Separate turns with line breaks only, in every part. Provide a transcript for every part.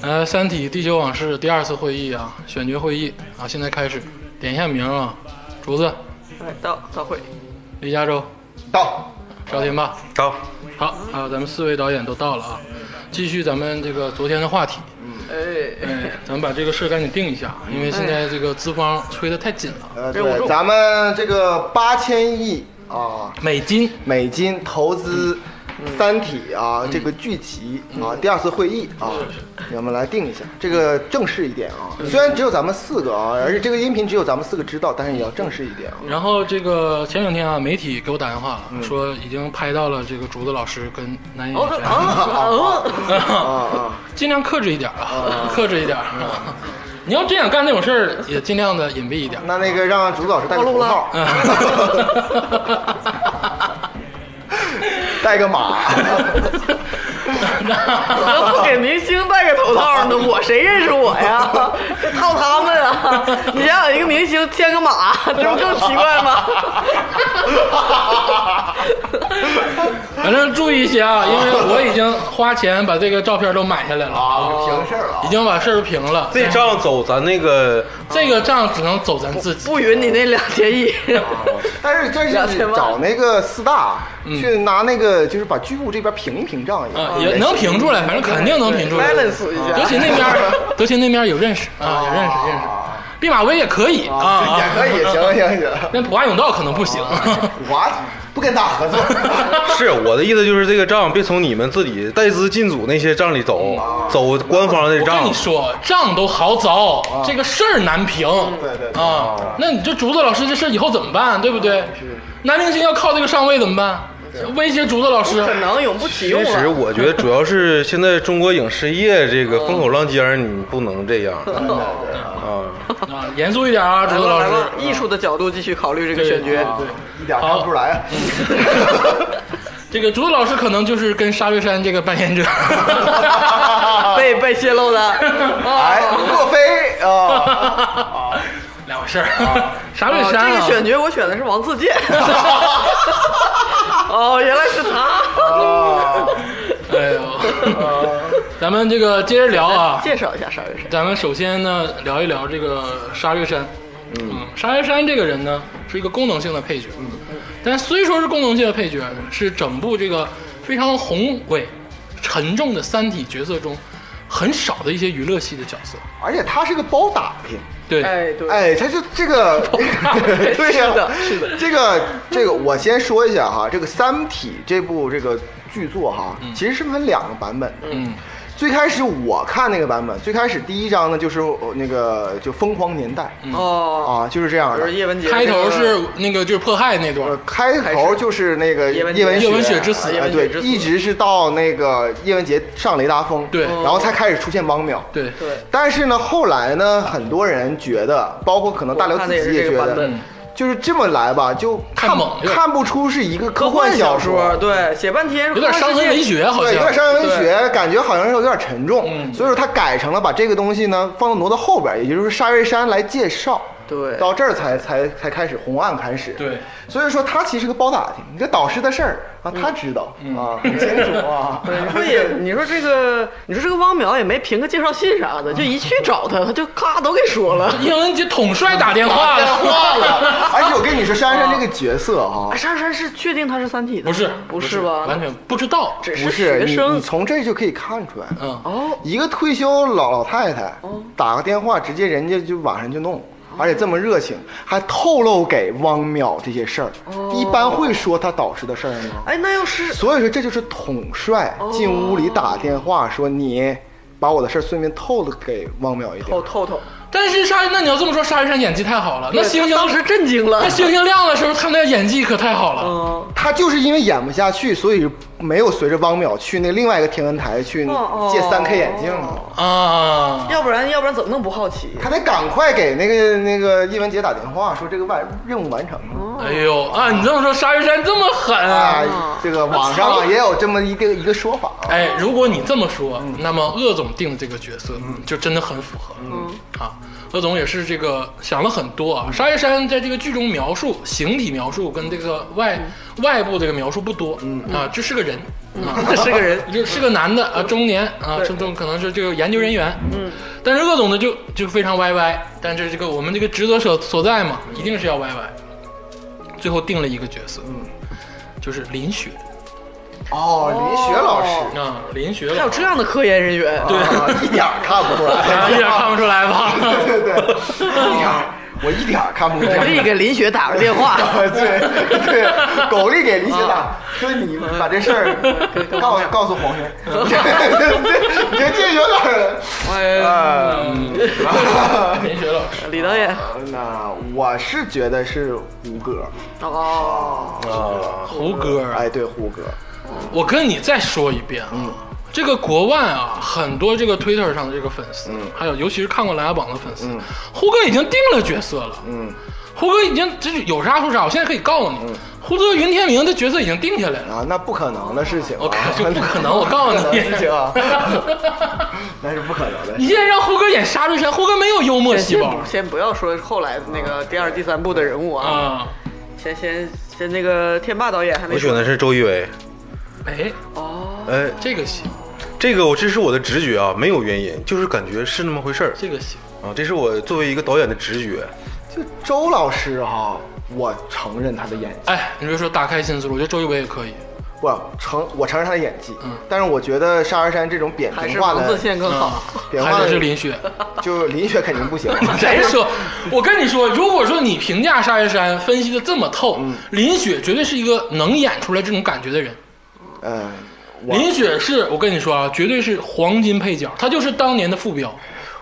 呃三体地球往事》第二次会议啊，选角会议啊，现在开始，点一下名啊，竹子、
哎，到到会，
李嘉洲、
到
赵天霸，
到，
好啊，咱们四位导演都到了啊，继续咱们这个昨天的话题，
哎，
哎，咱们把这个事儿赶紧定一下，因为现在这个资方催得太紧了，
呃，
给我
对，
住
咱们这个八千亿啊
美金
美金投资《
嗯
三体》啊这个剧集啊第二次会议啊，我们来定一下，这个正式一点啊。
嗯
虽然只有咱们四个啊，而且这个音频只有咱们四个知道，但是也要正式一点啊。
然后这个前两天啊，媒体给我打电话了，说已经拍到了这个竹子老师跟男演
哦
员，
啊
嗯
啊
哦
啊，
尽量克制一点啊，克制一点啊。 你要真想干那种事儿，也尽量的隐蔽一点。
那那个让竹子老师戴个头套， 戴 个马，
啊，不给明星戴个头套呢，我谁认识我呀？这套他们啊！你想想一个明星牵个马，这不更奇怪吗？
反正注意一些啊，因为我已经花钱把这个照片都买下来了，
平事儿了
已
啊。
经把事儿平了。
嗯
这账走咱 那个
这个账只能走咱自己。
不允你那两千亿，
但是这
两千
是
万
找那个四大去拿那个，就是把剧务这边平一平账
嗯啊，
也
也能评出来，反正肯定能评出来。
balance 一
德
下。
勤那边儿，德勤那边儿有认识啊，有认识认识。
哦
毕马威也可以啊，
也可以，行行行，
那普华永道可能不行。
我不跟他合作。
是我的意思，就是这个账别从你们自己带资进组那些账里走，
嗯
走官方的
我跟
账
你。说，账都好走，
啊
这个事儿难评。
对对对
啊，那你这竹子老师这事儿以后怎么办？对不对？男明星要靠这个上位怎么办？威胁竹子老师
可能永不启用
其实
了。
我觉得主要是现在中国影视业这个
嗯
风口浪尖儿，你不能这样啊！
啊，严肃一点啊，竹
来
子
吧
老
来
师。啊
吧，艺术的角度继续考虑这个选角。
对，
一点看不出 来。啊
嗯这个竹子老师可能就是跟沙瑞山这个扮演 者。
被被泄露的，
哎，
啊，
莫非啊？
两回事儿， 沙瑞
哦
山
这
啊
个选角我选的是王自健，哦，原来是他，
啊
哎 呦，咱们这个接着聊啊，
介绍一下沙瑞山，
咱们首先呢聊一聊这个沙月山。嗯，沙月山这个人呢是一个功能性的配角，但虽说是功能性的配角，是整部这个非常宏伟、沉重的《三体》角色中很少的一些娱乐系的角色。
而且他是个包打听。
对，
哎，对，
哎，他就这个， 对呀、
是的是的
这个这个，我先说一下哈，这个《三体》这部这个剧作哈，其实是分两个版本的。
嗯，
最开始我看那个版本，最开始第一章呢就是呃那个就疯狂年代、
哦，
啊，就是这样
就是
的。
叶文洁
开头是那个就是迫害那
呃
段，，
开头就是那个
叶
叶
文啊
文
叶文雪之死
哎
叶文
对
雪之，死
一直是到那个叶文洁上雷达峰，
对
然后才开始出现汪淼，
对，
对，
但是呢，后来呢，很多人觉得，包括可能大刘自己
我看的也是
也觉
这个版
得
本，
就是这么来吧，就
太
看
猛了
看不出是一个科
科幻
幻
小
说
说，。对，写半天
有点伤痕文，学好
对，有
像
点。商业文学，感觉好像是有点沉重，
嗯
所以说他改成了把这个东西呢放到挪到后边，也就是沙瑞山来介绍，
对
到这儿才才才开始红案开始，
对，
所以说他其实是个包打听，你这导师的事儿啊，他知道啊，很清楚啊，
对，你说也，你说这个，你说这个汪淼也没评个介绍信啥
嗯
的，就一去找他，他就咔都给说了。
叶文洁统帅 打电话
忘
了，
了，而且我跟你说，沙瑞山这个角色啊
啊，，沙瑞山是确定他是三体的
不
吗？
是
不是吧？
完全不知道。
只
不
学
是你，你
生。
从这就可以看出来，
嗯，
哦，
一个退休老老太太打个电话，直接人家就晚上就弄，而且这么热情，还透露给汪淼这些事儿。
哦
一般会说他导师的事儿吗？
哎，那要是
所以说这就是统帅
哦
进屋里打电话说你把我的事儿顺便透露给汪淼一
透
点。
哦透透，
但是沙，那你要这么说，沙瑞山演技太好了。那星
对
星
他当时震惊了
那。星星亮的时候，他那演技可太好了。
嗯，
他就是因为演不下去，所以没有随着汪淼去那另外一个天文台去
哦
借三 K 眼镜啊。
啊，
要不然要不然怎么能不好奇？
他得赶快给那个那个叶文洁打电话，说这个完任务完成了。
哎呦啊，你这么说，沙瑞山这么狠啊？
啊，这个网上也有这么一个一个说法啊，
哎，如果你这么说，那么鄂总定的这个角色就真的很符合。嗯啊，鄂总也是这个想了很多啊。沙耶山在这个剧中描述形体描述跟这个外外部这个描述不多，嗯啊，这是个人，
是个人，
就是个男的啊，中年啊，这种可能是这个研究人员。嗯，但是鄂总呢就就非常歪歪，但是这个我们这个职责所所在嘛，一定是要歪歪。最后定了一个角色，嗯，就是林雪
哦，林雪老师，
啊，林雪
还有
老师
这样的科研人员，
哦对
啊一点儿看不出
啊，
来，
一点看不出来 吧？
对对，一点儿我一点儿看不出
我
来。，
立给林雪打个电话
对对，狗力给林雪打，说你把这事儿告告诉 黄轩， 你这这有点儿。
哎，
嗯林雪老师，
李导演，
啊那我是觉得是胡歌，
哦，
啊，
胡歌啊，
哎，对胡歌，
我跟你再说一遍啊，这个国外啊，很多这个 Twitter 上的这个粉丝，还有尤其是看过《琅琊榜》的粉丝，胡歌已经定了角色了，嗯，胡歌已经这是有啥说啥，我现在可以告诉你，胡歌云天明的角色已经定下来了。
啊，那不可能的事情啊，
我靠，就不可能！我告
不可
诉
能
你
的，事情啊，那是不可能的。
你现在让胡歌演杀猪神，胡歌没有幽默细
先
胞
不先不要说后来那个第二、第三部的人物啊，
啊！
先先先那个天霸导演还没嗯
我选
说，
的是周一围。
哎，
哎，
这个行，
这个我这是我的直觉啊，没有原因，就是感觉是那么回事儿
这个行，
啊。这是我作为一个导演的直觉。
就周老师哈、我承认他的演技，
哎，你别说打开心思路，我觉得周一围也可以，
我承我承认他的演技，
嗯
但是我觉得沙尔山这种扁
还
平
是
化
王自
的，
健更好。
扁
还
化
得
的
是林雪。
就林雪肯定不行，
谁说？我跟你说，如果说你评价沙耶山分析的这么透，林雪绝对是一个能演出来这种感觉的人。
嗯，我
林雪是我跟你说啊，绝对是黄金配角，她就是当年的副标。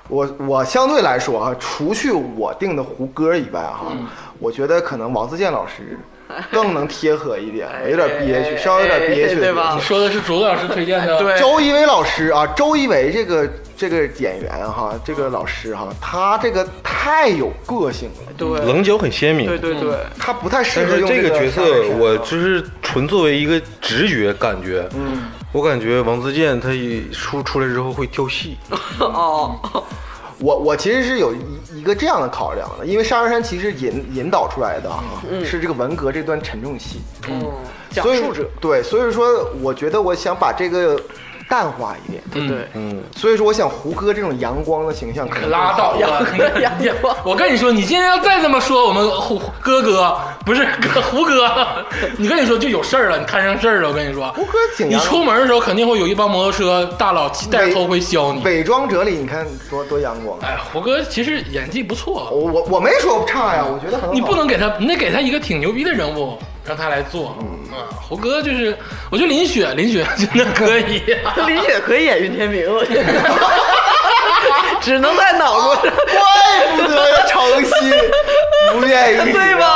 我我相对来说哈、除去我定的胡歌以外哈、
嗯
我觉得可能王自健 老师更能贴合一点，有点憋屈，稍微有点憋屈的
哎对
地方
吧
你？说的是竹子老师推荐 的，
对
周一围老师啊，周一围这个这个演员哈、这个老师哈、他这个太有个性了，
对
棱角很鲜明，
对对对，
他不太适
但
合
是
用
这
个
个角色
上半身，
我
啊
就是纯作为一个直觉感觉，嗯，我感觉王自健他一出出来之后会挑 戏，
哦，
我我其实是有一一个这样的考量的，因为《沙尔山》其实引引导出来的啊，是这个文革这段沉重期，
嗯，讲
所以
述者，
对，所以说我觉得我想把这个淡化一点，
嗯
对，
嗯，
所以说我想胡歌这种阳光的形象可能
拉倒吧！
杨杨过
我跟你说，你今天要再这么说，我们胡哥哥不是哥胡哥， 你跟你说就有事儿了，你摊上事儿了。我跟你说，
胡歌挺
你
阳
出门的时候肯定会有一帮摩托车大佬戴着头盔削你。
伪装者里你看多多阳光，
哎，胡歌其实演技不错，
我我我没说差呀，我觉得很好。
你不能给他，你得给他一个挺牛逼的人物，让他来做。啊，胡歌就是，我觉得林雪，林雪 真的可以、
林雪可以演云天明，我觉得只能在脑子上，
怪不得程曦不愿意，
对吧？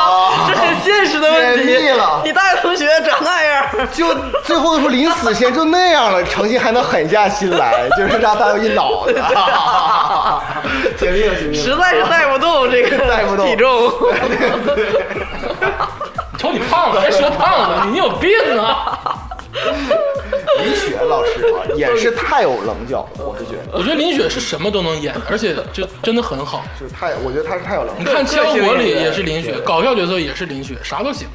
这是现实的问
解密
题。
了
你大学同学长那样，
就最后说临死前就那样了，程曦还能狠下心来，就是让他有一脑 子。解密了，解密了。
实在是带不动这个
带不动
体重。
你瞅你胖子，还说胖子，你有病啊！
李雪老师啊，也是太有棱角了，我是觉得，
我觉得林雪是什么都能演，而且就真的很好。
就是太，我觉得他是太有棱
你
角。
看《千王国》里也是林雪，搞笑角色也是林雪，啥都行。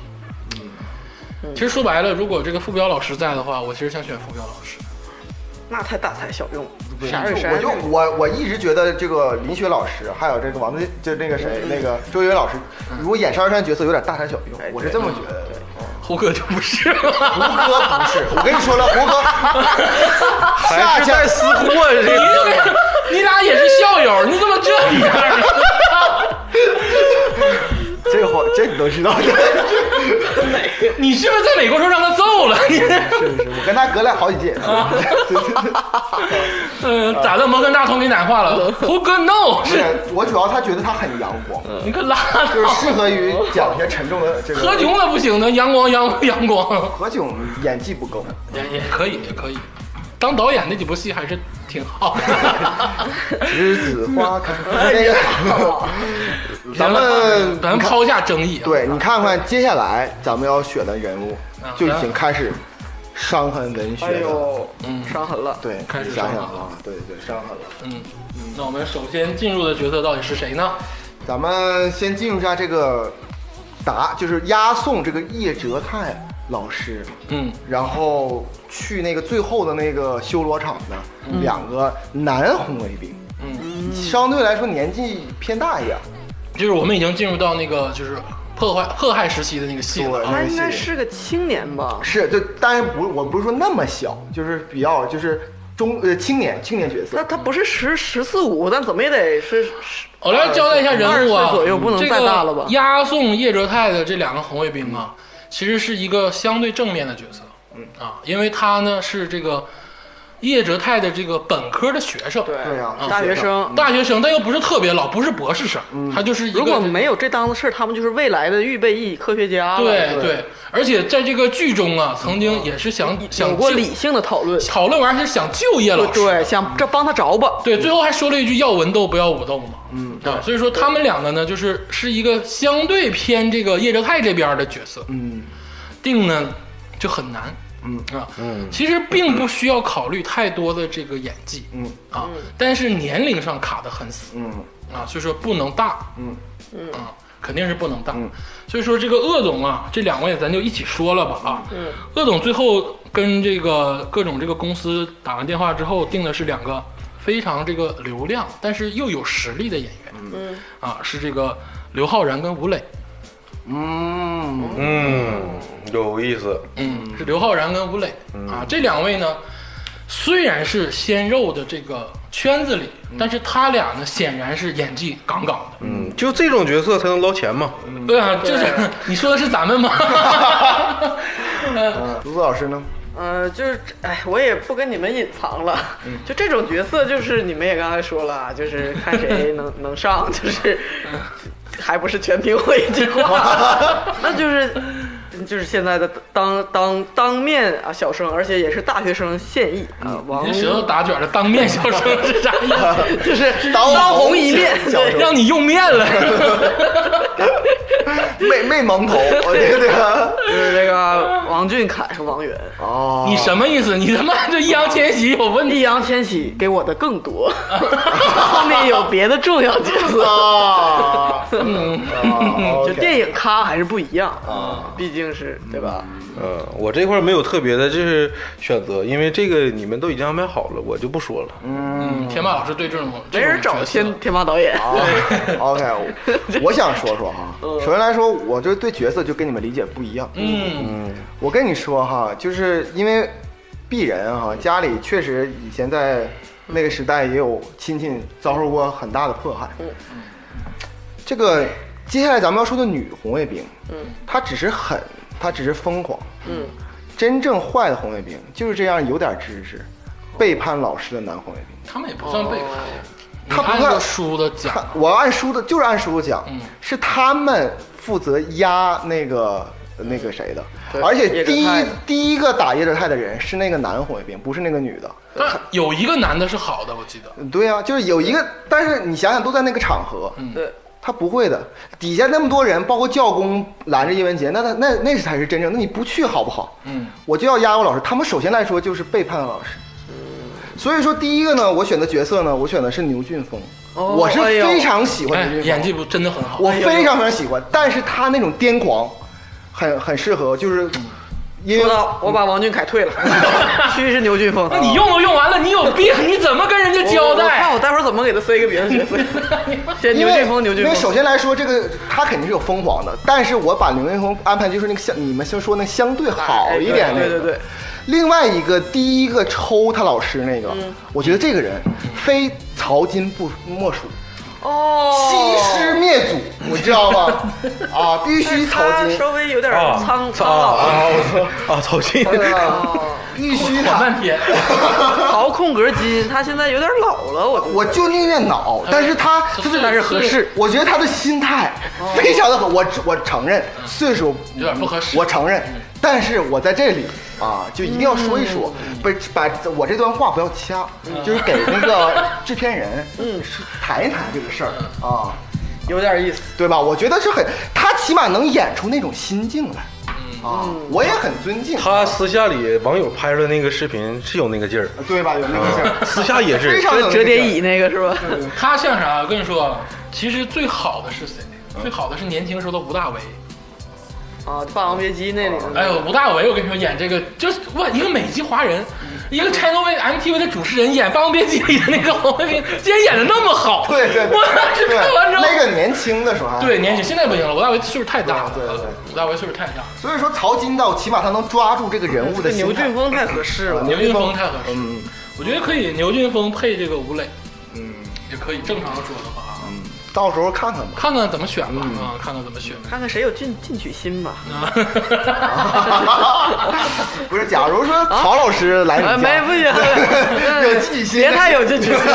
其实说白了，如果这个傅彪老师在的话，我其实想选傅彪老师。
那太大材小用，啥
我
有啥
就我我一直觉得这个林雪老师，还有这个王自，就那个谁，那个周杰伦老师，如果演沙尔山角色有点大材小用，我是这么觉得的。
胡歌就不是
胡
了。
歌不 是，我跟你说了，胡歌下
还是
架
在私货这个。
你俩也是校友，你怎么这样？
这话这你都知道，
你是不是在美国时候让他揍了？你
我跟他隔了好 几届。
嗯，咋的？摩根大通给奶化 了？胡歌 no，
是
是
我主要他觉得他很阳光，
你可拉倒
就是。适合于讲一些沉重的这个。
何炅那不行的，阳光阳阳光
何炅演技不够，
也也可以也可以，当导演那几部戏还是挺 好的。
栀子花开。那个，咱们
咱们抛下争议啊，
对你看看，接下来咱们要选的人物
啊
就已经开始伤痕文学
哎
了。
呦，伤痕了。
对，
开始
想想
伤痕
啊，对对，伤痕了。
嗯，那我们首先进入的角色到底是谁呢？
咱们先进入一下这个答，就是押送这个叶哲泰老师，
嗯，
然后去那个最后的那个修罗场的、
嗯
两个男红卫兵，嗯，相对来说年纪偏大一点，
就是我们已经进入到那个就是破坏迫害时期的那个戏
对，
了啊。
他
那个
应该
系列
嗯是个青年吧？
是，就当然不，我不是说那么小，就是比较就是中呃青年青年角色
那，他不是十十四五，但怎么也得是是
我来交代一下人物
二
啊，
十岁左右不能
这
再
个
大了吧
押送叶哲泰的这两个红卫兵啊，其实是一个相对正面的角色，嗯啊，因为他呢是这个叶哲泰的这个本科的学生，
对呀、
大学生。
大学生，但又不是特别老，不是博士生，他就是一个
嗯如果没有这档子事儿，他们就是未来的预备役科学家了。嗯
对
对
对，而且在这个剧中啊，曾经也是想
有
想
过
救
理性的讨论，
讨论完是想救叶老师，
对，想这帮他着吧。
对，最后还说了一句“要文斗不要武斗”嘛。嗯，对，所以说他们两个呢，就是是一个相对偏这个叶哲泰这边的角色。
嗯，
定呢就很难。嗯啊，嗯，其实并不需要考虑太多的这个演技。
嗯
啊，但是年龄上卡得很死
嗯
啊，所以说不能大。
嗯
嗯啊，肯定是不能大。所以说这个鄂总啊，这两位咱就一起说了吧啊。嗯，鄂总最后跟这个各种这个公司打完电话之后，定的是两个非常这个流量，但是又有实力的演员。嗯啊，是这个刘昊然跟吴磊。
嗯，
嗯，有意思，
嗯，是刘昊然跟吴磊、啊，这两位呢，虽然是鲜肉的这个圈子里，但是他俩呢，显然是演技杠杠的。
嗯，就这种角色才能捞钱嘛。
对啊，就是 你说的是咱们 吗？
嗯，卢子老师呢？
呃，就是，哎，我也不跟你们隐藏了，就这种角色，就是你们也刚才说了啊，就是看谁能能上，就是还不是全凭我一句 话，那就是就是现在的当当当面啊小生，而且也是大学生现役啊，王
你舌头打卷了，当面 笑声是啥意思？
就是
当
当红一面，
小
对
生
让你用面了。
没没蒙头，哦我觉 得
就是这个王俊凯和王源，
哦，
你什么意思？你他妈这易烊千玺有问题？
易烊千玺给我的更 多，后面有别的重要角色。
啊？嗯，
就电影咖还是不一样
啊，
毕竟是对吧？
嗯，我这块儿没有特别的，就是选择，因为这个你们都已经安排好了，我就不说了。
嗯，天霸老师对这种
没人找
这
天
种角色
天霸导演，
啊哦 OK，我我想说说哈，首先来说，我就对角色就跟你们理解不一样。
嗯
我跟你说哈，就是因为鄙人哈，家里确实以前在那个时代也有亲戚遭受过很大的迫害。这个接下来咱们要说的女红卫兵，嗯，她只是狠，她只是疯狂，
嗯，
真正坏的红卫兵就是这样有点知识，背叛老师的男红卫兵。
他们也不算被害。
哦
他不
你按
算
照书的讲
看，我按书的，就是按书讲，
嗯
是他们负责压那个那个谁的，而且
叶哲
第一
泰
第一个打叶哲泰的人是那个男红卫兵，不是那个女的。
但有一个男的是好的，我记得。
对啊，就是有一个，但是你想想，都在那个场合，
嗯
对，
他不会的。底下那么多人，包括教工拦着叶文洁，那他那那才是真正。那你不去好不好？
嗯，
我就要压我老师。他们首先来说就是背叛了老师。所以说，第一个呢，我选的角色呢，我选的是牛俊峰，
哦
我是
哎呦
非常喜欢
哎
牛俊，峰，
演技不真的很好。
我
哎
非常非常喜欢，但是他那种癫狂，很很适合，就是因
嗯说
为
到我把王俊凯退 了，去是牛俊峰。啊
那你用都用完了，你有病？你怎么跟人家
我
交
我看
代？
我待会儿怎么给他塞一个别的角 色。先
因
牛
为
俊峰，牛
因
俊
为
峰
首。先来说，这个他肯定是有疯狂的，但是我把刘俊峰安排就是那个相，你们先说那相对好一点那
哎对
个。
对对对。
另外一个，第一个抽他老师那个，
嗯
我觉得这个人非曹金不莫属，欺
哦，
师灭祖，你知 道吗？啊，必须曹
哎他
金，
稍微有点
啊
苍苍
啊
老，
啊！我操啊， 曹鑫，
对啊，必须
想
他。
半 天，
曹啊空格基，他现在有点老了，我
我就宁愿恼，但是他他
嗯但是合适，哦
我觉得他的心态非常的好，我我承认岁数
嗯有点不合适嗯
我承认，但是我在这里啊，就一定要说一说，
嗯
不是把我这段话不要掐，就是给那 个制片人，嗯，谈一谈这个事儿啊，
有点意思。
对吧？我觉得是很，他起码能演出那种心境来，
嗯
啊，我也很尊敬啊
他私下里网友拍出来那个视频是有那个劲儿，
对吧？有那个劲儿，
私下 也
非
是。
常有那个嗯劲
嗯折
儿
叠椅那个是吧？
他像啥？我跟你说，其实最好的是谁？最好的是年轻时候的吴大维。
啊，《霸王别姬》那里的那
哎
个
呦，吴大维，我跟你说，演这个就是哇，一个美籍华人，一个 China Way MTV 的主持人，演《霸王别姬》里的那个黄卫兵，竟然演的那么好。
对对对
我当时
对
看完之，后，
那个年轻的时候还啊
对年轻，现在不行了，吴大维岁数太大了。
对对对
吴大维岁数太大了，
所以说曹金到起码他能抓住这个人物的
这牛啊俊
心态。呃
峰太合适了。
牛俊峰太合适。
嗯，
我觉得可以，牛俊峰配这个吴磊
嗯，
也可以。正常说的话，啊，
到时候 看看吧。
看看怎么选吧，
嗯
啊，看看怎么选。
看看谁有进进取心 吧。
啊，
不是，假如说曹老师来
啊，
你家，
没不 行，
有进取心
别太有进取心。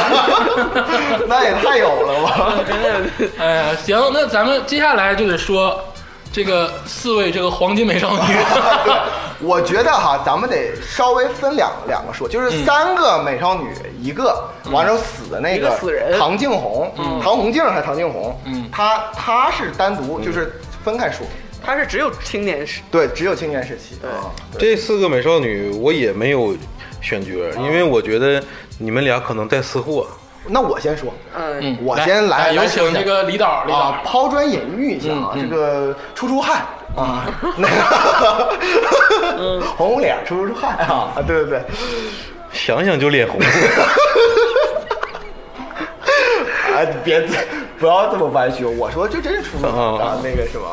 那也太有了吧？
哎呀，行，那咱们接下来就得说这个四位这个黄金美少女。
对，我觉得哈，咱们得稍微分两两个说，
嗯
就是三个美少女，一个完了死的那
一个死人嗯
唐静红，唐红静还是唐静红？
嗯
她她是单独
嗯
就是分开说，
他是只有青年时，
对，只有青年时期。啊
这四个美少女我也没有选角，因为我觉得你们俩可能在私货。
那我先说，
嗯，
嗯，
我先来
有
来说
请
一下
这个李导，李
啊
导，，
抛砖引玉一下啊，
嗯嗯
这个出出汗 啊，
嗯
那个红 红脸出出汗啊，啊对对对，
想想就脸红，
哎，别 不要这么弯曲，我说就真是出出
嗯
汗啊，那个什么，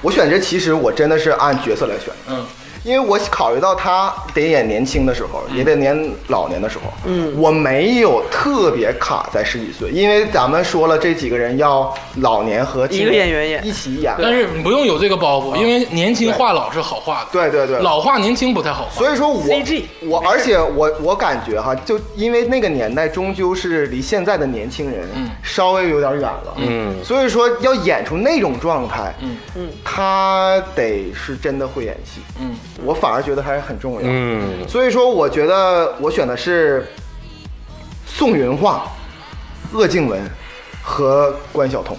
我选这其实我真的是按角色来选，
嗯，
因为我考虑到他得演年轻的时候，也得演老年的时候。嗯，我没有特别卡在十几岁，因为咱们说了这几个人要老年和青
一个演员演
一起演。
但是你不用有这个包袱，因为年轻化老是好化的，
啊对对对
老化年轻不太好化。
所以说我
CG
我而且我我感觉哈，就因为那个年代终究是离现在的年轻人
嗯
稍微有点远了，
嗯
所以说要演出那种状态，
嗯
嗯，
他得是真的会演戏，
嗯，
我反而觉得还是很重要，
嗯，
所以说，我觉得我选的是宋云画、鄂靖文和关晓彤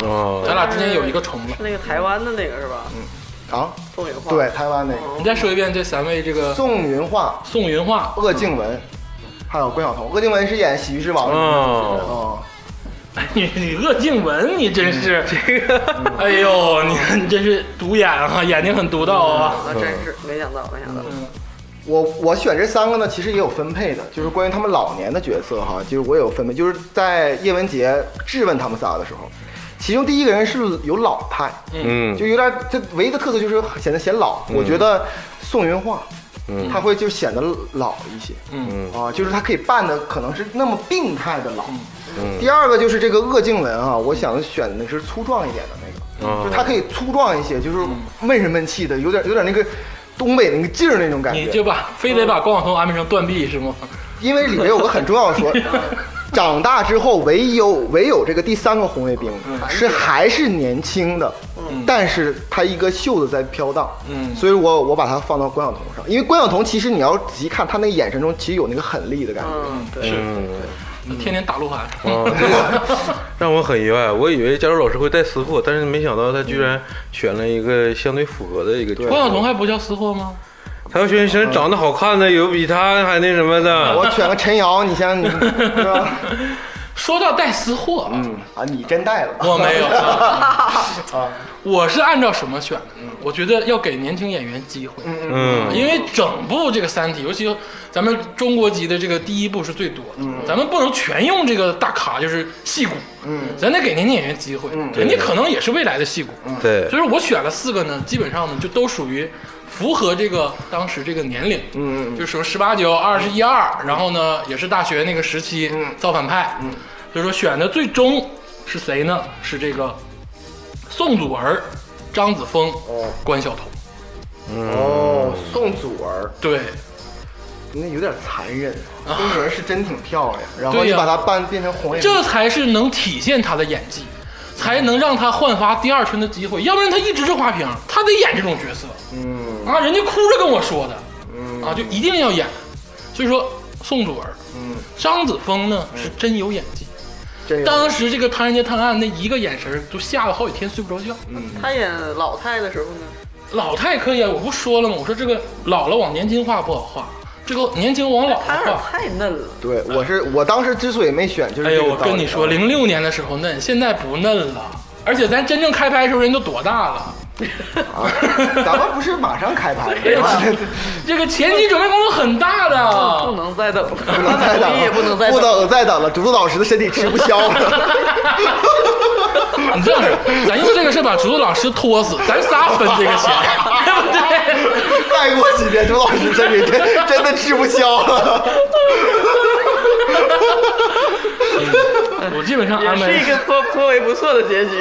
哦
咱俩之间有一个重了
是，那个台湾的那个是吧？
啊，
宋雨化。
对，，台湾那
你再说一遍这三位这
个
个
宋云画、
宋云画，
鄂靖文，还有关晓彤。鄂靖文是演《喜剧之王》
哦
哦，
哎你你鄂靖文，你真
嗯
是这个，哎呦，你你真是独眼啊，眼睛很独到
嗯
啊。
啊，真是没想到，没想到。
嗯
我我选这三个呢，其实也有分配的，就是关于他们老年的角色哈，就是我也有分配，就是在叶文洁质问他们仨的时候，其中第一个人是有老态，
嗯
就有点这唯一的特色就是显得显老。我觉得宋云画，
嗯
他会就显得老一些
嗯
嗯
啊，就是他可以扮的可能是那么病态的老。
嗯
第二个就是这个鄂靖文啊，我想选的是粗壮一点的那个。
啊
就他可以粗壮一些，就是闷神闷气的，有点有点那个东北那个劲儿那种感
你就
觉。
把非得把
嗯
关晓彤安排成断臂是吗？
因为里面有个很重要的 说，长大之后唯有唯有这个第三个红卫兵
嗯
是还是年轻的，但是他一个袖子在飘荡，
嗯
所以我我把它放到关晓彤上，因为关晓彤其实你要仔细看他那个眼神中，其实有那个狠厉的感觉。
嗯，对，
是
嗯
天天打鹿晗。
啊， 这个让我很意外，我以为加州老师会带私货，但是没想到他居然选了一个相对符合的一个角色。
关晓彤还不叫私货吗？
还有选选长得好看的，有比他还那什么
嗯
的。
我选个陈瑶，你像你，是吧？
说到带私货，
嗯啊，你真带了，
我没有
啊
啊，我是按照什么选的？我觉得要给年轻演员机会，
嗯
因为整部这个《三体》，尤其咱们中国籍的这个第一部是最多的，咱们不能全用这个大咖，就是戏骨，
嗯
咱得给年轻演员机会，人家可能也是未来的戏骨，
对
所以说我选了四个呢，基本上呢就都属于符合这个当时这个年龄，
嗯嗯嗯
就说十八九、二十一二，然后呢也是大学那个时期、
嗯
造反派，嗯，所以说选的最终是谁呢？是这个宋祖儿、张子枫、
哦
关晓彤，
哦，宋祖儿。
对，
嗯那有点残忍。周主任是真挺漂亮，然后
啊对
你
呀
把她扮变成红脸，
这才是能体现她的演技。才能让她焕发第二春的机会，要不然她一直是花瓶，她得演这种角色。
嗯
啊，人家哭着跟我说的，
嗯
啊，就一定要演。所以说，宋祖儿、
嗯，
张子枫呢是真有演技。
真有
当时这个《唐人街探案》那一个眼神儿，都吓得好几天睡不着觉。
他演老太的时候呢，
嗯
老太可以啊，我不说了吗？我说这个老了往年轻化不好化，这个年轻往老
他有
了
点
化。
太嫩了。
对，我是我当时之所以没选，就是
嗯哎呦，我跟你说，
零
零六年的时候嫩，现在不嫩了。而且咱真正开拍的时候，人都多大了？
啊， 咱们不是马上 开拍吗？
哎这个前期准备工作很大
不
的，
能再等了，
啊不能再等
我也
了，
不能再
不
等了。
能再等了。竹子老师的身体吃不消了，
你这样式，咱用这个事把竹子老师拖死，咱仨分这个钱，对不 对？
再过几天，竹子老师身体真真的吃不消了。
我基本上
也
安
是一
排，
个颇颇为不错的结 局。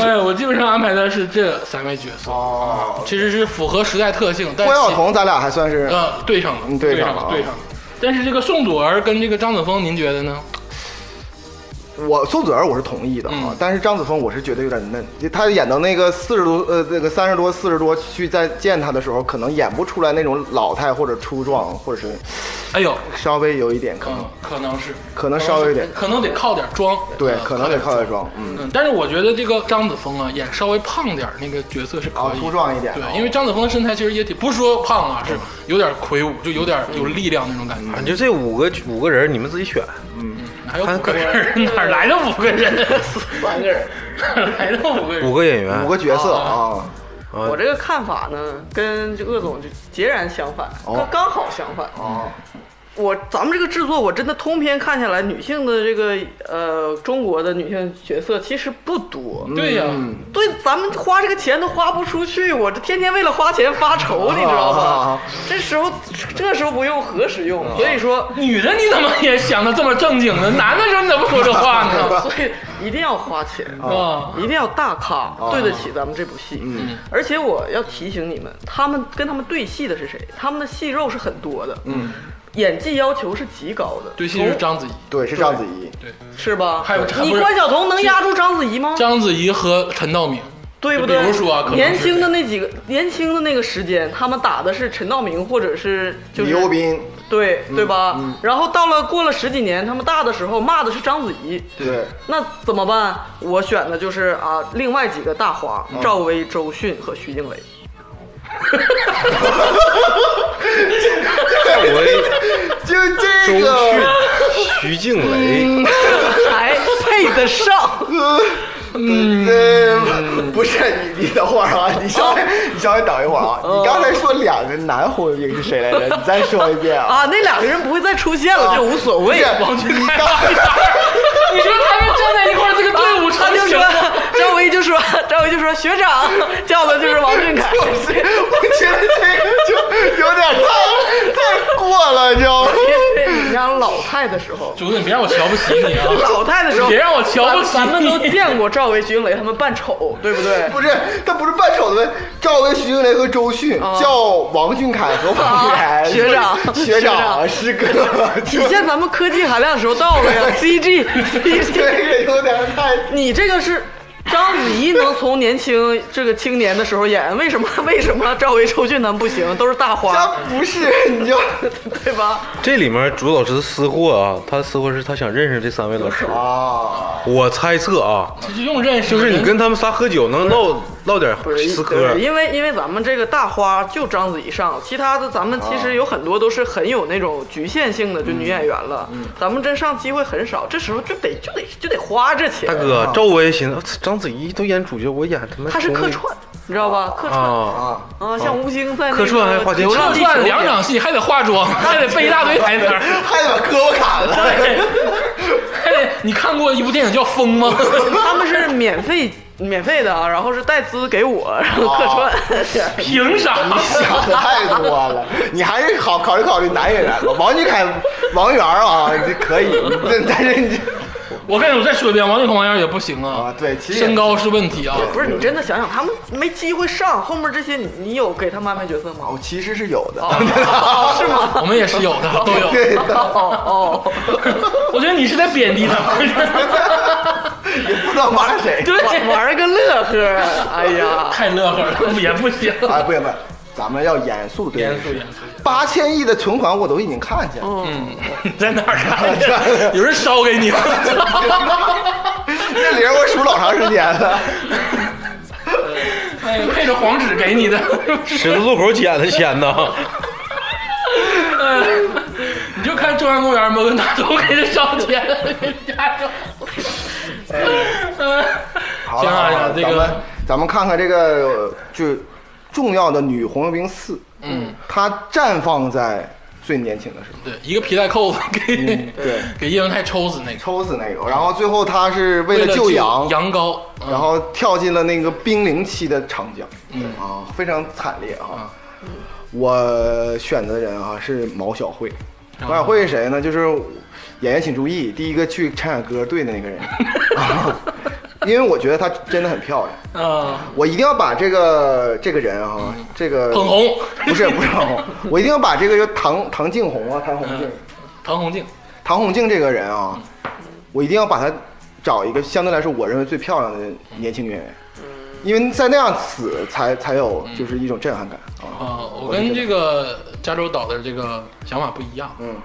哎，我基本上安排的是这三位角色，
哦，
其实是符合时代特性，但
关晓
其
彤，咱俩还算是
呃对上了，
嗯
对
对上
了
了，
对上了。但是这个宋祖儿跟这个张子枫，您觉得呢？
我宋祖儿我是同意的啊
嗯，
但是张子枫我是觉得有点嫩，他演到那个四十多呃那个三十多四十多去再见他的时候，可能演不出来那种老态或者粗壮，或者是
哎呦，
稍微有一点可能
嗯，可能是，
可能稍微有点
可能得靠点妆，
对
呃，
可能得靠点妆，嗯，
嗯，但是我觉得这个张子枫啊，演稍微胖点儿那个角色是可
啊
以，
粗壮一点，
对
啊，嗯
因为张子枫的身材其实也挺，不是说胖啊，是有点魁梧，就有点有力量那种感觉。
啊，就这五个五个人，你们自己选。
哪有五个人？哪来的五个 人？
三个人，
哪 来的五个人？
五个演员，
五个角色啊，
啊
我这个看法呢，跟这鄂总就截然相反，
哦
刚刚好相反。
哦，
我咱们这个制作，我真的通篇看下来，女性的这个呃中国的女性角色其实不多。
对呀，
嗯
对，咱们花这个钱都花不出去，我这天天为了花钱发愁，你知道
啊
吧？这时候这时候不用何时用？所以 说，
女的你怎么也想的这么正经呢？ 男的时候你怎么不说这话 呢？
所以一定要花钱。
啊，
一定要大咖，对得起咱们这部戏。嗯，而且我要提醒你们，他们跟他们对戏的是谁？他们的戏肉是很多的，嗯，演技要求是极高的，
对，戏是
从
章子怡，
对，是章子怡，
是吧？
还有
你
不是
关晓彤能压住章子怡吗？
章子怡和陈道明，
对不
比
对？
如说啊可能是
年轻的那几个，年轻的那个时间，他们打的是陈道明或者是就是
李幼斌，嗯
对对吧？然后到了过了十几年，他们大的时候骂的是章子怡，
对，
那怎么办？我选的就是啊，另外几个大花，
嗯
赵薇、周迅和徐静蕾。
我
就这
周
个
迅、徐静蕾，
才配得上。
嗯，不是你，你等会儿啊，你稍微，你稍微等一会儿啊。你刚才说两个男婚兵是谁来着？你再说一遍啊。
啊，那两个人不会再出现了，
啊
这无所谓。
王俊凯
刚才
你说他们站在一块儿，这个队伍
他
成
就
型
说，张维就说，张维就说学长叫的就是王俊凯。
就是，我觉得这个就有点太太过了，你知道吗？
因为你让老太的时候，
竹子，你别让我瞧不起你啊！
老太的时候，
别让我瞧不起
咱咱们都
你
见过赵薇、徐静蕾他们扮丑，对不对？
不是，他不是扮丑的问赵薇、徐静蕾和周迅
啊
叫王俊凯和王俊
啊
凯
学长
学
学长
长啊师哥，
体现咱们科技含量的时候到了呀，CG
这
CG。
个有点太
你这个是章子怡能从年轻这个青年的时候演，为什么为什么赵薇、周迅他们不行？都是大
他
花，
不是，你就
对吧？
这里面朱老师的私货啊，他私货是他想认识这三位老师。
啊，
我猜测啊，
就用认识
就
人，
是你跟他们仨喝酒能唠唠点
不是
私
就
嗑
是，因为因为咱们这个大花就章子怡上，其他的咱们其
啊
实有很多都是很有那种局限性的，就
嗯
女演员了，咱们真上机会很少，这时候就得就得就得花这钱。
大，哥，赵薇寻思，章子怡都演主角，我演他妈
他是
中
客
医
串，你知道吧？客串
啊，
啊，
啊，像吴京在那
客串还
个
花
《
钱
流浪
客
地球
串
里
两场戏，还得化 妆，还得背一大堆台词 儿。哎
还得把胳膊砍了。
还得你看过一部电影叫《风》吗？
他们是免费免费的啊，然后是带资给我，然后客
啊
串。
凭啥？
想的太多了，你还是考考虑考虑男演员吧。王俊凯、王源啊，你可以，你但是你
我跟你我再说一遍，王俊凯王源也不行啊
啊，。对，其实
身高是问题啊。
不是你真的想想，他们没机会上，后面这些你你有给他们安排角色吗？
哦，其实是有的，
哦是吗？
我们也是有的，都 有。
对的，
哦哦。
我觉得你是在贬 低他们，
也不知道骂谁。
玩
对，
玩个乐呵，哎呀，
太乐呵了，也不行。
啊，不行不行，咱们要严肃地对待
严肃严肃，
八千亿的存款我都已经看见 了，
嗯， 在哪儿看 的？有人烧给你了。
这零我数老长时间了。
哎呀，配着黄纸给你的。
十字路口捡的 钱呢。
你就看中央公园摩 根大通给他烧钱了，给人家就。
好
行
了，
啊
好了
这个
咱们咱们看看这个就重要的女红卫兵四，
嗯，
她绽放在最年轻的时候。
对，一个皮带扣子给、
嗯对，
给叶文泰抽死那个，
抽死那个，然后最后她是为
为
了
了
救
羊
羊，
羊羔，嗯
然后跳进了那个冰凌期的长江，啊，非常惨烈啊。
嗯
我选的人啊是毛晓慧，
啊
毛晓慧是谁呢？就是演员请注意，第一个去唱演歌队的那个人， 啊因为我觉得她真的很漂亮，
啊，
我一定要把这个这个人啊，这个
嗯捧红
不是不是捧红，我一定要把这个唐唐静红啊，唐红静
嗯，唐红静，
唐红静这个人啊，我一定要把她找一个相对来说我认为最漂亮的年轻女演员，因为在那样死才才有就是一种震撼感啊
啊，。我跟这
个
个加州岛的这个想法不一样，
嗯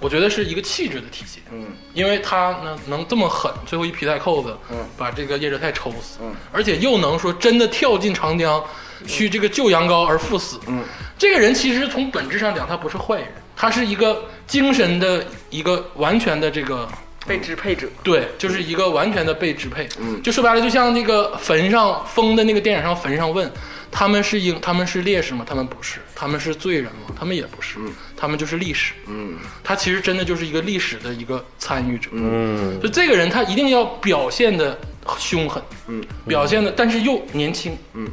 我觉得是一个气质的体现，
嗯
因为他呢能这么狠，最后一皮带扣子，
嗯
把这个叶哲泰抽死，
嗯
而且又能说真的跳进长江去这个救羊羔而赴死，
嗯
这个人其实从本质上讲他不是坏人，他是一个精神的一个完全的这个
被支配者，
对，就是一个完全的被支配。
嗯
就说白了，就像那个坟上封的那个电影上坟上问，他们是英，他们是烈士吗？他们不是，他们是罪人吗？他们也不是，他们就是历史。
嗯
他其实真的就是一个历史的一个参与者。
嗯，
就这个人，他一定要表现的凶狠，
嗯，
表现的，但是又年轻，
嗯，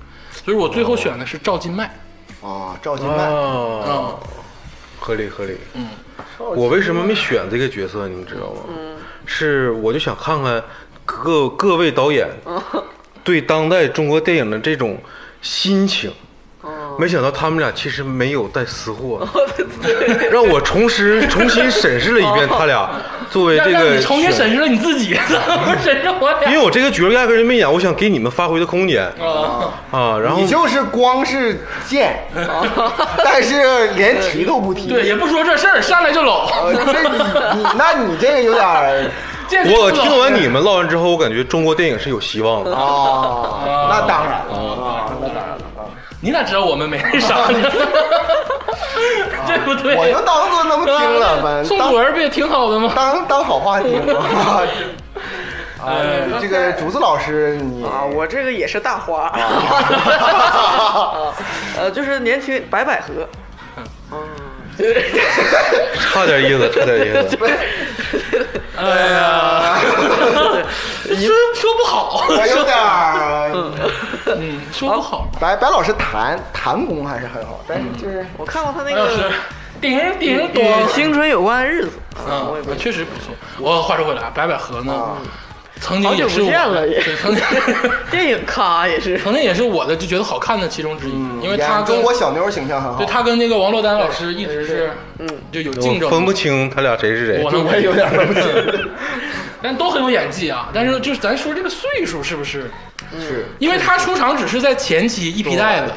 所以我最后选的是赵今麦。
啊，赵今麦，
啊，
啊，
合理合理。嗯，我为什么没选这个角色，你们知道吗？
嗯
是我就想看看各各位导演
嗯
对当代中国电影的这种心情。
哦
没想到他们俩其实没有带私货， 让我重拾重新审视了一遍他俩作为
让
这
哦让
个
你重新
选
审视了你自己， 怎么审视我
因为
俩？
我这个角色压根儿就没演，我想给你们发挥的空间
啊，
啊。然后
你就是光是贱，但是连提都不提。
对，也不说这事儿，上来就搂。
呃，这你你那你这个有点儿
见识不
我
老
听完你们唠完之后，我感觉中国电影是有希望的。
啊，那当然了啊，那当然了啊，
你咋知道我们没商 量？对不对？
我就当做那么听了，反
宋
正
祖
当
儿不也挺好的吗？
当当好话听 啊。
哎
啊，这个竹子老师，你
啊，我这个也是大花，啊 呃，就是年轻白百合，
差点意思，差点意思。
哎呀， 说说不好，
我有点儿
嗯，说不好。
白白老师弹弹功还是很好，但是就是
我看过他那
哎
白老师
个，
叮叮咚。
与青春有关的 日子，啊，我也不
嗯，确实不错。我话说回来，白百合呢
啊，
曾经也是
好久不
我
见了也
对曾经
电影咖也是
曾经也是我的就觉得好看的其中之一，因为她
演
跟
嗯中国小妞形象很好
对。她跟那个王珞丹老师一直是嗯就有竞
我
争，
分不清他俩谁是谁
我。呢，
我也有点分不清，
但都很有演技啊。但是就是咱说这个岁数是不是？
是
因为他出场只是在前期一皮带子，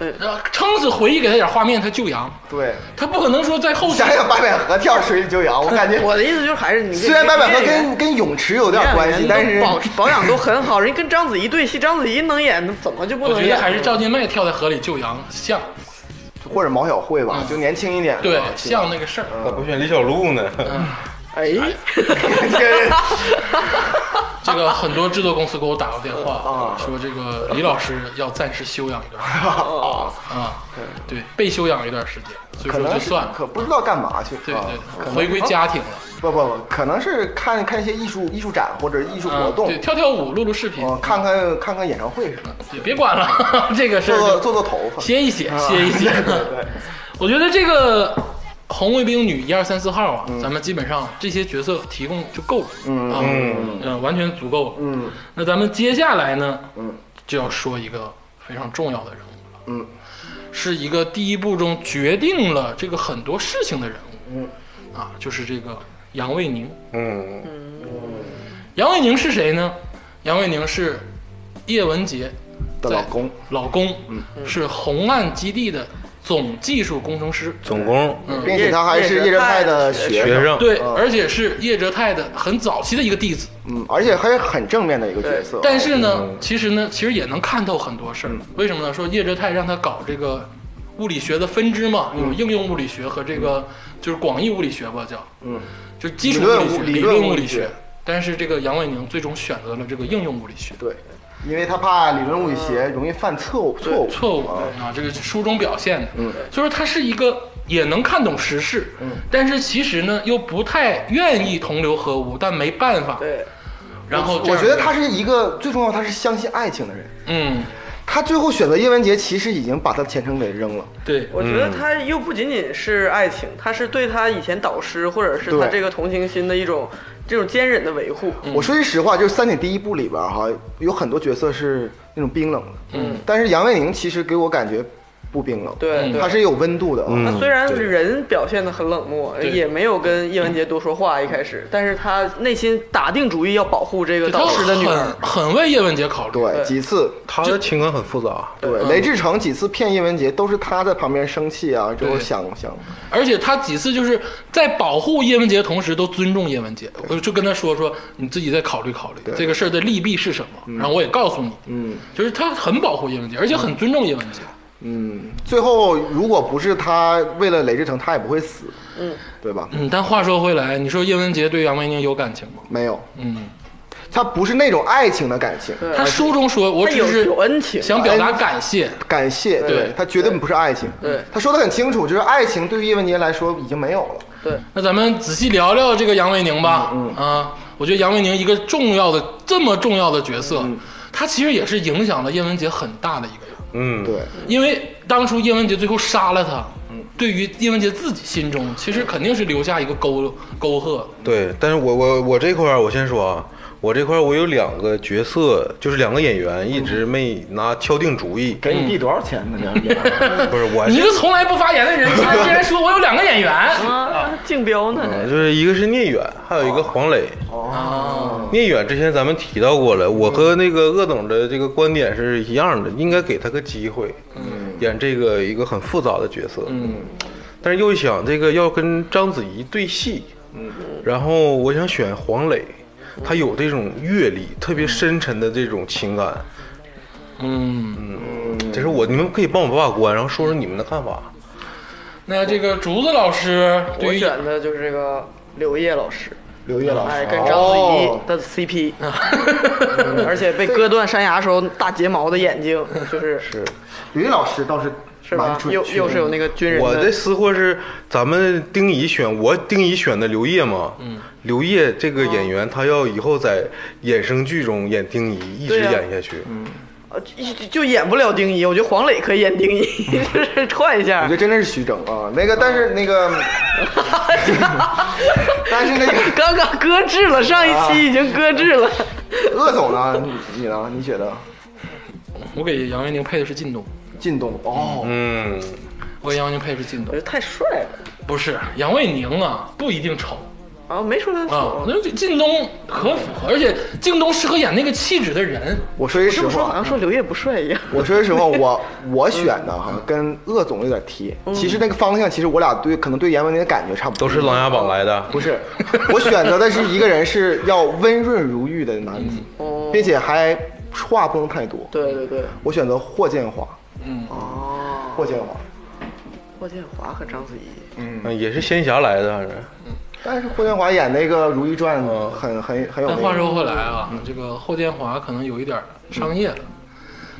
对
然后撑死回忆给他点画面，他救羊，
对，
他不可能说在后期
想。想白百合跳水里就摇，我感觉
我的意思就是还是你跟
虽然白百合
演员
跟跟泳池有点关系，
演员
但是
都保保养都很好，人家跟章子怡对戏，章子怡能演，怎么就不
我
能
觉得
演？
还是赵今麦跳在河里救羊像，
或者毛晓慧吧，就年轻一点。
嗯
啊
对，
是吧
像那个事儿。
咋不选李小璐呢？
哎，
这 个
这个很多制作公司给我打过电
啊
话，说这个李老师要暂时休养一段时间啊，对，被休养一段时间，所以
哦
说
可能
就是算了，
可不知道干嘛去。
对
啊
对，
可
回
能
归家庭了。
不不不，可能是看看一些艺术艺术展或者艺术活
嗯，
动
对，，跳跳舞，录录视频，
哦，看看看看演唱会什么的，
也别管了，这个事
做
儿
做
就
做做头发。
歇一歇，歇一歇。
对，
我觉得这个红卫兵女一二三四号啊，咱们基本上这些角色提供就够了，
嗯
啊，
嗯
呃完全足够了。
嗯
那咱们接下来呢，
嗯，
就要说一个非常重要的人物了，
嗯，
是一个第一部中决定了这个很多事情的人物，
嗯，
啊，就是这个杨卫宁。
嗯，
杨卫宁是谁呢？杨卫宁是叶文洁
的老公，
老公，
嗯
是红岸基地的总技术工程师。
总工
并且他还是叶真派的学
学
生，
生，
对，而且是叶哲泰的很早期的一个弟子。
嗯，而且还是很正面的一个角色。
但是呢，其实呢，其实也能看透很多
嗯
事儿。为什么呢？说叶哲泰让他搞这个物理学的分支嘛，有应用物理学和这个就是广义物理学吧，叫
嗯，
就基础物理学、
理论物理
理论
理论物
理
理学
学。但是这个杨卫宁最终选择了这个应用物理学，
对，因为他怕理论物理学容易犯错误错误
错误啊，这个书中表现的，嗯，所以说他是一个也能看懂时事，嗯，但是其实呢又不太愿意同流合污，但没办法，
对，
然后这
我
样
觉得
就
他，是一个最重要，他是相信爱情的人。
嗯，
他最后选择叶文洁，其实已经把他的前程给扔了。
对，
我觉得他又不仅仅是爱情，他是对他以前导师或者是他
对嗯
这个同情心的一种这种坚忍的维护。
我说句实话，就是《三体》第一部里边儿哈，有很多角色是那种冰冷的，嗯，但是杨卫宁其实给我感觉不冰冷，嗯
对对
他是有温度的啊。
他
嗯
虽然
对
人表现得很冷漠，
对
也没有跟叶文洁多说话一开始，但是他内心打定主意要保护这个
对他
导师的女儿
很。很为叶文洁考虑，
对，几次
他的情感很复杂，
对雷志成几次骗叶文洁，都是他在旁边生气啊，之后
对
想想，
而且他几次就是在保护叶文洁的同时，都尊重叶文洁。我就跟他说说，你自己再考虑考虑这个事儿的利弊是什么，然后我也告诉你，嗯，就是他很保护叶文洁，而且很尊重叶文洁。
嗯，最后如果不是他为了雷志成，他也不会死，嗯，对吧？
嗯，但话说回来，你说叶文洁对杨卫宁有感情吗？
没有，
嗯，
他不是那种爱情的感情，
他书中说，我
他
只
有
是
有恩情，
想表达感谢。
感谢，
对
他绝对不是爱情，
对
他说的很清楚，就是爱情对于叶文洁来说已经没有了。
对，
那咱们仔细聊聊这个杨卫宁吧。
嗯
啊，我觉得杨卫宁一个重要的这么重要的角色，
嗯
他其实也是影响了叶文洁很大的一个人。
嗯，
对，
因为当初叶文洁最后杀了他，
嗯
对于叶文洁自己心中其实肯定是留下一个沟沟壑的。
对，但是我我我这块儿我先说啊，我这块儿我有两个角色，就是两个演员一直没拿敲定主意，
给你弟多少钱 呢？两姐，
不是我
你一
是
个从来不发言的人，竟然竟然说我有两个演员
啊，竞标呢，
啊就是一个是聂远，还有一个黄磊。
啊！
聂远之前咱们提到过了，我和那个鄂总的这个观点是一样的，应该给他个机会，演这个一个很复杂的角色，但是又想这个要跟章子怡对戏，然后我想选黄磊，他有这种阅历，特别深沉的这种情感，
嗯，
这是我你们可以帮我把把关，然后说说你们的看法。
那这个竹子老师
我
对于
选的就是这个刘烨老师，
刘烨老师，
哎，跟章子怡
哦
的 CP，而且被割断山崖时候大睫毛的眼 睛，就是
是刘烨老师倒是
是
蛮
吧？
准
又
确的
又是有那个军人
我的私货是咱们丁仪选，我丁仪选的刘烨嘛。嗯，刘烨这个演员，他要以后在衍生剧中演丁仪，一直
对啊
演下去。
呃就就就演不了丁一，我觉得黄磊可以演丁一，就是换一
我
下
觉得。真的是徐峥啊，那个
嗯
但是 那个，但是那个
刚刚搁置了，上一期已经搁置了。
鄂总呢？你你呢？你觉得
我给杨卫宁配的是靳东，
靳东哦，
嗯，
我给杨卫宁配的是靳
我
东
觉，得太帅了
不是杨卫宁啊，不一定丑
啊！没说他
啊
丑，，
嗯
那这靳东可符合，而且靳东适合演那个气质的人。
我说句
是
实
不是说好
话
像，说刘烨不帅一样？
我说句实话，我我选的哈跟鄂总有点贴，其实那个方向，其实我俩对可能对阎文宁的感觉差不多，
都是《琅琊榜》来的。
不是，我选择的是一个人是要温润如玉的男子，
哦，
嗯并且还话不能太多。
对对对，
我选择霍建华，
嗯，
哦，
霍建华。
霍建华和章子怡，
嗯，也是仙侠来的，反正
但是霍建华演那个《如懿传》
嗯
很很很有
但
魅力。
话说回来啊，这个霍建华可能有一点商业了，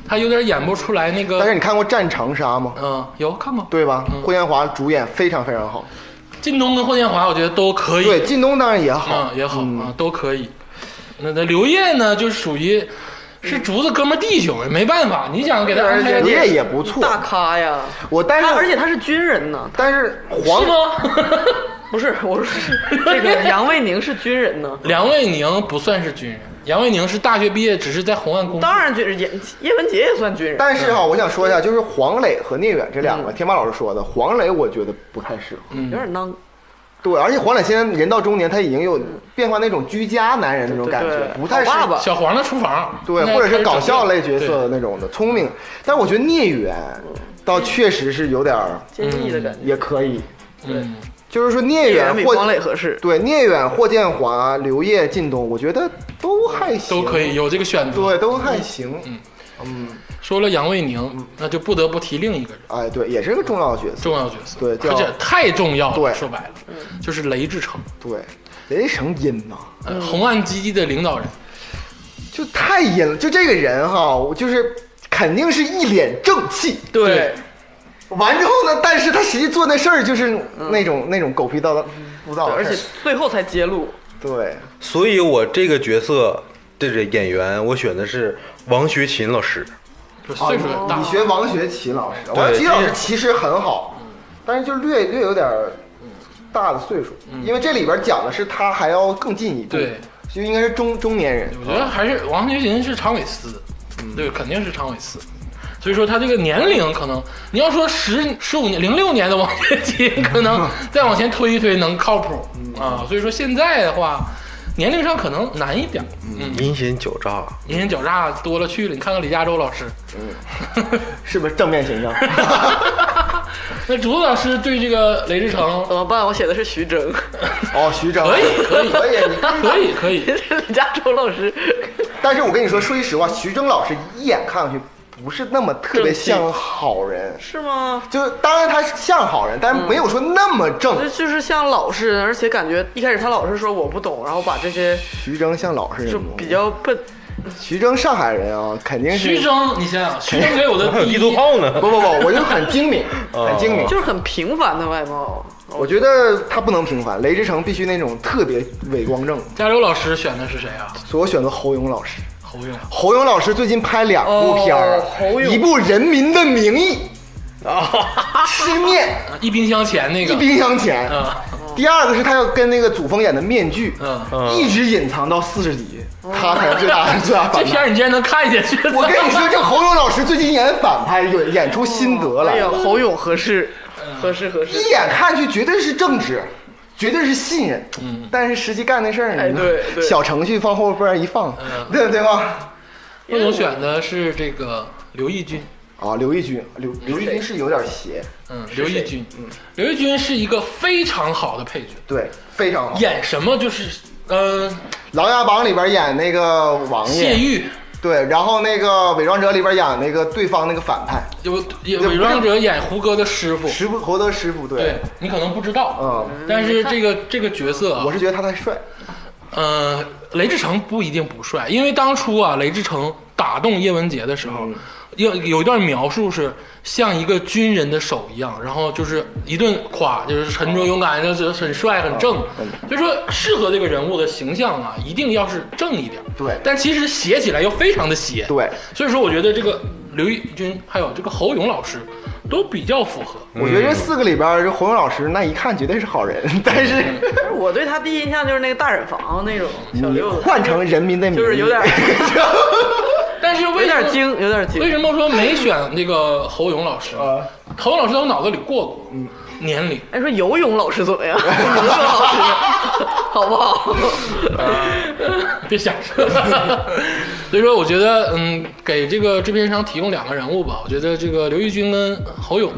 他有点演不出来那个。
但是你看过《战长沙》吗？
嗯，有看过。
对吧？
嗯
霍建华主演非常非常好。
靳东跟霍建华，我觉得都可以。
对，靳东当然也好
啊，，也好啊，都可以。那那刘烨呢，就是属于是竹子哥们儿弟兄，没办法，你想给他安排
刘
个
烨也不
嗯
错。
大咖呀！
我但
他而且
是
他是军人呢，
但是黄
是吗？
不是我说 是这个杨卫宁是军人呢。
嗯
梁卫宁不算是军人，杨卫宁是大学毕业，只是在红岸工作。
当然军人，叶叶文洁也算军人。
但是哈，我想说一下，就是黄磊和聂远这两
嗯
个，天霸老师说的，黄磊我觉得不太适合。
有点囊，
对，而且黄磊现在人到中年，他已经有变化那种居家男人那种感
对
觉
对，
不太适
好爸
合
爸。
小黄的厨房，
啊对，
那
或者
开
是
始
搞
整
笑类角
顿
色的那种的，聪明。但我觉得聂远倒确实是有点儿
坚毅的感觉。
也可以，
对嗯，
就是说聂
叶
远
远比
嗯霍
黄磊合适。
对聂远、霍建华、刘烨、靳东，我觉得都还行，
都可以，有这个选择。
对，都还行。
嗯
说了杨卫宁，
嗯
那就不得不提另一个人，
哎，对，也是个重要角色。
重要角色，
对叫
而且太重要了。
对嗯
说白了，就是雷志成，
对，雷神音呐，
呃红岸基地的领导人。
就太阴了。就这个人哈，我就是肯定是一脸正气，
对，
完之后呢，但是他实际做那事儿就是那种、
嗯
那种狗屁叨叨不道
对而
的事儿，
且最后才揭露，
对，
所以我这个角色这个演员，我选的是王学勤老师。
就岁数
啊
也
你
大
你，学王学勤老师，
对
王学勤老
这
师
个
其实很好，
嗯
但是就略略有点儿大的岁数，因为这里边讲的是他还要更进一步，
嗯对，
就应该是中中年人。
我觉得还是王学勤是常伟思，
嗯
对，肯定是常伟思。所以说他这个年龄可能，你要说十十五年、零六年的王学勤，可 能再往前推一推能靠谱
嗯
啊。所以说现在的话，年龄上可能难一点，嗯，
阴险狡诈，
阴险狡诈多了去了。你看看李嘉洲老师，
是不是正面形 象？
那竹子老师对这个雷志成
怎么办？我写的是徐峥，
哦，徐峥
可以可以
可以，你看
可以可以，
李嘉洲老师
但是我跟你说，说句实话，徐峥老师一眼看上去不是那么特别
正气
像好人，
是嗯吗？
就是当然他像好人，但是没有说那么正。
这就是像老实人，而且感觉一开始他老是说我不懂，然后把这些
徐峥像老实人
就
吗，
比较笨，
徐峥上海人啊，肯定是
徐峥，你想
啊
想，徐峥给我的
还有
第
地
一
图炮呢。
不不不，我就很精 明，很精明。
哦就是很平凡的外貌。
我觉得他不能平凡，雷之成必须那种特别伪光正，
加州老师选的是谁啊？
所以我选择侯勇老师。
侯啊勇。
侯勇老师最近拍两部片儿、
哦侯勇
一部《人民的名义》 啊，吃面
一冰箱前那个，
一冰箱钱。
嗯
啊，
第二个是他要跟那个祖峰演的《面具》
嗯
一直隐藏到四十集，他才是最大最大
这
反
片
派。
儿你竟然能看下去，
我跟你说，这侯勇老师最近演反派演演出心得来
哎呀，
了，
侯勇合适，
嗯
合适合适
一。眼看去绝对是正直，绝对是信任。但是实际干那事儿呢，
哎对对
小程序放后边一放，对对吧？
魏总选的是这个刘奕君，
啊，刘奕君，刘刘奕君是有点邪，
嗯，刘奕君，嗯，刘奕君是一个非常好的配角，
对，非常好。《
演什么就是，嗯，
琅琊榜》里边演那个王
谢
爷，
玉，
对，然后那个《伪装者》里边演那个对方那个反派，
有也
不是
伪装者演胡歌的师傅，
师傅侯德师傅，
对
对，
你可能不知道，
嗯，
但是这个这个角色啊，
我是觉得他太帅，
呃，雷志成不一定不帅，因为当初啊，雷志成打动叶文洁的时候，有有一段描述是像一个军人的手一样，然后就是一顿夸，就是沉着勇敢，就是很帅很正，就说适合这个人物的形象啊，一定要是正一点。
对
但其实写起来又非常的邪。
对，
所以说我觉得这个刘奕君还有这个侯勇老师都比较符合。
我
嗯
觉得这四个里边，这侯勇老师那一看绝对是好人， 但是
但是我对他第一印象就是那个大染坊那种小
你
六子，
换成《人民的名
嗯
义》，
就是有点
但是
有
为什
点
么
精，有点
为
精。
什么说没选那个侯勇老师？侯勇老师在我脑子里过过，年龄。
哎，说游泳老师怎么样？游泳老师 好不好？
嗯
别瞎说。所以说，我觉得，嗯，给这个制片商提供两个人物吧。我觉得这个刘奕君跟侯勇，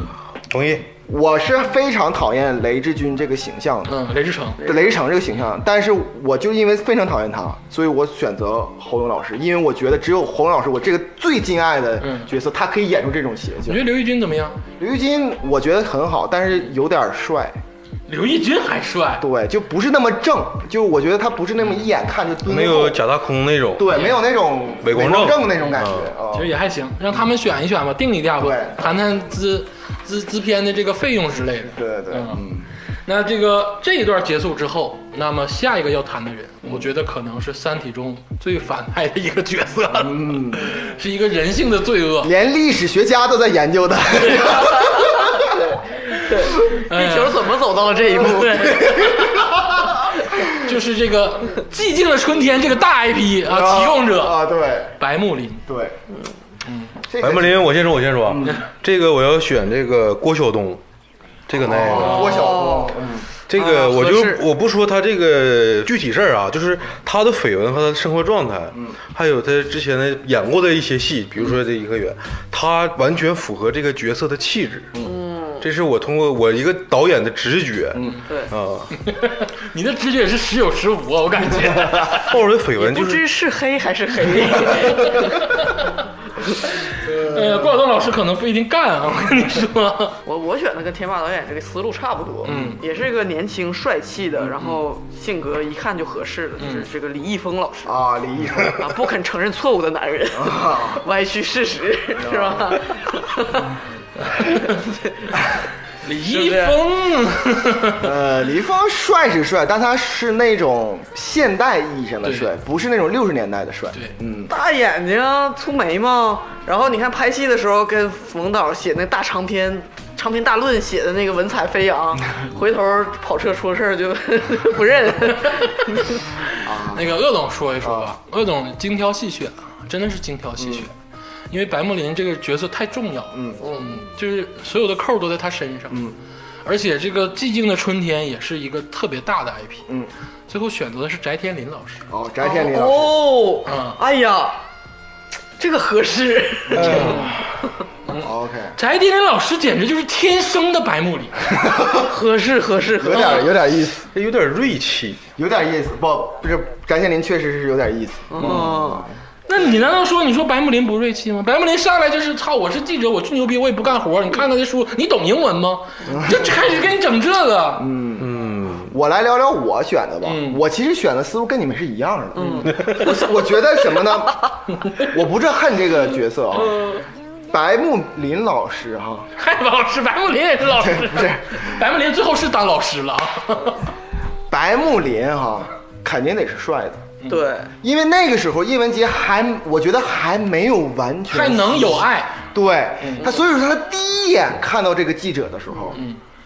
同意。
我是非常讨厌雷志军这个形象的，
嗯，雷志成，
雷志成这个形象，但是我就因为非常讨厌他，所以我选择侯勇老师，因为我觉得只有侯勇老师，我这个最敬爱的
嗯
角色，他可以演出这种邪
你
性
觉。得刘奕君怎么样？
刘奕君我觉得很好，但是有点帅，
刘奕君还帅，
对，就不是那么正，就我觉得他不是那么一眼看就蹲
没
后
有，假大空那种。
嗯对，没有那种
伪光正嗯
正那种感觉啊
其。实也还行。让他们选一选吧，定一下吧
对，
谈谈资资资片的这个费用之类的。
对对对，
嗯，那这个这一段结束之后，那么下一个要谈的人，我觉得可能是《三体》中最反派的一个角色， 嗯，是一个人性的罪 恶。
连历史学家都在研究的，
地球怎么走到了这一步？
嗯
就是这个《寂静的春天》这个大 IP 啊，提供者
啊，对
白木林，
对，嗯，
白木哎林，我先说，我先说啊，这个我要选这个郭晓东，这个男演员。
郭晓
哦
东，嗯
这个
啊
我
合
就
适
我不说他这个具体事儿啊，就是他的绯闻和他的生活状态，还有他之前的演过的一些戏，比如说这《颐和园》，他完全符合这个角色的气质。嗯，这是我通过我一个导演的直觉。 嗯，
对
啊，
你的直觉也是时有时无啊，我 感觉。
爆出来绯闻
不
就是
知是黑还是黑，
呃，郭晓东老师可能不一定干啊，我跟你说，
我我选的跟天霸导演这个思路差不多，
嗯
也是一个年轻帅气的，然后性格一看就合适的，
嗯
就是这个李易峰老师
啊，李易峰，
啊，不肯承认错误的男人，
啊
歪曲事实是吧？
李易峰，
呃，李易峰帅是帅，但他是那种现代意义上的
对
帅，不是那种六十年代的帅。
对
嗯，
大眼睛啊，粗眉毛，然后你看拍戏的时候跟冯导写那大长篇。长篇大论写的那个文采飞 扬，回头跑车出事儿就 不认。
那个鄂总说一说吧，鄂总精挑细选啊，真的是精挑细选，因为白慕林这个角色太重要了，嗯嗯，就是所有的扣儿都在他身上，嗯，而且这个寂静的春天也是一个特别大的 IP，
嗯，
最后选择的是翟天临老师，
哦，翟天临老 师，
哦
嗯，
哎呀，这个合适。
哦 OK，
翟天临老师简直就是天生的白慕林，
合适合适合适，
有点有点意思，
嗯
这有点锐气。
有点意思，不不是翟天临确实是有点意思。
嗯，
那你难道说你说白慕林不锐气吗？白慕林上来就是操，我是记者，我巨牛逼，我也不干活。你看他的书，你懂英文吗？就开始给你整这个，
嗯，
我来聊聊我选的吧。
嗯
我其实选的思路跟你们是一样的。我我觉得什么呢？ 我不是恨这个角色啊，
嗯
白慕林老师哈、
嗨， 老师，白慕林也是老师，哎不是白慕林最后是当老 师了啊。
白慕林哈、肯定得是帅的，
对，
因为那个时候叶文洁还我觉得还没有完全
还能有爱，嗯
对他，所以说他第一眼看到这个记者的时候，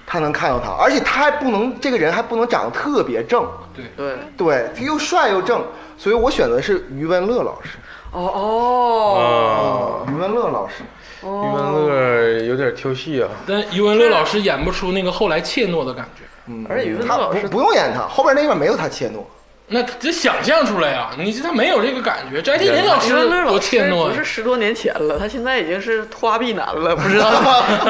他能看到他，而且他还不能这个人还不能长得特别正，
对，
对，
对，他又帅又正，所以我选择的是余文乐老师。
哦哦，
啊，
啊，余文乐老师，
余文乐有点挑戏啊。
但余文乐老师演不出那个后来怯懦的感觉，
而且于文
嗯他
乐老
不
师
不用演他，后边那一段没有他怯懦。
那他得想象出来呀、你这他没有这个感觉。翟天临老
于
师
文乐
多
老师
怯懦
不
呀
是！十多年前了，他现在已经是花臂男了，不知道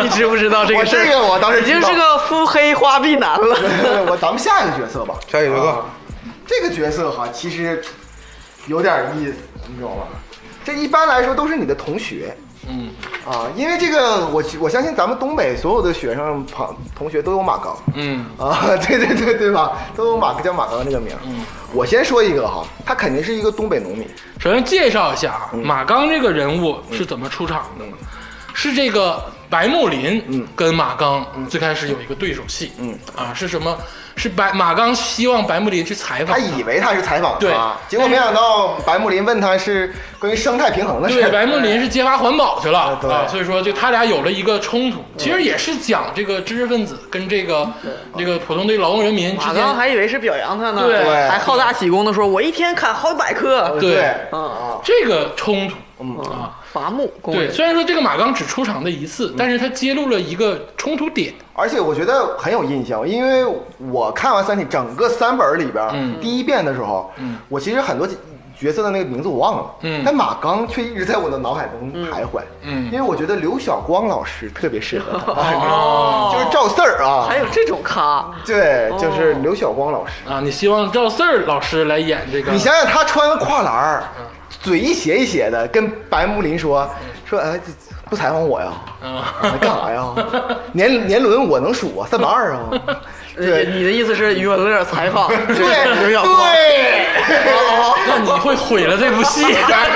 你知不知道这个事儿？
我这个我当时
已经
知道
是个腹黑花臂男了。
我咱们下一个角色吧，
下一个角色
啊这个角色哈，其实有点意思，你知道吗？这一般来说都是你的同学
嗯，
啊，因为这个我我相信咱们东北所有的学生朋同学都有马刚，
嗯
啊，对对对对吧？都有马叫马刚这个名儿。我先说一个哈，他肯定是一个东北农民，
首先介绍一下啊，马刚这个人物是怎么出场的？是这个白慕林跟马刚最开始有一个对手戏，嗯啊，是什么？是白马刚希望白慕林去采访
他以为他是采访他啊
对
结果没想到白慕林问他是关于生态平衡的事
对，
儿。
白慕林是揭发环保去了啊
哎对
所以说就他俩有了一个冲突，其实也是讲这个知识分子跟这个这个普通的劳动人民之
马
间
刚，还以为是表扬他呢，
对
还好大喜功的说：“我一天砍好几百棵。
对
嗯”
这个冲突，啊，
伐木工
对，
人，
虽然说这个马刚只出场的一
嗯
次，但是他揭露了一个冲突点，
而且我觉得很有印象，因为我看完《三体》整个三本儿里边儿，
嗯
第一遍的时候，我其实很多角色的那个名字我忘了，
嗯
但马刚却一直在我的脑海中徘徊，
嗯
因为我觉得刘晓光老师特别适合 他，
哦
就是赵四儿啊
还，有这种咖，
对，就是刘晓光老师。
啊，你希望赵四儿老师来演这个，
你想想，他穿个跨栏儿，嘴一斜一斜的，跟白慕林说说，哎，这不采访我呀？
啊
啊，干啥呀？年年轮我能数啊，三百二 啊。
呃
对
你的意思是余文乐采访
对
刘晓光？
对，
那你会毁了这部 戏。
哎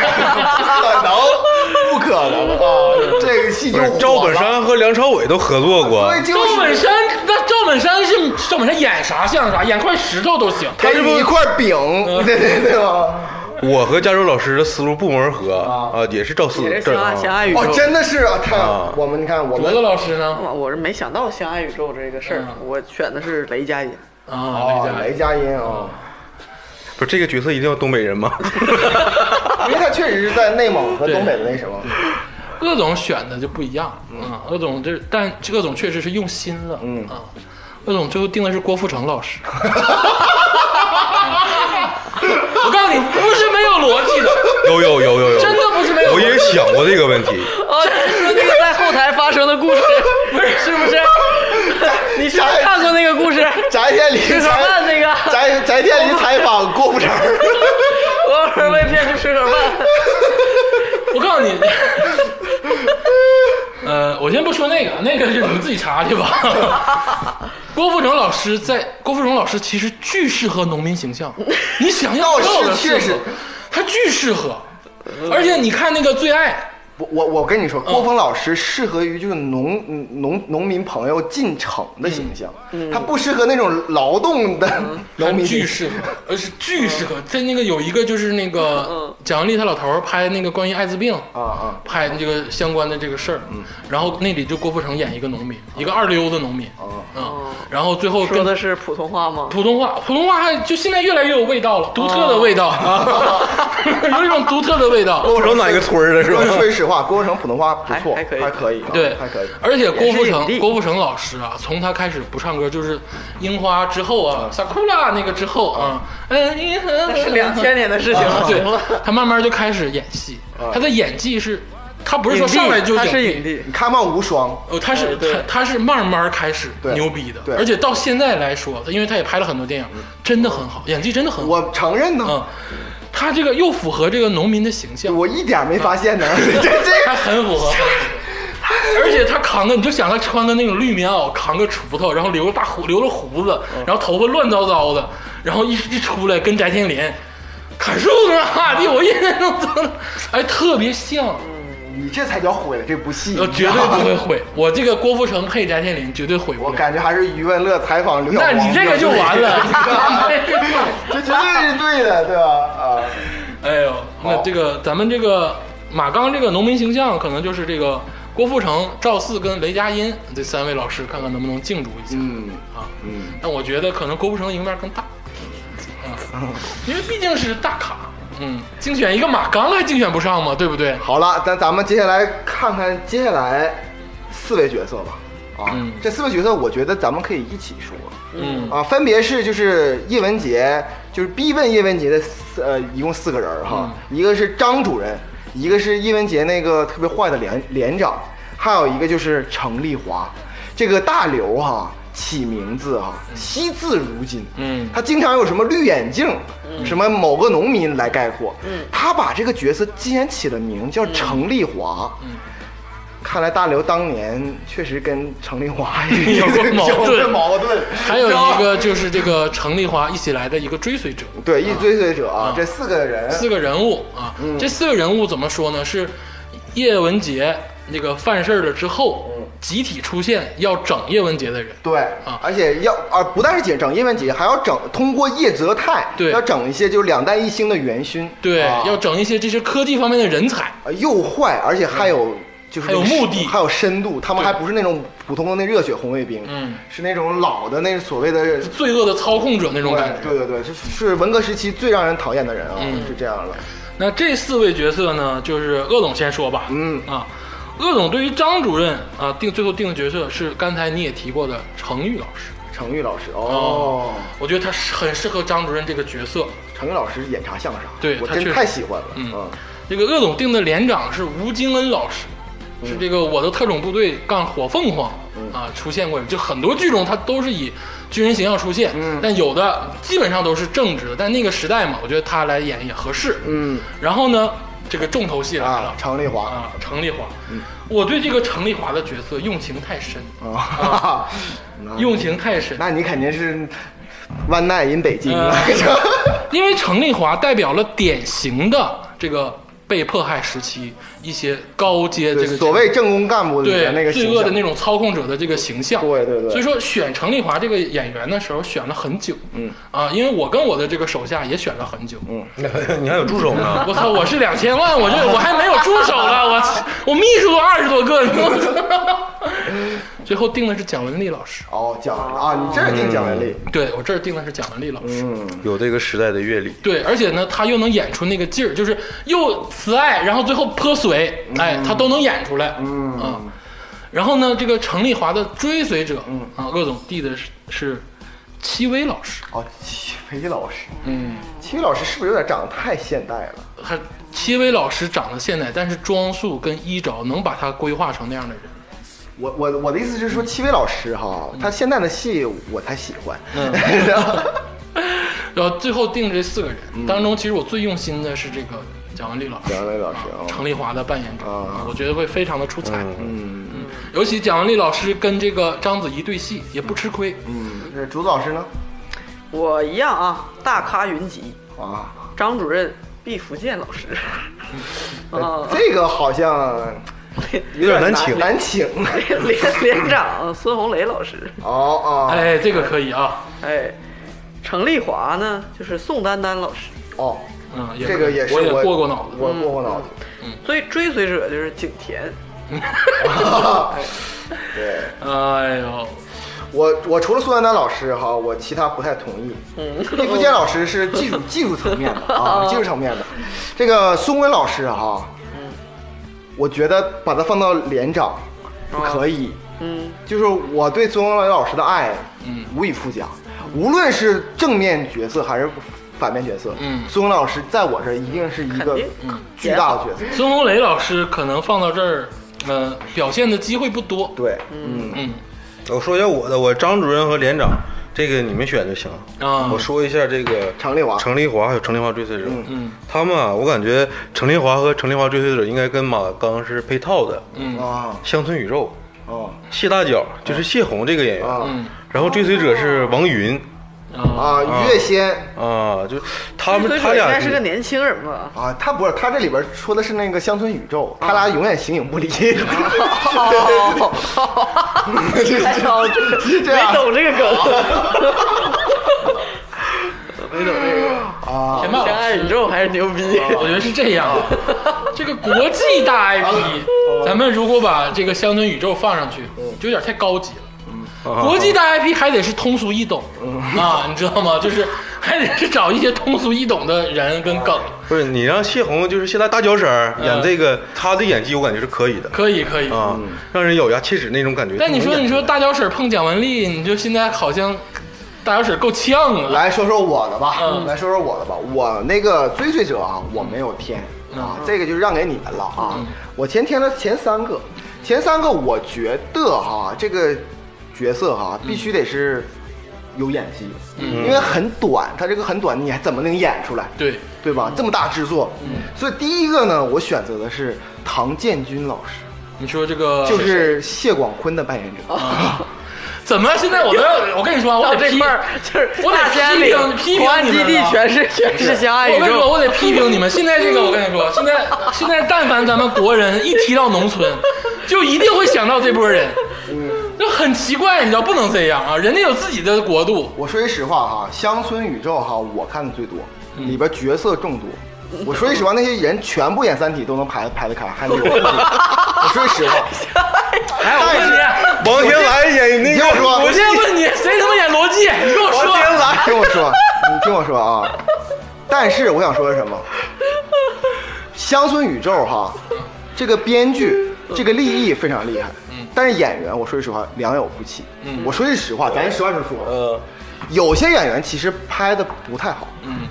不可能，不可能啊！这个戏就
不是赵本山和梁朝伟都合作过，
对，就
赵本
是
山，那赵本山是赵本山演啥像啥，演块石头都行。
给你一块饼，对对对吧？
我和加州老师的思路不谋而合啊，也是赵四
也是
这
相爱相
啊。
爱宇宙。
哦，真的是啊，看
啊
我们，你看我
罗
们
子老师呢？
哇我是没想到相爱宇宙这个事儿，我选的是雷佳音。
啊，
哦
雷佳，
雷佳音啊，
不是这个角色一定要东北人吗？
因为他确实是在内蒙和东北的那什么。
各种选的就不一样
嗯
啊，各种这但各种确实是用心了，嗯啊，各种最后定的是郭富城老 师。 我告诉你，不是没有逻辑的，
有有有有有，
真的不是没有
我也想过这个问题，
哦，你 说那个在后台发生的故事，不是是不是？你 是不是看过那个故事？
翟天临
吃盒
采
啊
饭那个
翟翟天临采访郭富城，
我是被骗去吃盒饭。
我告诉你， 呃，我先不说那个，那个是你们自己查去吧。 郭富城老师在郭富城老师其实巨适合农民形象，你想象不到的
倒是确
适
实
合，他巨适合。而且你看那个《最爱》，
我我我跟你
嗯
说，郭峰老师适合于就是农嗯农农民朋友进城的形象，
嗯
他不适合那种劳动的农民
巨
形 象。
适合，而呃是巨适合。在那个有一个就是那
嗯
个蒋雯丽她老头儿拍那个关于艾滋病
啊啊，
拍这个相关的这个事儿，
嗯
然后那里就郭富城演一个农民，一个二流的农民，嗯，然后最后
啊哦说
跟
的是普通话吗？
普通话，普通话还就现在越来越有味道了，独
哦
特的味道， 有一种独特的味道。
不知道哪个村儿的是吧？
说句实话，郭富城普通话不错，
还还可以
还可以啊，
对，
还可以。
而且郭富
也是影
城，
帝
郭富城老师啊，从他开始不唱歌，就是《樱花》之后啊，《萨库拉》那个之后啊，嗯，你很
嗯那是两千年的事情
啊
了。
对，他慢慢就开始演戏，他的演技是，他不是说上来就
他是
演
影帝，
你看《曼无双》，
哦，他是
哎对
他他是慢慢开始
对
牛逼的
对，
而且到现在来说，他因为他也拍了很多电影，真的很好，演技真的很好。
我承认呢，
嗯，他这个又符合这个农民的形象，
我一点没发现呢。
嗯
这这
他很符合。而且他扛个，你就想他穿的那种绿棉袄，扛个锄头，然后留个大胡，留着胡子，
嗯
然后头发乱糟糟的，然后一一出来跟翟天临砍树呢，咋地？我印象中怎么，哎，特别像，
你这才叫毁了这部戏，
我哦绝对不会毁。我这个郭富城配翟天临绝对毁不
我
了。
感觉还是余文乐采访刘小
那
光，
你这个就完了，
这绝对是对的，对吧？啊，
哎呦，那这个咱们这个马刚这个农民形象，可能就是这个郭富城、赵四跟雷佳音这三位老师，看看能不能竞逐一下、
嗯
啊。
嗯，
但我觉得可能郭富城赢面更大，嗯，因为毕竟是大咖，嗯，竞选一个马刚还竞选不上吗？对不对？
好了，那咱们接下来看看接下来四位角色吧。啊，
嗯
这四位角色我觉得咱们可以一起说。
嗯
啊，分别是就是叶文洁，就是逼问叶文洁的四呃，一共四个人儿哈，
嗯
一个是张主任，一个是叶文洁那个特别坏的连连长，还有一个就是程丽华，这个大刘哈。起名字哈、惜字如金。
嗯
他经常有什么绿眼镜，什么某个农民来概括。嗯，他把这个角色竟然起了名
嗯
叫程丽华。嗯，看来大刘当年确实跟程丽华
有过矛
有过
盾
矛盾。
还有一个就是这个程丽华一起来的一个追随者，
对，一追随者啊，这四个人，
四个人物啊，这四个人物怎么说呢？是叶文洁那个犯事儿了之后，集体出现要整叶文洁的人。
对
啊，
而且要啊，不但是整整叶问姐，还要整通过叶泽泰，
对
要整一些就是两弹一星的元勋，
对，
啊
要整一些这些科技方面的人才。
呃又坏，而且还有就是
嗯还有
那个
目的
还有深度，他们
对
还不是那种普通的那热血红卫兵，
嗯，
是那种老的那所谓的。
罪恶的操控者那种感觉。
对
嗯
对对对，是是文革时期最让人讨厌的人啊，是这样的。
那这四位角色呢，就是鄂总先说吧。
嗯
啊，鄂总对于张主任啊定最后定的角色是刚才你也提过的程昱老师。
程昱老师，哦，
我觉得他是很适合张主任这个角色。
程昱老师演啥像啥，
对
我
他
真
确实
太喜欢了，
嗯
啊
这个鄂总定的连长是吴京恩老师，
嗯
是这个我的特种部队干火凤凰啊出现过，就很多剧中他都是以军人形象出现，
嗯
但有的基本上都是正直的，但那个时代嘛，我觉得他来演也合适。
嗯
然后呢，这个重头戏来
啊
了，，
程丽华嗯
啊，程丽华，我对这个程丽华的角色用情太深，
啊，
用情太深。
那你肯定是万奈in 北京
呃
了，
因为程丽华代表了典型的这个被迫害时期一些高阶这
对
个
所谓正宫干部里
对
面那个
罪
形
恶的那
象，
种操控者的这个形象。
对对对
所以说选程丽华这个演员的时候选了很久，嗯啊，因为我跟我的这个手下也选了很久，嗯，
你还有助手呢。
我操，我是两千万， 我这我还没有助手了，我我秘书都二十多个，呢。 最后定的是蒋雯丽老师。
哦，讲啊，你
嗯
这是定蒋雯丽，
对我这儿定的是蒋雯丽老
嗯
师，
有这个时代的阅历，
对，而且呢，她又能演出那个劲儿，就是又慈爱，然后最后泼水，哎，她都能演出来，嗯啊。然后呢，这个程丽华的追随者，嗯啊，鄂总递的是是戚薇老师，
哦，戚薇老师，
嗯，
戚薇老师是不是有点长得太现代了？
她戚薇老师长得现代，但是装束跟衣着能把她规划成那 样的人，
我我我的意思是说，戚薇老师哈，
嗯
她现在的戏我才喜欢，
然后最后定这四个人当中，其实我最用心的是这个蒋雯丽老师，
两位老师
啊
啊，
程丽华的扮演者，嗯
啊
我觉得会非常的出彩。
嗯，
尤其蒋雯丽老师跟这个章子怡对戏也不吃亏，
嗯，那竹子老师呢？
我一样啊，大咖云集，
啊，
张主任毕福剑老师，
呃
啊，
这个 好像
有点难请。
难请。
连连长孙红雷老师，
哦哦
哎，这个可以啊，
哎，程丽华呢就是宋丹丹老师，
哦，
嗯，也
这个也是
我也
我
过过脑子，
我过过脑子。
所以追随者就是景甜，
嗯
对，
哎呦，
我我除了苏丹丹老师哈，我其他不太同意。嗯，毕福剑老师是技术技术层面 的啊，技术层面的。这个苏文老师哈，
嗯
我觉得把他放到连长不可以。
哦嗯，
就是我对孙红雷老师的爱，嗯，无以复加。无论是正面角色还是反面角色，
嗯
孙红雷老师在我这儿一定是一
肯
个
定嗯
巨大的角色。
孙红雷老师可能放到这儿，呃，表现的机会不多。
对，嗯，
嗯，
我说一下我的，我张主任和连长，这个你们选就行了。
啊
我说一下这个
常丽华
程丽华还有程丽华追随者，
嗯，
他们啊，我感觉程丽华和程丽华追随者应该跟马刚是配套的，
嗯
啊
乡村宇宙，
哦
谢大脚就是谢红这个演员，
啊
嗯
然后追随者是王云
啊，
啊，于月仙。
啊，就他们
追随
他
者应
俩
该是个年轻人吧？
啊，他不是，他这里边说的是那个乡村宇宙，他
啊
俩永远形 影不离。哦， 是这
没
样
懂这个梗，
啊
田霸
相
老
爱
师，
宇宙还是牛逼。
我觉得是这 样啊，这个国际大 IP，咱们如果把这个乡村宇宙放上去，就有点太高级了。
啊
国际大 IP 还得是通俗易懂啊，你知道吗？就是还得是找一些通俗易懂的人跟梗，
不是你让谢红就是现在大脚婶儿演
嗯
这个，她的演技我感觉是可以的
可以可以。
啊，让人咬牙切齿那种感觉。
但你说
她能
你
演
说大脚婶碰蒋雯丽，你就现在好像大脚婶够呛啊。
来说说我的吧，
嗯
来说说我的吧。我那个追随者啊，我没有添
嗯
啊，这个就让给你们了啊。我前添了前三个，前三个我觉得哈、这个角色哈、
嗯
必须得是有演技，因为很短，他这个很短，你还怎么能演出来？
对，嗯
对吧？这么大制作，所以第一个呢，我选择的是唐建军老师，
你说这个
就是谢广坤的扮演者。
啊怎么现在我都要我跟你说啊，我
到
得
哦这
批
块儿就是
我得
大山
批
里
评批评
国安
你
基
们
地
了
全是全是相爱
我
宇
跟你说，
宙。
我得批评你们。现在这个，我跟你说，现在现在，但凡咱们国人一提到农村，就一定会想到这波人，就很奇怪，你知道不能这样啊！人家有自己的国度，
我说句实话哈，乡村宇宙哈，我看的最多，里边角色众多。我说句实话，那些人全部演《三体》都能排排得开，还能有我说句实话，
哎，我问你，
王天来演那
你
个
听我说，
我现在问你，谁他妈演罗辑？你跟我
王
说，
天来
听我说，你听我说啊。但是我想说的是什么？乡村宇宙哈，这个编剧这个立意非常厉害，但是演员我说句实话良莠不齐。我说句实话，咱实话实说，
呃，
有些演员其实拍的不太好，
嗯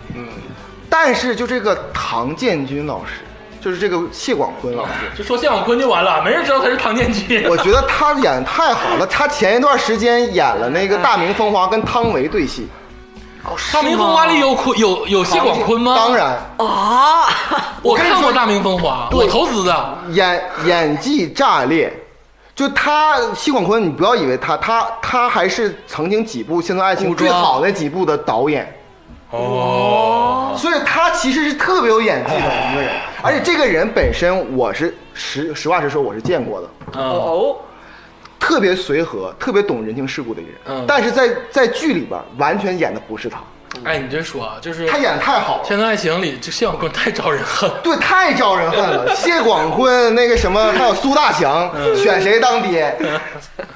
但是就这个唐建军老师，就是这个谢广坤老师，
就说向永坤就完了，没人知道他是唐建军。
我觉得他演得太好了。他前一段时间演了那个《大明风华》跟汤唯对戏，
哦
《 大明风华》里有坤有有谢广坤吗？
当，然，
啊，
我
跟你
看
说
过《大明风华》，我投资的。
演演技炸裂。就他谢广坤，你不要以为他他他还是曾经几部《乡村爱情》最好的几部的导演，
哦，
所以他其实是特别有演技的一个人。而且这个人本身，我是实实话实说，我是见过的，
嗯
哦，
特别随和、特别懂人情世故的一个人。
嗯
但是在在剧里边完全演的不是他，
哎，你这说啊，就是
他演的太好
《
了。
乡村爱情》里，这谢永坤太招人恨了。
对，太招人恨了。谢广坤那个什么，还有苏大强，
嗯
选谁当爹？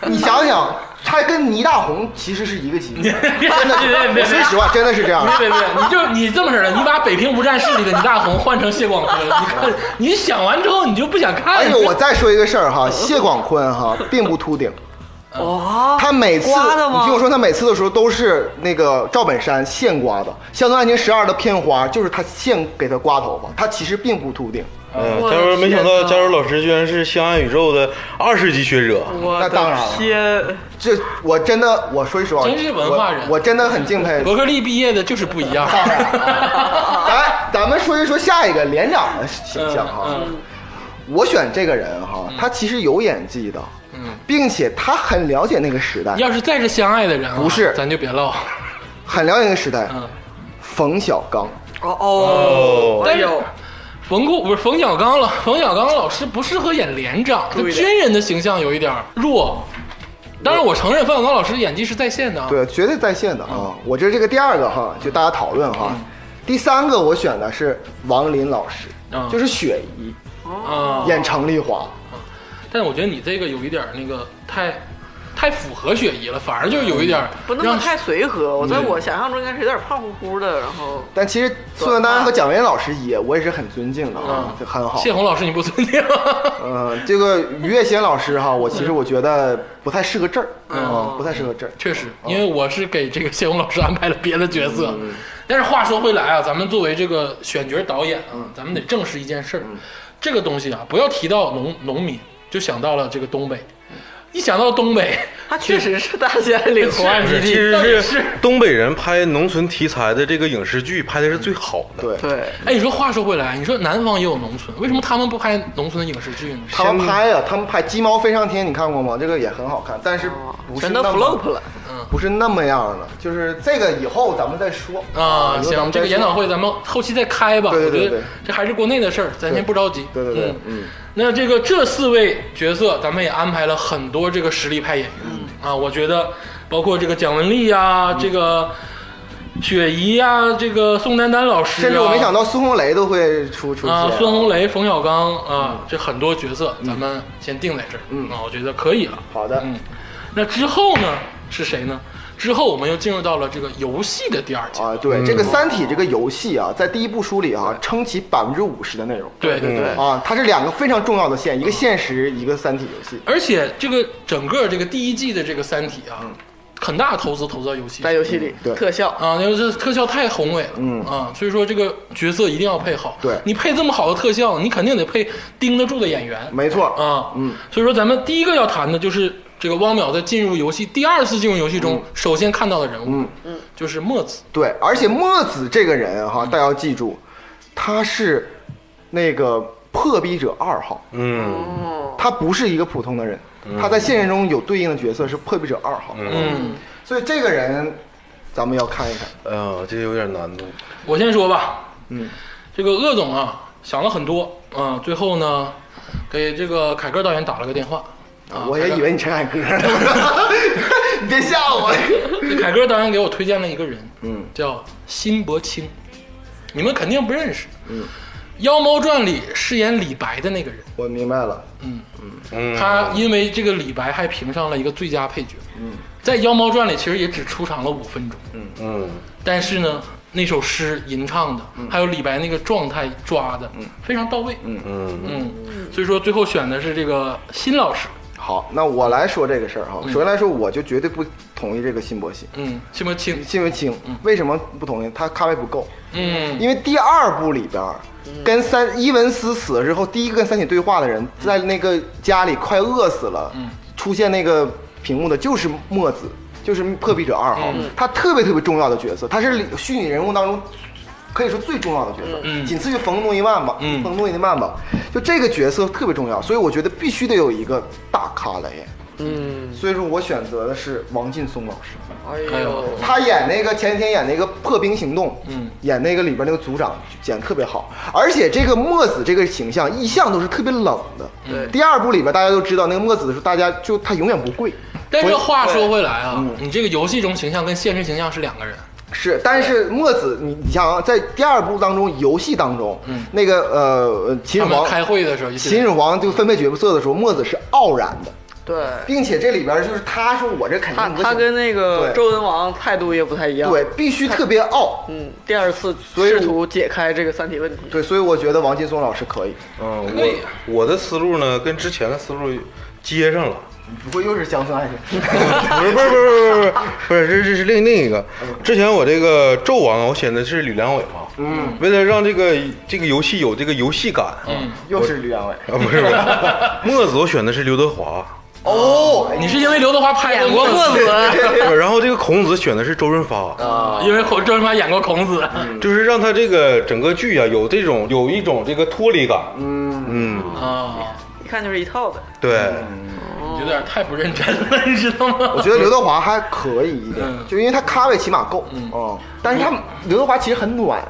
你想想，他跟倪大红其实是一个级 别。真的，我说实话，真的是这样的。
别别别，你就你这么式儿的，你把《北平无战事》里的倪大红换成谢广坤，你看，你想完之后你就不想看。
而且哎我再说一个事儿哈，谢广坤哈并不秃顶，
哦哇，
他每次
刮的
你
吗
听我说，他每次的时候都是那个赵本山现刮的，《乡村爱情十二》的片花就是他现给他刮头发，他其实并不秃顶。
嗯，
我
他
的
说没想到
天哪
加州老师居然是相爱宇宙的二十级学者，
我
那当然
的
了
天，
这我真的，我说实话，
真是文化人
我，我真的很敬佩。
伯克利毕业的就是不一样。
咱咱们说一说下一个连长的形象哈。
嗯
我选这个人哈，他其实有演技的，
嗯，
并且他很了解那个时 代，
要是再是相爱的人啊，
不是
咱就别唠。
很了解那个时代。
嗯，
冯小刚，
哦哦，哎呦，
冯固不是冯小刚了，冯小刚老师不适合演连长，他
对的
军人的形象有一点弱。当然，我承认冯小刚老师演技是在线的啊。
对，绝对在线的
嗯
啊。我这是这个第二个哈，就大家讨论哈。第三个我选的是王林老师
嗯，
就是雪姨
啊，
演程丽华。
但我觉得你这个有一点那个太太符合雪姨了，反而就有一点
嗯不那么
让
太随和。我在我想象中应该是有点胖乎乎的，然后
但其实宋丹丹和蒋雯老师也，我也是很尊敬的
嗯
啊，就很好
谢。红老师你不尊敬。
嗯，这个于月贤老师哈，我其实我觉得不太适合这儿，
嗯
嗯，不太适合这儿。
确实，因为我是给这个谢红老师安排了别的角色。但是话说回来啊，咱们作为这个选角导演啊，咱们得正视一件事儿，这个东西啊，不要提到农农民就想到了这个东北，一想到东 北，
他确实是大兴岭红岸基
其
地。
到底
实
是
是东北人拍农村题材的这个影视剧拍的是最好的。
对，
对，
哎，你说话说回来，你说南方也有农村，为什么他们不拍农村的影视剧呢？
他们拍啊，他们拍《鸡毛飞上天》，你看过吗？这个也很好看，但是
哦
不是
哦全
那
都
么
flop 了，
嗯
不是那么样的，就是这个以后咱们再说
啊，
以后咱
行，
们
这
再
个研讨
说
会咱们后期再开吧。
对对对
我觉
对
得这还是国内的事儿，咱先不着急。
对对对，
嗯
嗯。
那这个这四位角色，咱们也安排了很多这个实力派演员、
嗯
啊，我觉得包括这个蒋雯丽呀，这个雪姨呀，这个宋丹丹老师、啊，
甚至我没想到孙红雷都会出出现
啊，孙红雷、冯小刚
嗯
啊，这很多角色，咱们先定在这儿。嗯啊，我觉得可以了。
好的，
嗯，那之后呢是谁呢？之后我们又进入到了这个游戏的第二阶段。
啊，对这个《三体》这个游戏啊，在第一部书里啊，撑起百分之五十的内容。
对对对。
啊，它是两个非常重要的线，一个现实，一个《三体》游戏。
而且这个整个这个第一季的这个《三体》啊，
嗯
很大的投资投资到游戏
在游戏里
对
特效
啊，那就是特效太宏伟了，
哎嗯
啊，所以说这个角色一定要配好。
对
你配这么好的特效，你肯定得配盯得住的演员
没错，
啊，
嗯，
所以说咱们第一个要谈的就是这个汪淼在进入游戏第二次进入游戏
嗯
中首先看到的人物，嗯嗯，就是墨子，
对，而且墨子这个人哈、大家要记住，他是那个破壁者二号，
哦
嗯，
他不是一个普通的人，他在现实中有对应的角色是破壁者二号，
嗯，
所以这个人咱们要看一看。
啊，这有点难度。
我先说吧，
嗯，
这个鄂总啊想了很多啊，最后呢给这个凯歌导演打了个电话。啊，
我也以为你陈凯歌呢， 你别吓我。
凯歌导演给我推荐了一个人，
嗯，
叫辛伯清，你们肯定不认识。嗯，《妖猫传》里饰演李白的那个人，
我明白了，
嗯，
他因为这个李白还评上了一个最佳配角。嗯，在《妖猫传》里其实也只出场了五分钟，
嗯，
但是呢，那首诗吟唱的，还有李白那个状态抓的，非常到位。嗯
嗯
嗯，所以说最后选的是这个辛老师。
好，那我来说这个事儿哈。首先来说，我就绝对不同意这个辛伯信，
嗯，辛伯清。
辛伯清为什么不同意？他咖位不够，
嗯
因为第二部里边儿跟三伊文斯死了之后，第一个跟三体对话的
嗯
人，在那个家里快饿死了，出现那个屏幕的就是墨子，就是破壁者二号，
嗯
他特别特别重要的角色，他是虚拟人物当中可以说最重要的角色，
嗯
仅次于冯诺依曼吧，
嗯
冯诺依曼吧，就这个角色特别重要，所以我觉得必须得有一个大咖来演，
嗯，
所以说我选择的是王劲松老师。
哎
哎
呦
呦，
他演那个前几天演那个破冰行动，
嗯
演那个里边那个组长演得特别好，而且这个墨子这个形象一向都是特别冷的。
嗯
对
第二部里边大家都知道那个墨子是大家就他永远不跪，
但是
所以
话说回来啊，你这个游戏中形象跟现实形象是两个人。
是，但是墨子你你想啊，在第二部当中游戏当中，
嗯
那个呃呃秦
他
始
们
皇
开会的时候，
秦始皇就分配角色的时候，墨子是傲然的，
对，
并且这里边就是他说我这肯
他
定不行，
他跟那个
对
周文王态度也不太一样。
对，必须特别傲。
嗯，第二次
所以
试图解开这个三体问题。
对，所以我觉得王劲松老师可以，
嗯，
可以
我我的思路呢跟之前的思路接上了，
不会又是乡村爱情？
哎不是不是不是不是不是，这这是另另一个。之前我这个纣王，啊我选的是吕良伟嘛，嗯，为了让这个这个游戏有这个游戏感，嗯，
又是吕良伟。
啊不是不是，墨子我选的是刘德华，
哦，
你是因为刘德华拍
演
的
过
孔
墨
子，
子，
然后这个孔子选的是周润发，
啊，
因为孔周润发演过孔子，
就是让他这个整个剧啊有这种有一种这个脱离感。嗯嗯，
啊，
一看就是一套的。
对，
有点太不认真了， 你知道
我
吗？
觉得刘德华还可以一点
嗯，
就因为他咖位起码够，嗯，嗯但是他刘德华其实很暖，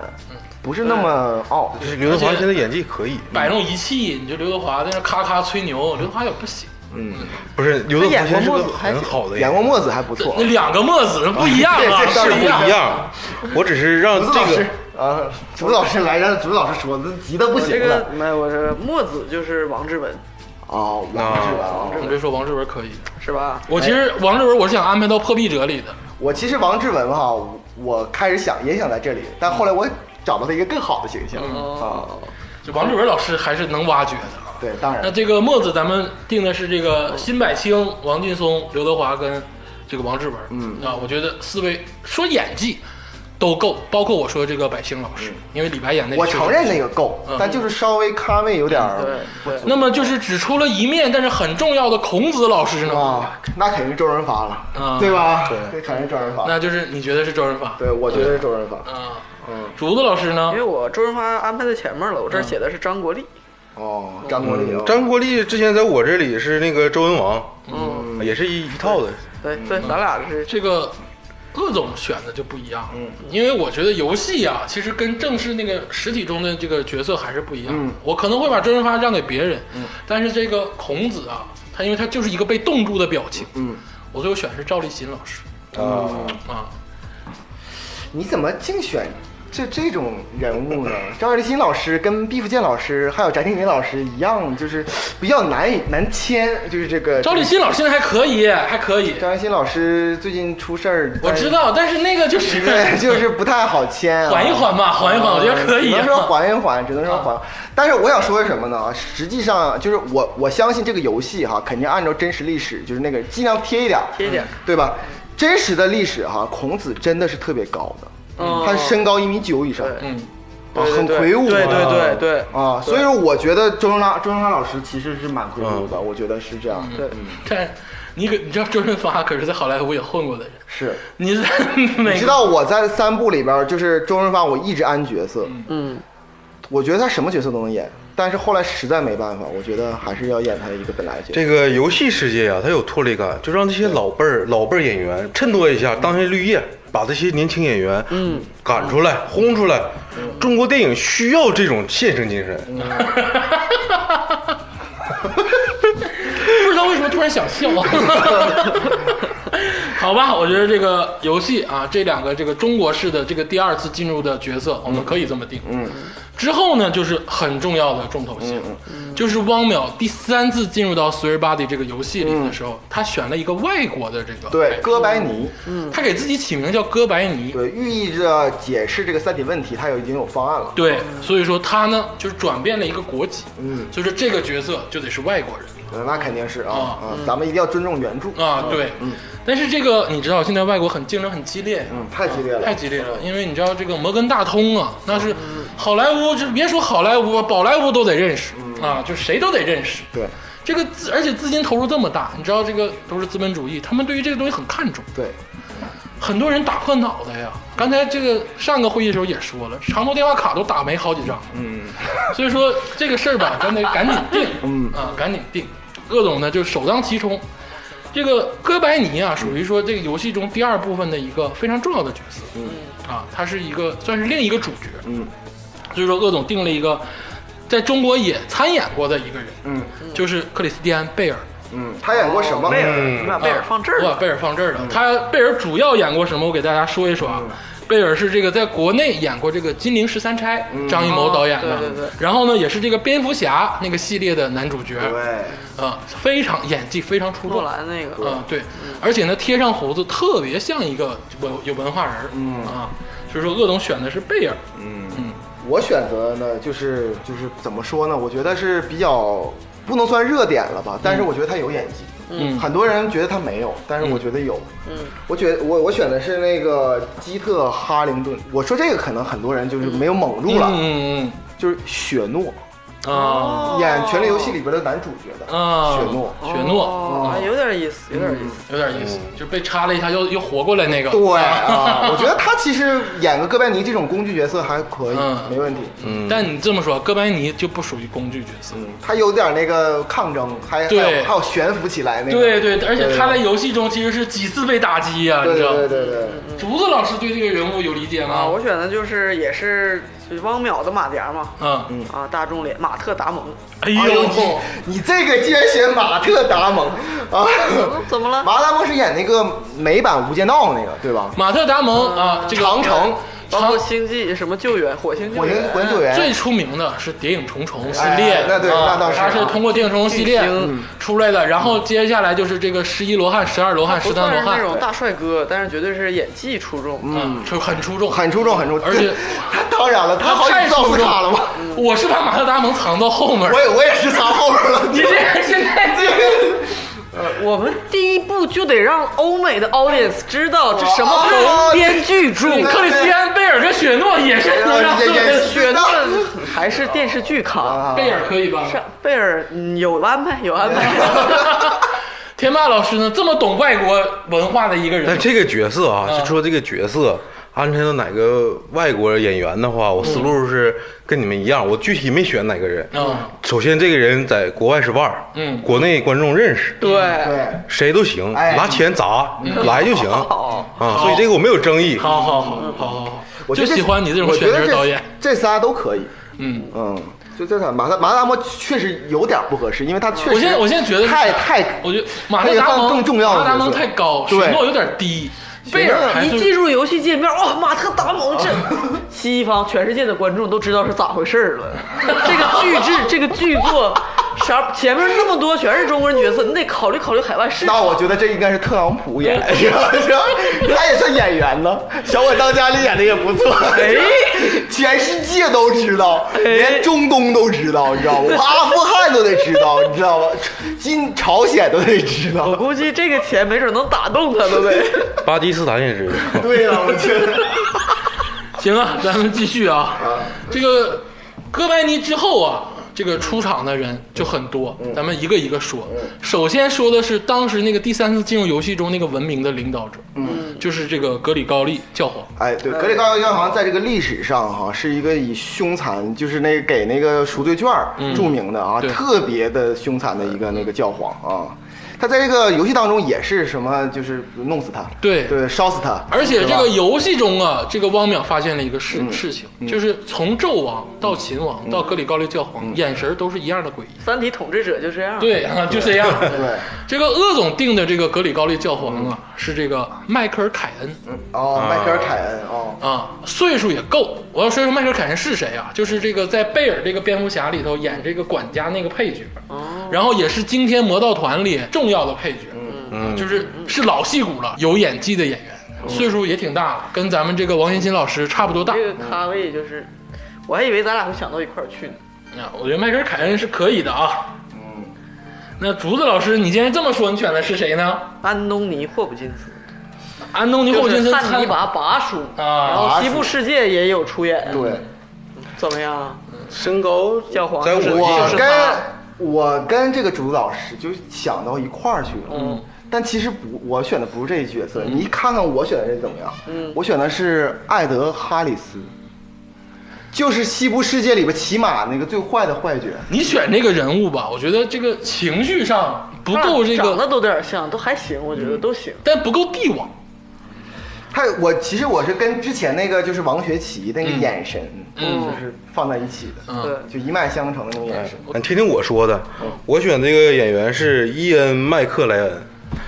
不是那么傲，
就是刘德华现在演技可以，
摆弄一气，你就刘德华在那咔咔吹牛，刘德华也不行。
不是刘德华现在是个很好的演员
演过墨子还不错啊
那，两个墨子不一 样
对
啊，
这当
是
然
不一。样，我只是让
竹子
这
老
个
师啊，竹子老师来让竹子老师说，那急的不
我这
行
个
了，
那我这墨子就是王志文，
哦，王志文啊。
你别说王志文可以，
是吧？
我其实王志文我是想安排到破壁者里的，
我其实王志文哈，我开始想也想在这里，但后来我找到了一个更好的形象
哦
啊。
就王志文老师还是能挖掘的。
对，当
那
然，
这个墨子，咱们定的是这个辛柏青、王劲松、刘德华跟这个王志文。嗯啊，我觉得四位说演技都够，包括我说这个柏青老师，因为李白演那个
嗯我
确实
承认那个够
嗯，
但就是稍微咖位有点儿
对对，
那么就是只出了一面，但是很重要的孔子老师呢，
啊，那肯定是周润发
啊
了，对吧？对，肯定是周润发。
那就是你觉得是周润发？
对，嗯我觉得是周润发。
啊，竹子老师呢
因为？我周润发安排在前面了，我这儿写的是张国立，
哦，张国立，
张国立之前在我这里是那个周文王，嗯，也是一一套的。
对对，咱俩是
这个各种选的就不一样。嗯，因为我觉得游戏啊，其实跟正式那个实体中的这个角色还是不一样。嗯，我可能会把周润发让给别人，嗯，但是这个孔子啊，他因为他就是一个被冻住的表情，嗯，我最后选是赵立新老师
啊，
啊。
嗯哦你怎么竞选这这种人物呢？赵立新老师跟毕福剑老师还有翟天临老师一样，就是比较难以难签，就是这个
赵立新老师现在还可以，还可以，
张艺兴老师最近出事儿，
我知道，但是那个就是
对，就是不太好签、啊，
缓一缓吧，缓一缓，我觉得可以
只
啊
能。说缓一缓，只能说缓。但是我想说的是什么呢？实际上就是我我相信这个游戏哈，肯定按照真实历史，就是那个尽量贴一点儿，嗯
贴一点儿
对吧？真实的历史哈，孔子真的是特别高的，
嗯
他身高一米九以上，
对
嗯，
啊，
对对
很
对
魁梧啊，
对对对对
啊，所以说我觉得周润发周润发老师其实是蛮魁梧的，我觉得是这样，
嗯
嗯
对，
但你可你知道周润发可是在好莱坞也混过的人，
是。
你在美
你
国
知道我在三部里边儿，就是周润发，我一直安角色，
嗯，
我觉得他什么角色都能演，但是后来实在没办法，我觉得还是要演他一个本来的角色。
这个游戏世界啊，它有脱离感，就让这些老辈儿、老辈儿演员衬托一下
嗯
当年绿叶，把这些年轻演员嗯赶出来、轰出来。
嗯
中国电影需要这种献身精神，
不知道为什么突然想 笑。好吧，我觉得这个游戏啊，这两个这个中国式的这个第二次进入的角色，我们可以这么定。嗯，之后呢，就是很重要的重头
嗯
戏了，就是汪淼第三次进入到 Three Body 这个游戏里的时候，他选了一个外国的这个，
嗯对，哥白尼，
他给自己起名叫哥白尼。
对，寓意着解释这个三体问题，他有已经有方案了。
对，所以说他呢就是转变了一个国籍，嗯，所以说这个角色就得是外国人。
呃那肯定是啊
啊
啊，咱们一定要尊重原著。
啊，对，但是这个你知道，现在外国很竞争很激烈，
嗯，太激烈
太
了。
激烈了，因为你知道这个摩根大通啊，那是好莱坞，就别说好莱坞，宝莱坞都得认识啊，就谁都得认识。
对
这个资，而且资金投入这么大，你知道这个都是资本主义，他们对于这个东西很看重，
对，
很多人打破脑袋呀。刚才这个上个会议的时候也说了，长途电话卡都打没好几张，嗯，所以说这个事儿吧，咱得赶紧定， 嗯啊，赶紧定。鄂总呢就首当其冲，这个哥白尼啊，属于说这个游戏中第二部分的一个非常重要的角色。嗯，啊，他是一个算是另一个主角。嗯，所以说鄂总定了一个在中国也参演过的一个人，嗯，就是克里斯蒂安·贝尔。
嗯，他演过什么？
贝尔，你把嗯贝尔放这儿
我把
了，
啊贝尔放这儿
嗯
了。他贝尔主要演过什么？我给大家说一说啊。贝尔是这个在国内演过这个《金陵十三钗》，
嗯
张艺谋导演的。
哦对对对
然后呢，也是这个蝙蝠侠那个系列的男主角。
对，
啊，非常演技非常出众。
诺兰那个，
啊，对，
嗯
而且呢，贴上胡子特别像一个文有文化人儿，嗯啊，所以说鄂总选的是贝尔，
我选择呢，就是就是怎么说呢？我觉得是比较不能算热点了吧，但是我觉得他有演技。
嗯
很多人觉得他没有，但是我觉得有。嗯，我觉得我我选的是那个基特·哈灵顿。我说这个可能很多人就是没有猛入了，
嗯嗯
就是雪诺。
嗯啊
哦
哦演《权力游戏》里边的男主角的
啊，
雪诺。嗯
雪诺
哦，有点意思，有点意思。
有点意思，就被插了一下，又又活过来那个。
对啊，我觉得他其实演个哥白尼这种工具角色还可以
嗯，
没问题。
但你这么说，哥白尼就不属于工具角色。
他有点那个抗争，还还
嗯对
有还有悬浮起来那个。
对啊对，而且他在
对
游戏中其实是几次被打击呀、你
对
知道吗
对对？对对，
竹子老师对这个人物有理解
啊，
吗？
我选的就是也是就是汪淼的马甲嘛，
嗯，
啊，大众脸马特达蒙，
哎
哎
呦
呦，，你你这个竟然选马特达蒙啊？
嗯怎么了？
马特达蒙是演那个美版《无间道》那个对吧？
马特达蒙啊，这个
嗯长城
包括
长
星际什么救援，火星救
火
援
星，火星救援
最出名的是《谍影重重》系
哎
列，
那对
啊
那倒是
他是通过《谍影重重》系列
巨星
出来的，然后接下来就是这个十一罗汉、十二罗汉、
不
十三
算
罗
是那
汉，
种大帅哥，但是绝对是演技出众。
嗯，就很出众，
很出众，很出众。
而且
他当然了，他好
太
几次奥
出
斯
众
卡了吧？
我是把马特达蒙藏到后面儿，
我也我也是藏后边了。
你这人现在这
嗯呃我们第一步就得让欧美的 audience 知道这什么
哦
和编剧著。
对
克里斯蒂安·贝尔跟雪诺也是能让
这
所有
也
人
学到
还是电视剧扛。
贝尔可以吧？
上贝尔嗯有安排，有安排。
天霸老师呢，这么懂外国文化的一个
但
人，
这个角色啊，
嗯
就说这个角色安排到哪个外国演员的话，我思路是跟你们一样，我具体没选哪个人。
嗯
首先，这个人在国外是腕儿，
嗯
国内观众认识，
对，
对，
谁都行，
哎
拿钱砸来就行
嗯 好
啊，所以这个我没有争议。
好好好好好好，
我觉
就
得
喜欢你这种
我
选
觉得
角
这
导演，
这仨都可以。
嗯。
嗯，就这仨，马特马特达蒙确实有点不合适，因为他确实
我现在我现在觉得是
太太
我觉得马特达
可以
蒙
放更重要的
马特达蒙
角色
太高，
对
雪诺有点低，贝尔还
一
是
进入游戏界面，哇，马特达蒙这西方全世界的观众都知道是咋回事儿了。这个巨制，这个剧作，啥前面那么多全是中国人角色，你得考虑考虑海外市场。
那我觉得这应该是特朗普演，是吧？是吧他也算演员呢，《小我当家》里演的也不错。哎，全世界都知道，连中东都知道，你知道吗？阿富汗都得知道，你知道吗？今朝鲜都得知
我
道。
估计这个钱没准能打动他们呗。
巴基斯坦也是，
对呀、我觉得
行啊， 咱们继续啊。这个哥白尼之后啊，这个出场的人就很多，咱们一个一个说。首先说的是当时那个第三次进入游戏中那个文明的领导者，嗯，就是这个格里高利教皇。
哎，对，格里高要好像在这个历史上哈、是一个以凶残，就是那个给那个赎罪券儿著名的啊，
嗯对
特别的凶残的一个那个教皇啊。他在这个游戏当中也是什么，就是弄死他，
对
对，烧死他，
而且
是
这
吧
个游戏中啊，这个汪淼发现了一个事、事情，就是从纣王到秦王到格里高利教皇，眼神都是一样的诡异。
三体统治者就这样。
嗯 对啊，就这样。
对，
这个鄂总定的这个格里高利教皇啊，是这个迈克尔凯恩
哦，迈克尔·凯恩哦，
啊，岁数也够。我要说说迈克尔凯恩是谁啊？就是这个在贝尔这个蝙蝠侠里头演这个管家那个配角，
哦
然后也是惊天魔盗团里重要的配角，嗯，就是是老戏骨了，有演技的演员。
嗯
岁数也挺大了，跟咱们这个王欣欣老师差不多大。
这个咖位就是，我还以为咱俩会想到一块儿去呢。
啊，我觉得迈克尔·凯恩是可以的啊。
嗯
那竹子老师，你既然这么说，你选的是谁呢？
安东尼·霍普金斯，
安东尼·霍金
就是
森参
汉尼拔拔叔，
啊
然后西部世界也有出演，
对，
怎么样？
身高
教皇
在
是
我
我
就是
跟
他
我跟这个主导师就想到一块儿去了，嗯，但其实不，我选的不是这一角色，你看看我选的人怎么样？嗯，我选的是艾德·哈里斯，就是《西部世界》里边骑马那个最坏的坏角，
你选这个人物吧，我觉得这个情绪上不
他俩
够这
啊长得
个，嗯
都有点像，都还行，我觉得都行。
但不够帝王。
他我其实我是跟之前那个就是王学圻那个眼神，嗯，就是放在一起的，
嗯
对，
就一脉相承的那种眼神。
你听听我说的，我选这个演员是伊恩·麦克莱恩，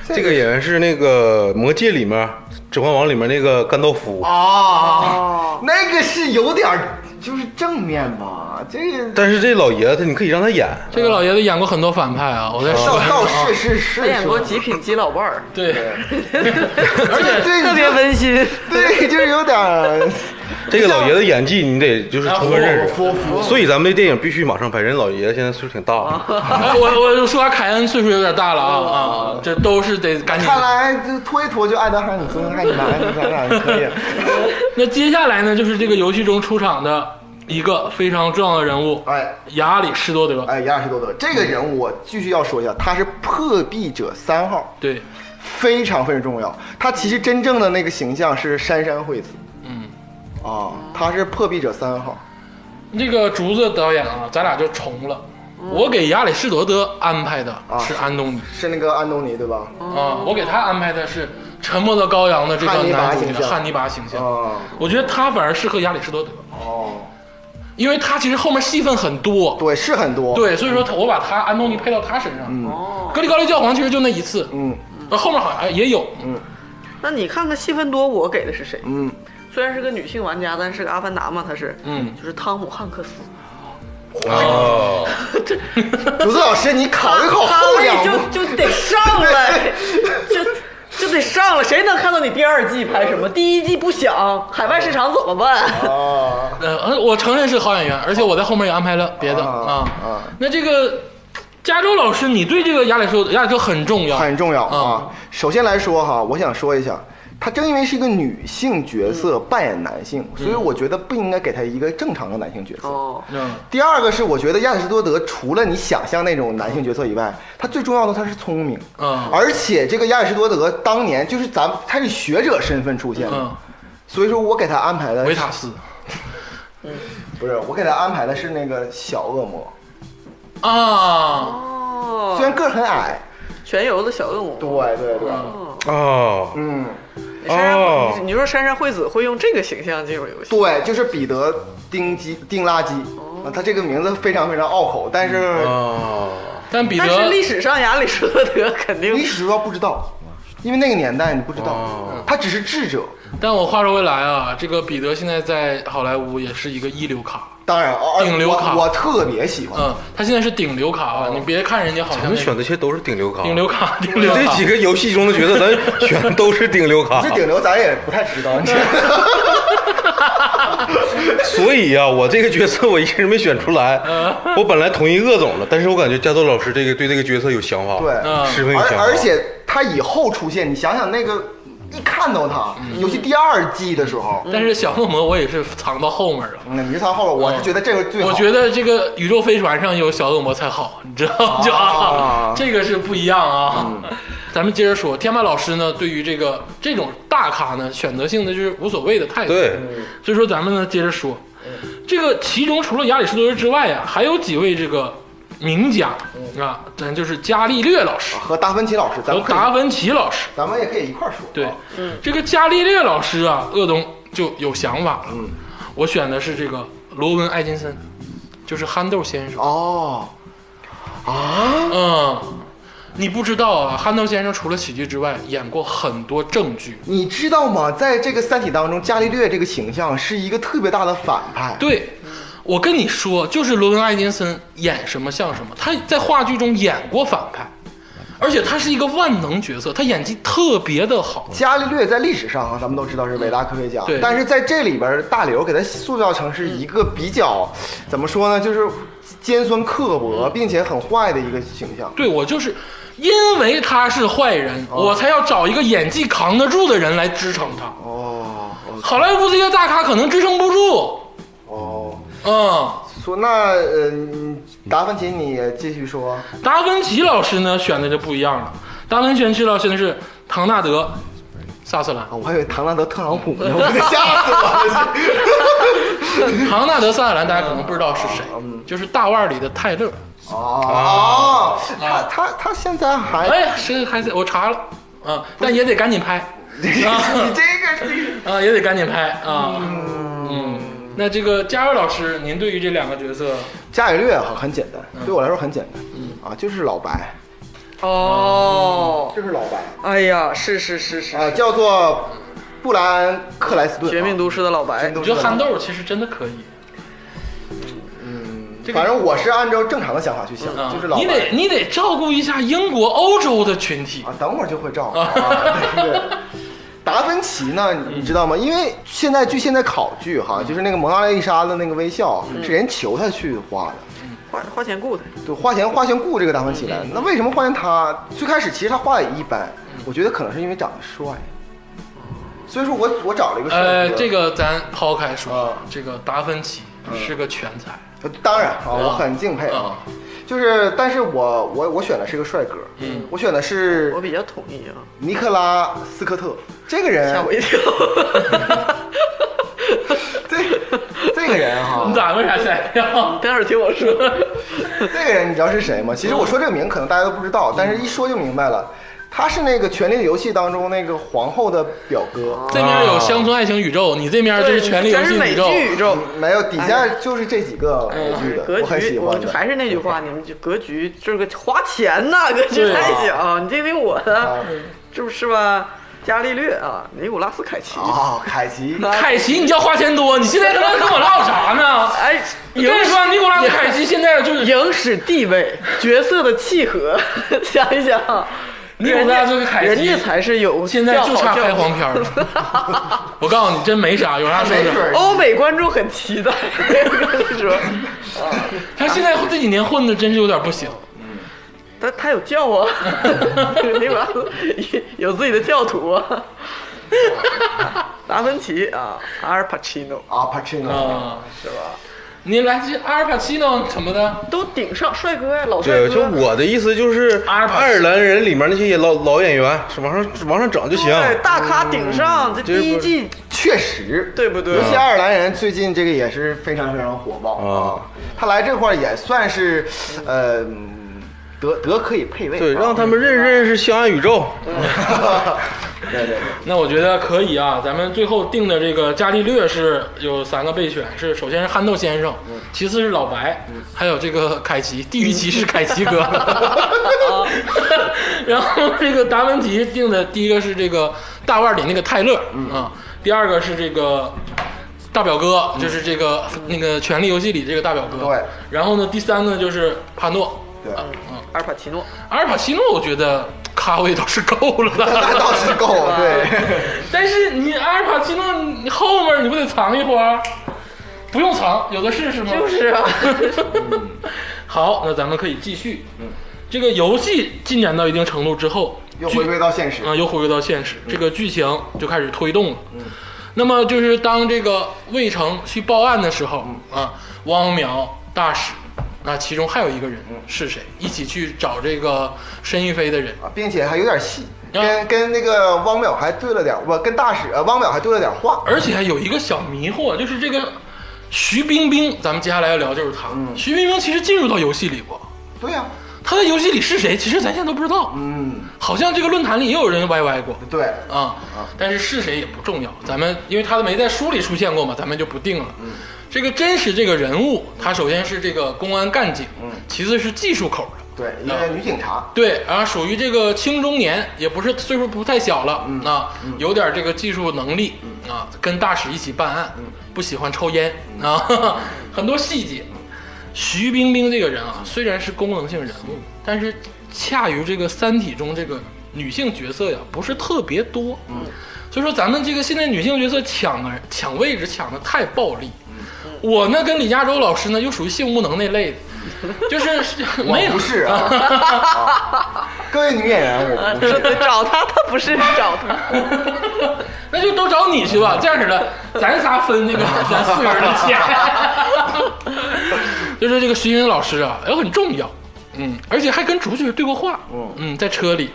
这
这
个
个演员是那个《魔戒》里面《指环王》里面那个甘道夫，
啊
哦，
那个是有点儿就是正面吧，这个
但是这老爷子你可以让他演，
这个老爷子演过很多反派啊，我在
倒
说。
倒是是是，
他演过《
是
极品基老伴儿
对，
而且对》，
特别温馨。
对，就是有点儿
这个老爷子演技你得就是充分认
啊服我
识，所以咱们这电影必须马上拍。人老爷子现在岁数挺大啊了，
哎我我就说完凯恩岁数有点大了啊啊，这都是得赶紧。
哦看来就拖一拖就爱德华，你尊爱你妈，你咱俩就可以。
那接下来呢，就是这个游戏中出场的一个非常重要的人物，
哎
亚里士多德，
哎，亚里士多德这个人物，我继续要说一下，他是破壁者三号，
对，
非常非常重要。他其实真正的那个形象是杉山惠子
嗯，
啊，他是破壁者三号。
这个竹子导演啊，咱俩就重了。
嗯
我给亚里士多德安排的
啊
是安东尼
是那个安东尼对吧？
啊，我给他安排的是《沉默的羔羊》的这个
嗯汉尼拔
男主
形
角
象
汉尼拔形象。
啊，
我觉得他反而适合亚里士多德，
哦，
因为他其实后面戏份很多。
对，是很多。，
对，所以说他我把他安东尼配到他身上。
哦
格里高利教皇其实就那一次，
嗯
呃后面好像也有。
那你看看戏份多，我给的是谁？
嗯，
虽然是个女性玩家，但是个阿凡达嘛，她是，
嗯
就是汤姆汉克斯。
哦，
竹子老师，你考
哎
虑考
他
后两
就
啊
部。
就得上 来，就就得上来，谁能看到你第二季拍什么？第一季不想，海外市场怎 么办？
啊，
呃，呃我承认是好演员，而且我在后面也安排了别的
啊
啊
啊。
那这个加州老师，你对这个亚里士多德亚里士多德很重要，
很重要
啊
啊。首先来说哈，我想说一下，她正因为是一个女性角色扮演男性，所以我觉得不应该给她一个正常的男性角色。
哦，
嗯
第二个是，我觉得亚里士多德除了你想象那种男性角色以外，他最重要的他是聪明，
嗯
而且这个亚里士多德当年就是咱们他是学者身份出现的，
嗯，
所以说我给他安排的
维塔斯
不是我给他安排的是那个小恶魔，
啊，
哦，
虽然个儿很矮，
全游的小恶魔。
对对对，
哦，
嗯，
珊珊
哦
你你说珊珊惠子会用这个形象进入游戏？
对，就是彼得丁基丁拉基，啊他这个名字非常非常拗口，但是
哦，
但彼
但是
得
历史上亚里士多德 肯
历
定
史上不知道，因为那个年代你不知道
哦，
他只是智者。
但我话说回来啊，这个彼得现在在好莱坞也是一个一流咖，
当然，哦而
顶流卡
我我特别喜欢，
嗯，他现在是顶流咖
哦
啊，你别看人家好
咱
像
们
那个
选的这些都是顶流咖，
顶流咖，顶
你
流
这
咖
几。个游戏中的角色，咱选的都是顶流咖
这，顶流咱也不太知道，你知道吗
所以呀、我这个角色我一直没选 出来。我本来同意鄂总的，但是我感觉加多老师这个对这个角色有想法，
对嗯
十分有想
而
法，
而且他以后出现，你想想那个，一看到他，
嗯
尤其第二季的时候，
但是小恶魔我也是藏到后面了。
那你是他后边，我是觉得这个最
嗯
好。
我觉得这个宇宙飞船上有小恶魔才好，你知道吗？就啊，这个是不一样啊。
嗯
咱们接着说，天霸老师呢，对于这个这种大咖呢，选择性的就是无所谓的态度。
对，
嗯
所以说咱们呢接着说，这个其中除了亚里士多德之外啊，还有几位这个名家啊，咱就是伽利略老师
和达芬奇老师，嗯咱
和
们可以，
达芬奇老师。
咱们也可以一块儿说。
对
啊，
这个伽利略老师啊，鄂东就有想法了。我选的是这个罗文·艾金森，就是憨豆先生。
哦，
嗯，你不知道啊，憨豆先生除了喜剧之外，演过很多正剧。
你知道吗？在这个《三体》当中，伽利略这个形象是一个特别大的反派。
对，我跟你说，就是罗文·艾金森演什么像什么，他在话剧中演过反派，而且他是一个万能角色，他演技特别的好。
伽利略在历史上啊，咱们都知道是伟大科学家
对，
但是在这里边儿，大刘给他塑造成是一个比较怎么说呢，就是尖酸刻薄，并且很坏的一个形象。
对我就是因为他是坏人，我才要找一个演技扛得住的人来支撑他。
哦
好莱坞这些大咖可能支撑不住。
哦，
嗯，
说那呃，你达芬奇你继续说，啊
达芬奇老师呢选的就不一样了，达芬奇老师呢是唐纳德·萨瑟兰
啊，我还以为唐纳德特朗普呢，我给他吓死我了。
唐纳德·萨瑟兰大家可能不知道是谁，就是《大腕》里的泰勒。
哦，他他他现在还，
哎呀，谁还在？我查了，啊，但也得赶紧 拍，
你
啊
这个
啊，也得赶紧拍啊。嗯，那这个嘉瑞老师，您对于这两个角色，
伽利略哈很简单，对我来说很简单，啊，就是老白，
哦，
就是老白
哎呀，是是是是，
啊，叫做布兰克莱斯顿，
绝命毒师的老
啊
白
绝命，
我
毒
觉
师
得憨豆其实真的可以，这个
反正我是按照正常的想法去想，
啊
就是老白
你得你得照顾一下英国、欧洲的群体。
啊，等会儿就会照顾。啊对达芬奇呢，你知道吗？因为现在据现在考据哈，就是那个蒙娜丽莎的那个微笑是人求他去画的，
花花钱雇的，
就花钱花钱雇这个达芬奇来。那为什么花钱他？最开始其实他画的也一般，我觉得可能是因为长得帅，所以说我我找了一个帅
呃，
哥
这个咱抛开说
啊，
这个达芬奇是个全才。
当然啊，我很敬佩啊。就是，但是我我我选的是个帅哥，嗯，我选的是
我比较统一啊，
尼克拉斯科特这个人
吓，我一跳。
这这个人哈、
你咋为啥吓一 跳？
待会儿听我说，
这个人你知道是谁吗？其实我说这个名可能大家都不知道，但是一说就明白了，他是那个《权力的游戏》当中那个皇后的表哥，
这面有乡村爱情宇宙，你这面这是权力游
全是
戏
美
宇宙。
剧宇宙。
没有底下就是这几个美剧的，
哎格
嗯我很
局，
喜
我
欢
就
的。嗯
还是那句话，你们就格局就是个花钱呐、格局
对啊
太小。你听听我的
啊，
这不是吧？伽利略啊，尼古拉斯凯奇。
啊，凯奇，
凯奇，你叫花钱多，你现在他妈跟我唠啥 呢？
哎，
我跟你说，尼古拉斯凯奇现在就是
影史地位、角色的契合， 想一想，
尼古拉斯凯奇
人家才是 有
现在就差
较好
拍黄片儿了。 我告诉你，真没啥，有啥说
没准
啥。
儿
欧美观众很期待，我跟 你说，
他现在这几年混的真是有点不行。
他他有教啊， 尼古拉斯有自己的教 徒啊，达芬奇啊，阿尔帕奇诺
啊，Pacino，
啊，是吧？你来这阿尔帕西诺什么的，
都顶上，帅哥啊呀，老帅
对，
哥，
就我的意思就是，
阿尔巴斯
爱尔兰人里面那些老老演员，是往上往上整就行。
对大咖顶上，这
这
第一
嗯不
季
确实，
对不对
尤？其爱尔兰人最近这个也是非常非常火爆
啊
啊，他来这块儿也算是，呃，德德可以配位，
对，
啊
让 他们认识认识相爱宇宙。
对对对，
那我觉得可以啊。咱们最后定的这个伽利略是有三个备选，是首先是憨豆先生，其次是老白，还有这个凯奇，地狱骑士凯奇哥。 然后这个达芬奇定的第一个是这个大腕里那个泰勒啊，第二个是这个。大表哥就是这个、那个《权力游戏》里这个大表哥，
对。
然后呢，第三个就是帕诺，
对，
阿尔帕奇诺，
阿尔帕西诺，我觉得咖位倒是够了
那
的。
倒是够，对。
啊
但是你阿尔帕西诺，你后面你不得藏一波儿？不用藏，有的是是吗？嗯
就是啊。
好，那咱们可以继续。嗯，这个游戏进展到一定程度之后，
又回归到嗯现实
啊、。又回归到现实，这个剧情就开始推动了。嗯，那么就是当这个魏成去报案的时候，
嗯
啊，汪淼、大使，那其中还有一个人
嗯
是谁？一起去找这个申一飞的人。
啊，并且还有点戏，
啊
跟跟那个汪淼还对了点，不跟大使呃汪淼还对了点话。
而且有一个小迷惑，就是这个徐冰冰，咱们接下来要聊就是她。徐冰冰其实进入到游戏里过，
对啊呀、
她在游戏里是谁，其实咱现在都不知道。
嗯，
好像这个论坛里也有人 YY 过
对，
啊，但是是谁也不重要。咱们因为她没在书里出现过嘛，咱们就不定了。这个真实这个人物，他首先是这个公安干警，其次是技术口的，
对，一个女警察，
对，然后属于这个青中年，也不是岁数不太小了、
嗯
啊，有点这个技术能力、啊，跟大使一起办案，
嗯
不喜欢抽烟、啊 哈哈，很多细节。徐冰冰这个人啊，虽然是功能性人
嗯
物，但是恰于这个《三体》中这个女性角色呀，不是特别多。嗯，所以说咱们这个现在女性角色抢啊抢位置抢的太暴力。
嗯
我呢跟李嘉洲老师呢又属于性无能那类的，就是 没有
不是啊啊 各位女演员，我不
说
是。
得找他，他不是找 他，
那就都找你去吧。这样式的，咱仨分那个咱四个人的钱。 就是这个徐云老师啊，也很重要，嗯，而且还跟主角对过话，嗯，在车里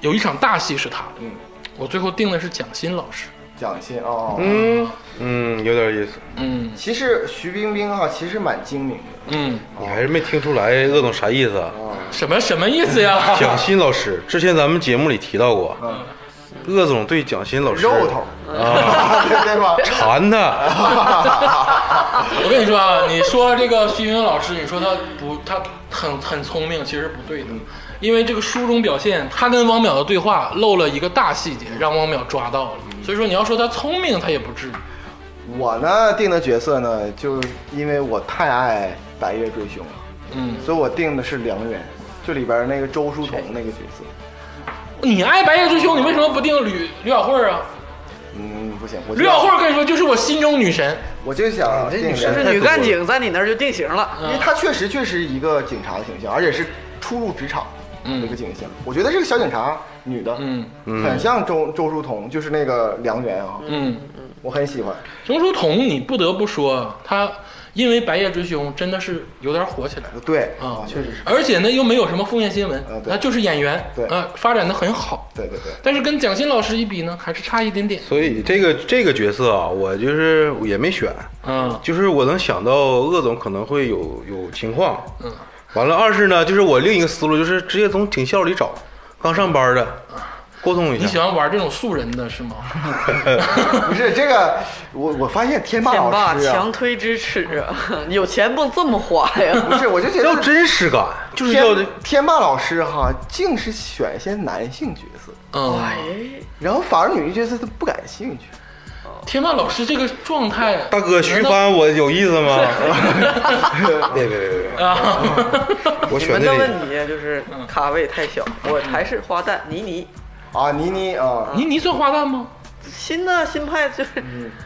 有一场大戏是他的，嗯，我最后定的是蒋欣老师，
蒋欣哦，
嗯嗯，有点意思。
嗯
其实徐冰冰哈、其实蛮精明的，
嗯，
你还是没听出来鄂总啥意 思啊？
什么什么意思呀？
蒋欣老师，之前咱们节目里提到过，鄂总对蒋欣老师
嗯肉头，
啊，
嗯
对对吧？
馋他，
我跟你说啊，你说这个徐云老师，你说他不，他很很聪明，其实不对的，因为这个书中表现他跟汪淼的对话漏了一个大细节，让汪淼抓到了。所以说你要说他聪明，他也不至于。嗯
我呢定的角色呢，就是因为我太爱白夜追凶了，
嗯，
所以我定的是梁元，就里边那个周书童那个角色。
你爱白夜追凶，你为什么不定吕吕小慧啊？
嗯，不行，我就
吕小慧跟你说就是我心中女神，
我就想
这
定
女
梁元
生
就是女干警在你那儿就定型了。
因为她确实确实一个警察的形象，而且是初入职场
嗯
一个景象。我觉得这个小警察女的，
嗯
很像周周书彤，就是那个梁媛啊，
嗯，
我很喜欢。
熊书童，你不得不说他因为《白夜追凶》真的是有点火起来了
对
啊，
确实是，
而且呢又没有什么负面新闻
啊，对
他就是演员，
对
啊，发展的很好。
对对对，
但是跟蒋欣老师一比呢，还是差一点点。
所以这个这个角色啊，我就是也没选，
嗯，
就是我能想到鄂总可能会有有情况，嗯，完了二是呢，就是我另一个思路就是直接从警校里找刚上班的沟通一
你喜
下，
欢玩这种素人的是吗？
不是这个，我我发现天霸
天霸
老师啊
强，推之耻啊！ 有钱不能这么花呀！
不是，我就觉
要
得
真实感，就是要
天天霸老师哈，净是选一些男性角色，
嗯，
哎，
然后反而女性角色他不感兴趣。
天霸老师这个状态，啊
大哥徐
难道
帆，我有意思吗？ 别别别别，别
啊，
我
你
选
们
这
的
里
问题就是咖位太小，我还是花旦倪妮。
啊，倪妮啊，
倪妮算花旦吗？
新的新派就是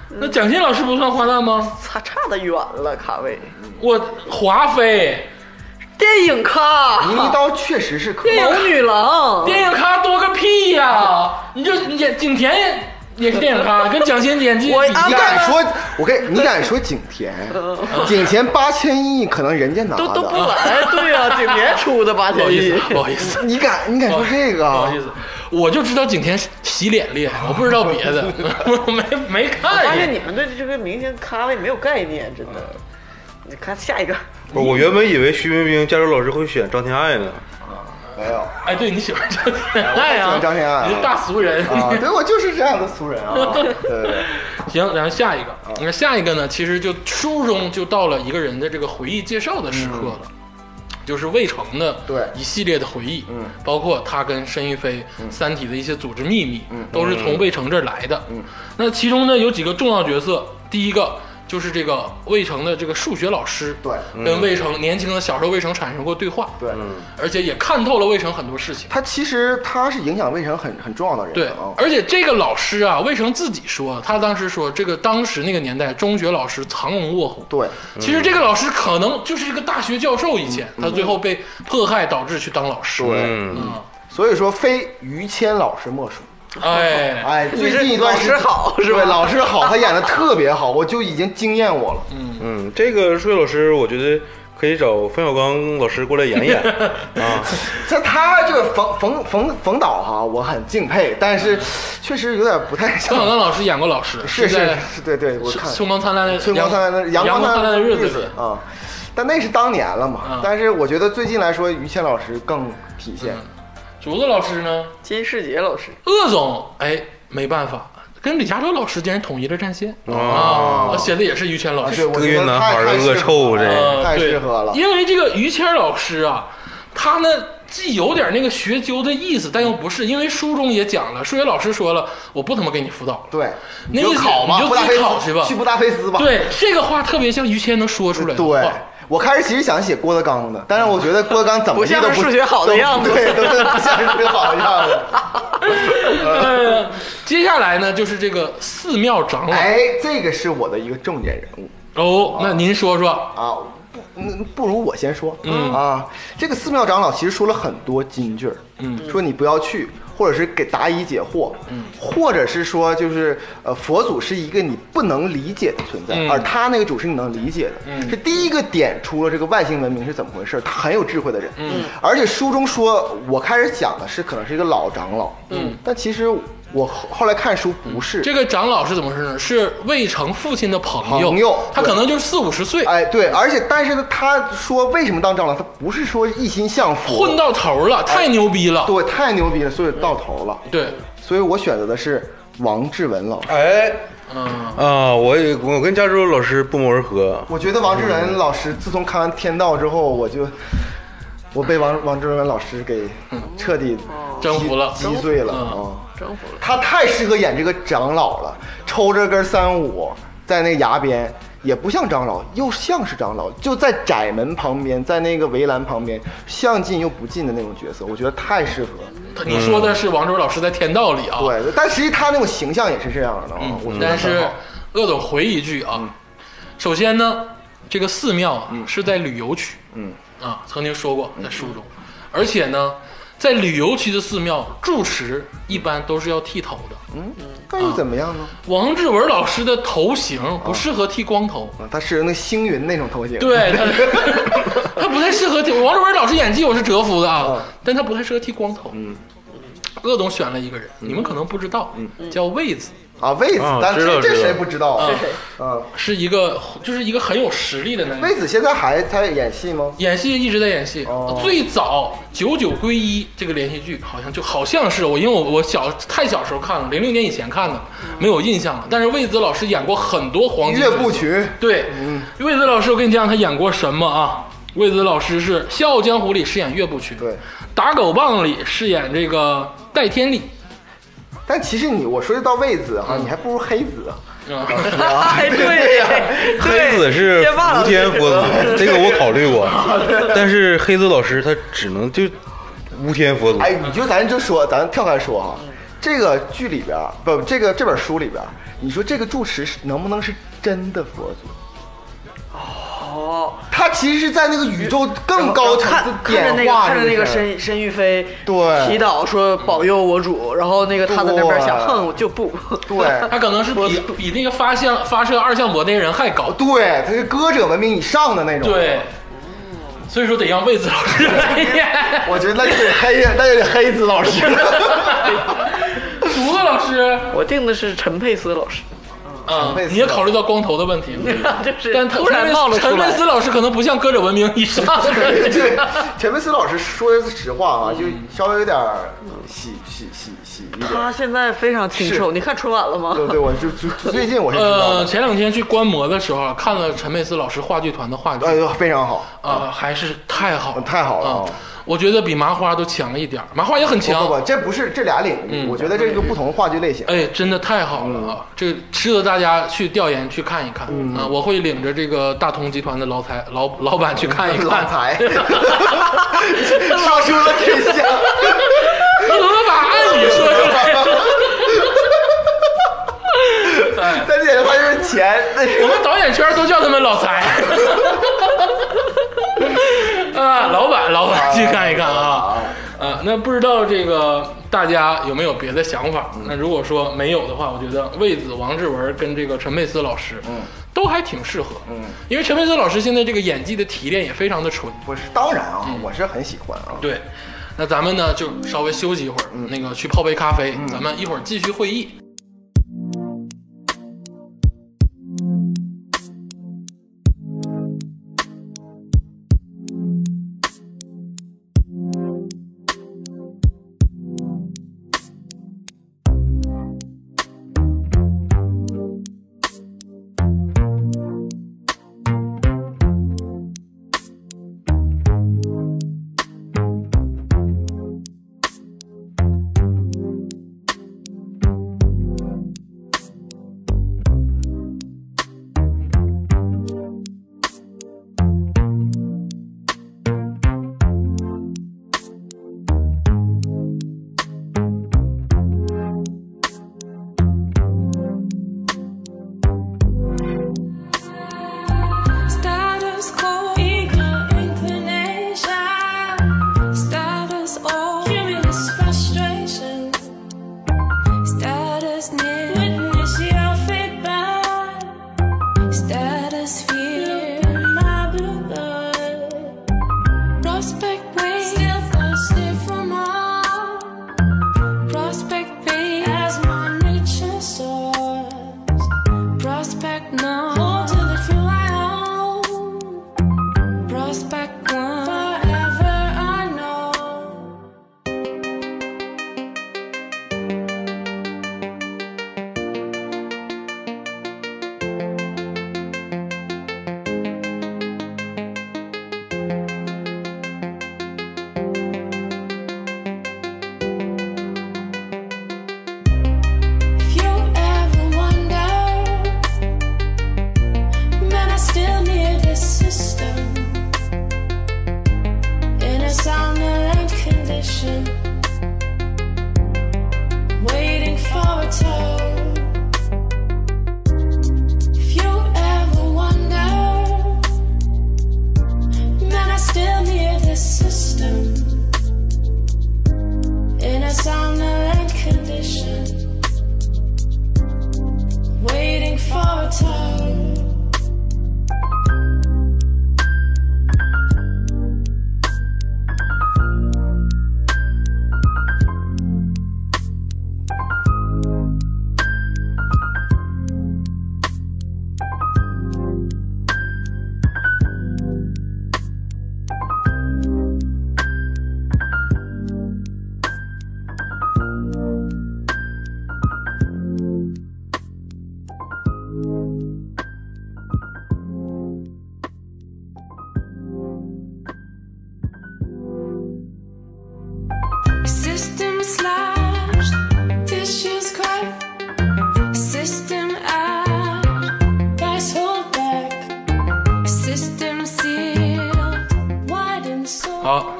那蒋欣老师不算花旦吗？
差差得远了，咖位。
我华妃，
电影咖，
倪妮刀确实是可以。
谋女郎，
电影咖多个屁呀、你就你演景甜也也是电影咖，跟蒋欣演技
我啊
比
安
你
排
敢
了
说，我跟你敢说景 甜，景甜八千亿可能人家拿
嗯都都不
的，啊
来。对呀、景甜出的八
不好
千
意
亿
思，，不好意思。
你敢你敢说这个啊
不好意思，我就知道景甜洗脸厉害，我不知道别的， 我没没
发
看
现
见。
你们对这个明星咖位没有概念，真的。你看下一个，
不是我原本以为徐冰冰、加州老师会选张天爱呢，
没有
哎，对你喜欢张天爱
我喜
啊？
欢张天爱啊
你是大俗人。
啊？对我就是这样的俗人啊， 对对对，
行，然后下一个，
啊
你看下一个呢，其实就书中就到了一个人的这个回忆介绍的时刻了，就是魏成的
嗯对
一系列的回忆，
嗯
包括他跟申玉飞、三体的一些组织秘密，都是从魏成这儿来的。
嗯
那其中呢有几个重要角色，第一个就是这个魏成的这个数学老师，
对嗯
跟魏成年轻的小时候魏成产生过对话，
对，
而且也看透了魏成很多事情。
他其实他是影响魏晨很很重要的人
对
啊，，
而且这个老师啊，魏成自己说，他当时说，这个当时那个年代，中学老师藏龙卧虎。
对，嗯
其实这个老师可能就是一个大学教授，以前他最后被迫害，导致去当老师。
对
嗯，
啊，
所以说非于谦老师莫属。
哎，
哎，最近一段时
老师好是吧
对老师好，他演的特别好，我就已经惊艳我了。
嗯，这个数学老师我觉得可以找冯小刚老师过来演演啊，
这他这个冯冯冯冯导哈，我很敬佩，但是确实有点不太
冯小
像。
刚老师演过老师，
是是
在
是，对对，我
春
看
春光灿烂的
春光灿烂的
阳
光
灿
灿
烂的
的
日
子
里。
啊。但那是当年了嘛
嗯，
但是我觉得最近来说，于谦老师更体现。
嗯竹子老师呢，
金世杰老师，
鄂总，哎，没办法。跟李嘉洲老师竟然统一了战线啊！
哦
写的也是于谦老
啊，
师
对，，我
个
觉
月
得
男
太
孩的
太
恶
适合
臭
了
这
呃
哎太
对
适合了。
因为这个于谦老师啊，他呢既有点那个学究的意思，但又不是，因为书中也讲了，数学老师说了，我不他妈给你辅导了。
对，
那
你就
意思
考嘛，
你就
布达
自
佩
己
斯
考去吧
布达佩斯吧。
对，这个话特别像于谦能说出来的话
对。我开始其实想写郭德纲的，但是我觉得郭德纲怎么
不像
地都
是数学好的
都
样子
对， 都都不像是数学好的样子。
呃，接下来呢，就是这个寺庙长老。
哎，这个是我的一个重点人物
哦，那您说说，
啊，不，嗯不如我先说。嗯啊，这个寺庙长老其实说了很多金句儿，嗯，说你不要去，或者是给答疑解惑，嗯，或者是说就是呃，佛祖是一个你不能理解的存在，
嗯
而他那个主是你能理解的，嗯，是第一个点出了这个外星文明是怎么回事，他很有智慧的人，嗯，而且书中说，我开始想的是可能是一个老长老，嗯，但其实我后后来看书不是，
这个长老是怎么回事呢？是魏成父亲的朋友，
朋友
他
对
可能就是四五十岁，
哎，对，而且但是呢，他说为什么当长老，他不是说一心向佛，
混到头
哎
了，太牛逼了。
对，太牛逼了，所以到头了。
对，
所以我选择的是王志文老师。
哎
嗯，
啊，我也我跟加州老师不谋而合，
我觉得王志文老师自从看完《天道》之后，我就我被王王志文老师给彻底
嗯征服了
击击碎了
嗯
啊！
征服了。
他太适合演这个长老了，抽着根三五在那崖边，也不像长老，又像是长老，就在窄门旁边，在那个围栏旁边，像近又不近的那种角色，我觉得太适合。
你说的是王周老师在天道里啊，嗯
对，但实际他那种形象也是这样的啊，我觉得
但
很
是
好嗯
鄂总回一句啊，首先呢，这个寺庙啊是在旅游区，
嗯
啊，曾经说过在书中，而且呢，在旅游区的寺庙住持一般都是要剃头的。
嗯那
啊
又怎么样呢？
王志文老师的头型不
嗯
适合剃光头，
啊，他是那星云那种头型，，
对他，他不太适合剃。王志文老师演技我是折服的
嗯
啊，但他不太适合剃光头。嗯，鄂总选了一个人，
嗯
你们可能不知道，叫魏子，
啊，位子
啊，
但
知道
这这
知道
谁不知道啊
啊？
啊，
是一个就是一个很有实力的男人
魏。子现在还在演戏
哦
吗？
演戏一直在演戏，
哦
最早《九九归一》这个连续剧好像就好像是我，因为我我小太小时候看了，零六年以前看的，
嗯
没有印象了。但是魏子老师演过很多黄金
岳
角色
不群，
对，
嗯
魏子老师，我跟你讲，他演过什么啊？魏子老师是《笑傲江湖》里饰演岳不群，
对
《打狗棒》里饰演这个戴天理，
但其实你我说这到魏子
嗯
哈，你还不如黑子啊。
啊，
哎，对呀，对
黑子是
天霸老
无
师
天佛祖，这个我考虑过，但是黑子老师他只能就无天佛祖。
哎，你就咱就说，咱跳开说哈，
嗯
这个剧里边儿不，这个这本书里边儿，你说这个住持是能不能是真的佛祖？
哦，
他其实是在那个宇宙更高层
看
次
嗯看着那
点
个
化
看着那个
这事儿
申申玉飞
对
祈祷说保佑我主，然后那个他在那边想，哼，我就不，
他
对。
可能是比比那个发现发射二向箔那人还高，
对，他是歌者文明以上的那种。
对，，所以说得让魏子老师来演。
我觉得那就得黑，那就得黑子老师。
竹子老师，
我定的是陈佩斯老师，
啊
佩，斯
你也考虑到光头的问 题了。
就是
但他
突然冒了出
陈佩
来
斯。老师可能不像歌者文明以上的人，
对，陈佩斯老师说实话啊，就稍微有点儿喜喜喜喜一点。
他现在非常清
是
瘦，你看春晚了吗？
对对，我就就就最近我是知道
呃，
的，
前两天去观摩的时候啊，看了陈佩斯老师话剧团的话剧，
哎呦，非常好。
啊，还是太好了，
太好了
啊
啊！
我觉得比麻花都强一点儿，麻花也很
不不
强
不，。这不是这俩领域，我觉得这是个不同话剧类型。
哎，真的太好
嗯
了啊！这个值得大家去调研去看一看啊！我会领着这个大同集团的老财老老板去看一看。
老 财，说出了真相。
你怎么把暗语说出来了？
但是他就是钱，那是
我们导演圈都叫他们老财。 啊，老板，老板去看一看啊。啊，那不知道这个大家有没有别的想法？那如果说没有的话，我觉得魏子、王志文跟这个陈佩斯老师，嗯，都还挺适合，嗯，因为陈佩斯老师现在这个演技的提炼也非常的纯，
不是当然啊，我是很喜欢啊。
对。那咱们呢就稍微休息一会儿，那个去泡杯咖啡，咱们一会儿继续会议。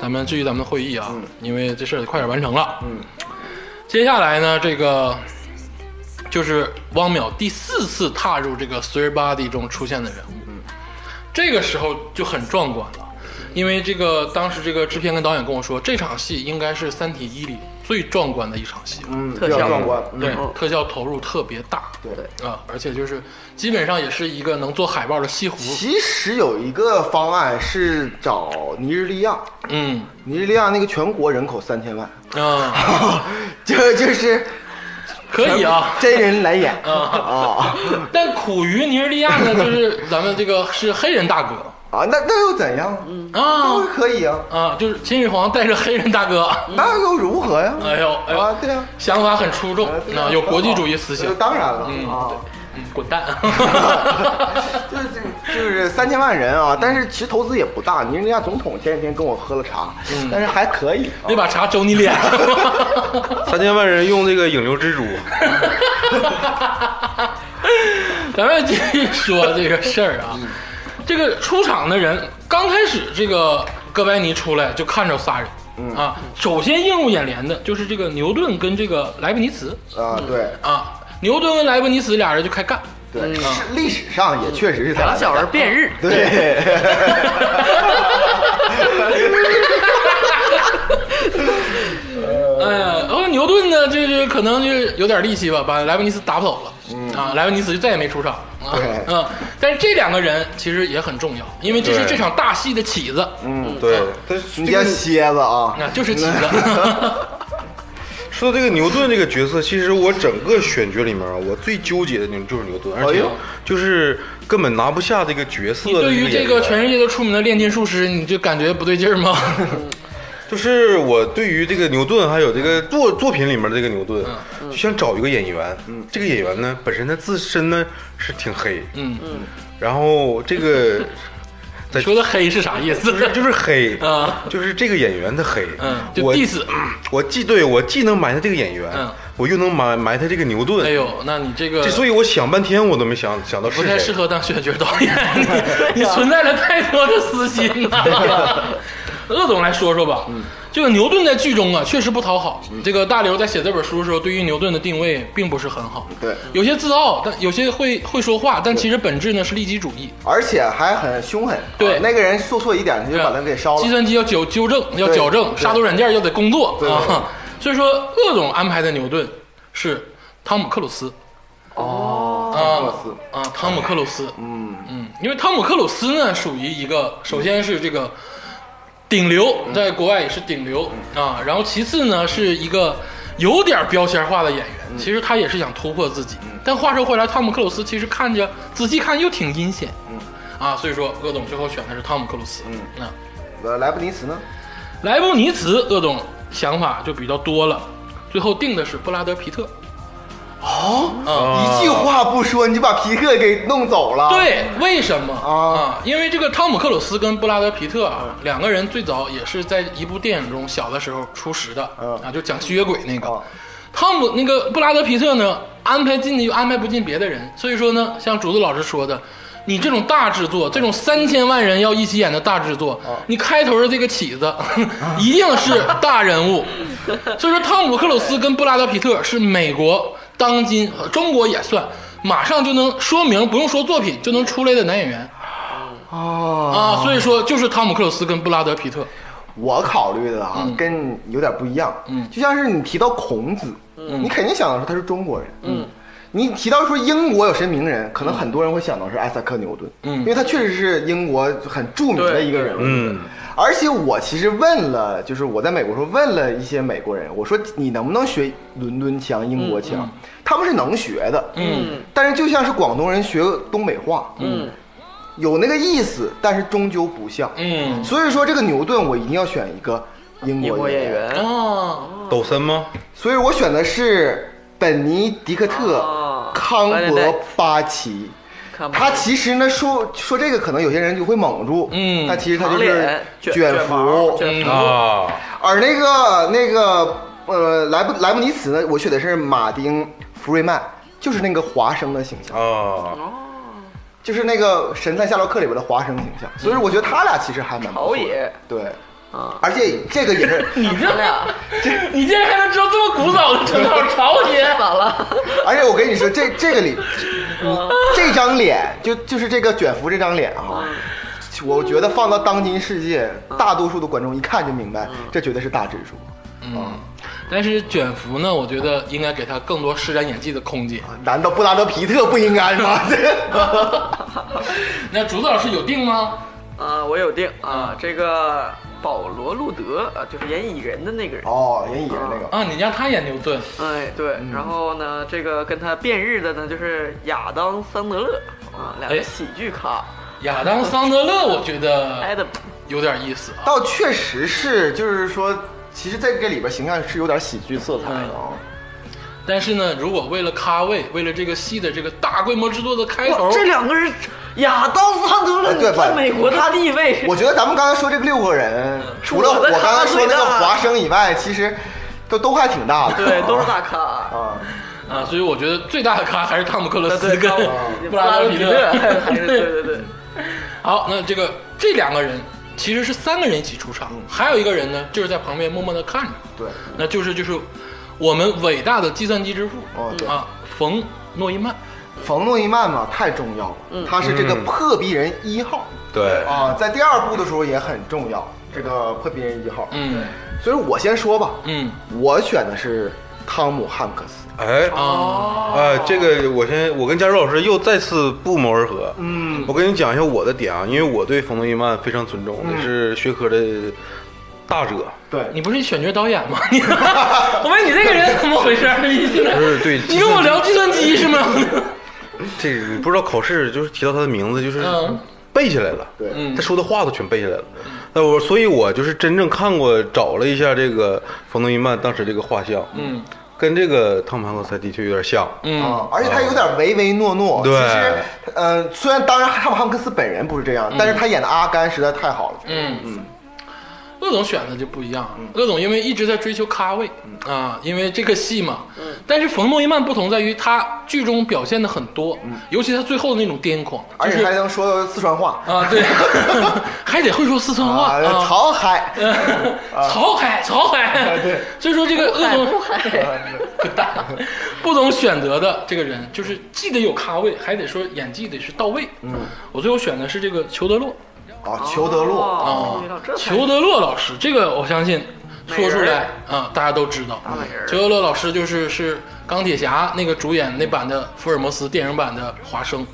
咱们继续咱们的会议啊，因为这事儿得快点完成了。嗯，接下来呢，这个就是汪淼第四次踏入这个 Three Body 中出现的人物。嗯，这个时候就很壮观了，因为这个当时这个制片跟导演跟我说，这场戏应该是《三体一》里最壮观的一场戏了。
嗯，
特
比较
效
壮观，嗯
对，特效投入特别大。
对。
啊，而且就是基本上也是一个能做海报的西湖，
其实有一个方案是找尼日利亚，
嗯
尼日利亚那个全国人口三千万，
啊，
就就是
可以啊，
真人来演啊
但苦于尼日利亚呢，就是咱们这个是黑人大哥
啊，那那又怎样？当
啊
然可以啊，
啊，就是秦始皇带着黑人大哥，
那又如何呀？
嗯哎呦哎
啊
呦，，
对啊，
想法很出众
啊对啊
啊，有国际主义思想
呃，当然了
嗯
啊，
嗯滚蛋，
就是这就是三千万人
嗯
啊，但是其实投资也不大。尼日利亚总统前几天跟我喝了茶，
嗯
但是还可以啊
那把茶周你脸，
三千万人用这个影流蜘蛛，
咱们继续说这个事儿啊，这个出场的人刚开始，这个哥白尼出来就看着仨人。啊，首先映入眼帘的就是这个牛顿跟这个莱布尼茨
啊，对
啊，牛顿跟莱布尼茨俩人就开干，嗯
对，是历史上也确实是他
两
俩
小儿辩日，
对，
哎呀，然后牛顿呢，这这可能就是有点力气吧，把莱布尼茨打跑了，
嗯
啊，莱布尼茨就再也没出场啊
对，
嗯，但是这两个人其实也很重要，因为这是
对
这场大戏的起子，
嗯，
对。但
你
是这
叫
个
蝎子啊，
啊，就是起子，
说到这个牛顿这个角色，其实我整个选角里面啊，我最纠结的就是牛顿，而
哎
且
呦
就是根本拿不下这个角色
你
的
对于这
演
个
员
全世界都出名的炼金术师，你就感觉不对劲儿 吗？
就是我对于这个牛顿，还有这
嗯
个作作品里面的这个牛顿，就想找一个演员。这个演员呢，本身他自身呢是挺黑，
嗯，
然后这个
你说的黑是啥意思？
就是就是黑
啊，
就是这个演员的黑。
嗯，就
我
diss，
我既对我既能埋汰这个演员
嗯，
我又能埋埋汰这个牛
哎
顿。
呦，那你这个
这所以我想半天，我都没想想到
不
是
太适
谁。
合当选角导演，
啊
你你存在着太多的私心呐、 鄂总来说说吧，
嗯
这个牛顿在剧中啊确实不讨好。这个大刘在写这本书的时候，对于牛顿的定位并不是很好，
对，
有些自傲，但有些会会说话，但其实本质呢是利己主义。
而且还很凶狠。
对
啊那个人做错一点，就把他给烧了
计。算机要纠纠正，要
对
矫正，
对
杀毒软件要得工作
对对对
啊。所以说，鄂总安排的牛顿是汤姆克鲁斯
哦，
啊
克鲁斯
啊，汤姆克鲁斯，
嗯，
嗯，因为汤姆克鲁斯呢，属于一个，首先是这个顶流，在国外也是顶流啊，然后其次呢，是一个有点标签化的演员，其实他也是想突破自己。但话说回来，汤姆克鲁斯其实看着仔细看又挺阴险，啊，所以说鄂总最后选的是汤姆克鲁斯，嗯啊，
呃，莱布尼茨呢？
莱布尼茨，鄂总想法就比较多了，最后定的是布拉德皮特，
一句话不说，你就把皮克给弄走了。，
对，为什么
啊
啊？因为这个汤姆克鲁斯跟布拉德皮特啊，两个人最早也是在一部电影中小的时候初识的
嗯
啊，就讲吸血鬼那个
啊。
汤姆那个布拉德皮特呢，安排进去又安排不进别的人，所以说呢，像竹子老师说的。你这种大制作，这种三千万人要一起演的大制作，你开头的这个起子 一定是大人物，所以说汤姆克鲁斯跟布拉德皮特是美国当今，呃中国也算，马上就能说明不用说作品就能出来的男演员
哦，
啊，所以说就是汤姆克鲁斯跟布拉德皮特，
我考虑的啊，跟你有点不一样。嗯，就像是你提到孔子，你肯定想到说他是中国人。嗯。你提到说英国有神名人，可能很多人会想到是艾萨克牛顿，
嗯
因为他确实是英国很著名的一个人物。
嗯，
而且我其实问了，就是我在美国时候问了一些美国人，我说你能不能学伦敦腔、英国腔？他们是能学的，
嗯，
但是就像是广东人学东北话，嗯，有那个意思，但是终究不像，
嗯
所以说这个牛顿我一定要选一个英
英
国
国演
演，
员
哦，
抖森吗？
所以我选的是本尼迪克特
哦
·康
对对
伯
对
巴奇。
看吧
他其实呢说说这个，可能有些人就会蒙住，
嗯
但其实他就
长
是
脸
卷
毛
福，
卷
嗯
啊，
而那个那个呃莱布莱布尼茨呢，我选的是马丁·弗瑞曼，就是那个华生的形象，
啊，
就是那个《神探夏洛克》里边的华生形象，所以我觉得他俩其实还蛮不错
朝
的
野。啊
对，而且这个 也是，
你这
咱俩
这你竟然还能知道这么古早的成长朝 鲜？
咋了？
而且我跟你说，这这个里，
嗯
这张脸就就是这个卷福这张脸哈、
嗯
我觉得放到当今世界，大多数的观众一看就明白，
嗯
这绝对是大智叔。
嗯但是卷福呢，我觉得应该给他更多施展演技的空间。
难道布拉德皮特不应该 吗？
那竹子老师有病吗？
啊，我有定啊，这个保罗·路德啊，就是演蚁人的那个人。
哦，人蚁人那个，
啊，你让他演牛顿，
哎，对，
嗯
然后呢，这个跟他变日的呢，就是亚当·桑德勒啊，两
哎
个喜剧咖
亚当桑德勒，我觉得
，Adam，
有点意思啊。
倒确实是，就是说，其实在这里边形象是有点喜剧色彩的啊。
但是呢，如果为了咖位，为了这个戏的这个大规模制作的开头
哇，，这两个人，亚当·桑德勒
啊
哎对
在美国的地位，
我觉得咱们刚才说这个六个人，除了
嗯我
我
的
刚才
咖位
说那个
大
华生以外，其实都都还挺大的。
对，都是大
啊
咖。
啊。
啊，所以我觉得最大的咖还是汤姆克鲁
啊
斯
对，
跟
高
布拉德皮特。
还是对对对，
好，那这个这两个人其实是三个人一起出
嗯
场，还有一个人呢，就是在旁边默默的看着，
对，
那就是就是我们伟大的计算机之父、
哦对
啊，冯诺依曼。
冯诺依曼嘛太重要了，
嗯
他是这个
嗯
破壁人一号
对，
哦
啊，在第二部的时候也很重要，这个破壁人一号。
嗯
所以我先说吧，
嗯
我选的是汤姆汉克斯。
哎
啊，
啊，这个我先，我跟佳茹老师又再次不谋而合。
嗯，
我跟你讲一下我的点啊，因为我对冯诺依曼非常尊重，
嗯
也是学科的 大者，
对，
你不是选角导演 吗？你我问你这个人怎么回事儿？你现在
不是对
你跟我聊计算机是吗？
这个你不知道考试就是提到他的名字，就是
嗯
背下来了。
对
嗯
他说的话都全背下来了。那我所以，我就是真正看过找了一下这个冯诺依曼当时这个画像，
嗯，
跟这个汤姆汉克斯的确有点像。
嗯，哦
啊，而且他有点唯唯诺诺。
对
其实，嗯、虽然当然汤姆汉克斯本人不是这样，但是他演的阿甘实在太好了。
嗯嗯，乐总选的就不一样，
嗯
乐总因为一直在追求咖位啊，因为这个戏嘛。
嗯
但是冯诺依曼不同在于他剧中表现的很多，尤其他最后的那种癫狂，
嗯而且还能说四川话
啊， 对，还得会说四川话啊。
曹嗨，
曹海，曹海，对，啊所以说这个鄂总，滚蛋！ 不总选择的这个人，就是既得有咖位，还得说演技得是到位。嗯，我最后选的是这个裘德洛
啊，裘德洛，
啊
哦，遇到这，才
裘德洛老师，这个我相信说出
美人
来啊，大家都知道
美。人
裘德洛老师就是是钢铁侠那个主演那版的福尔摩斯电影版的华生。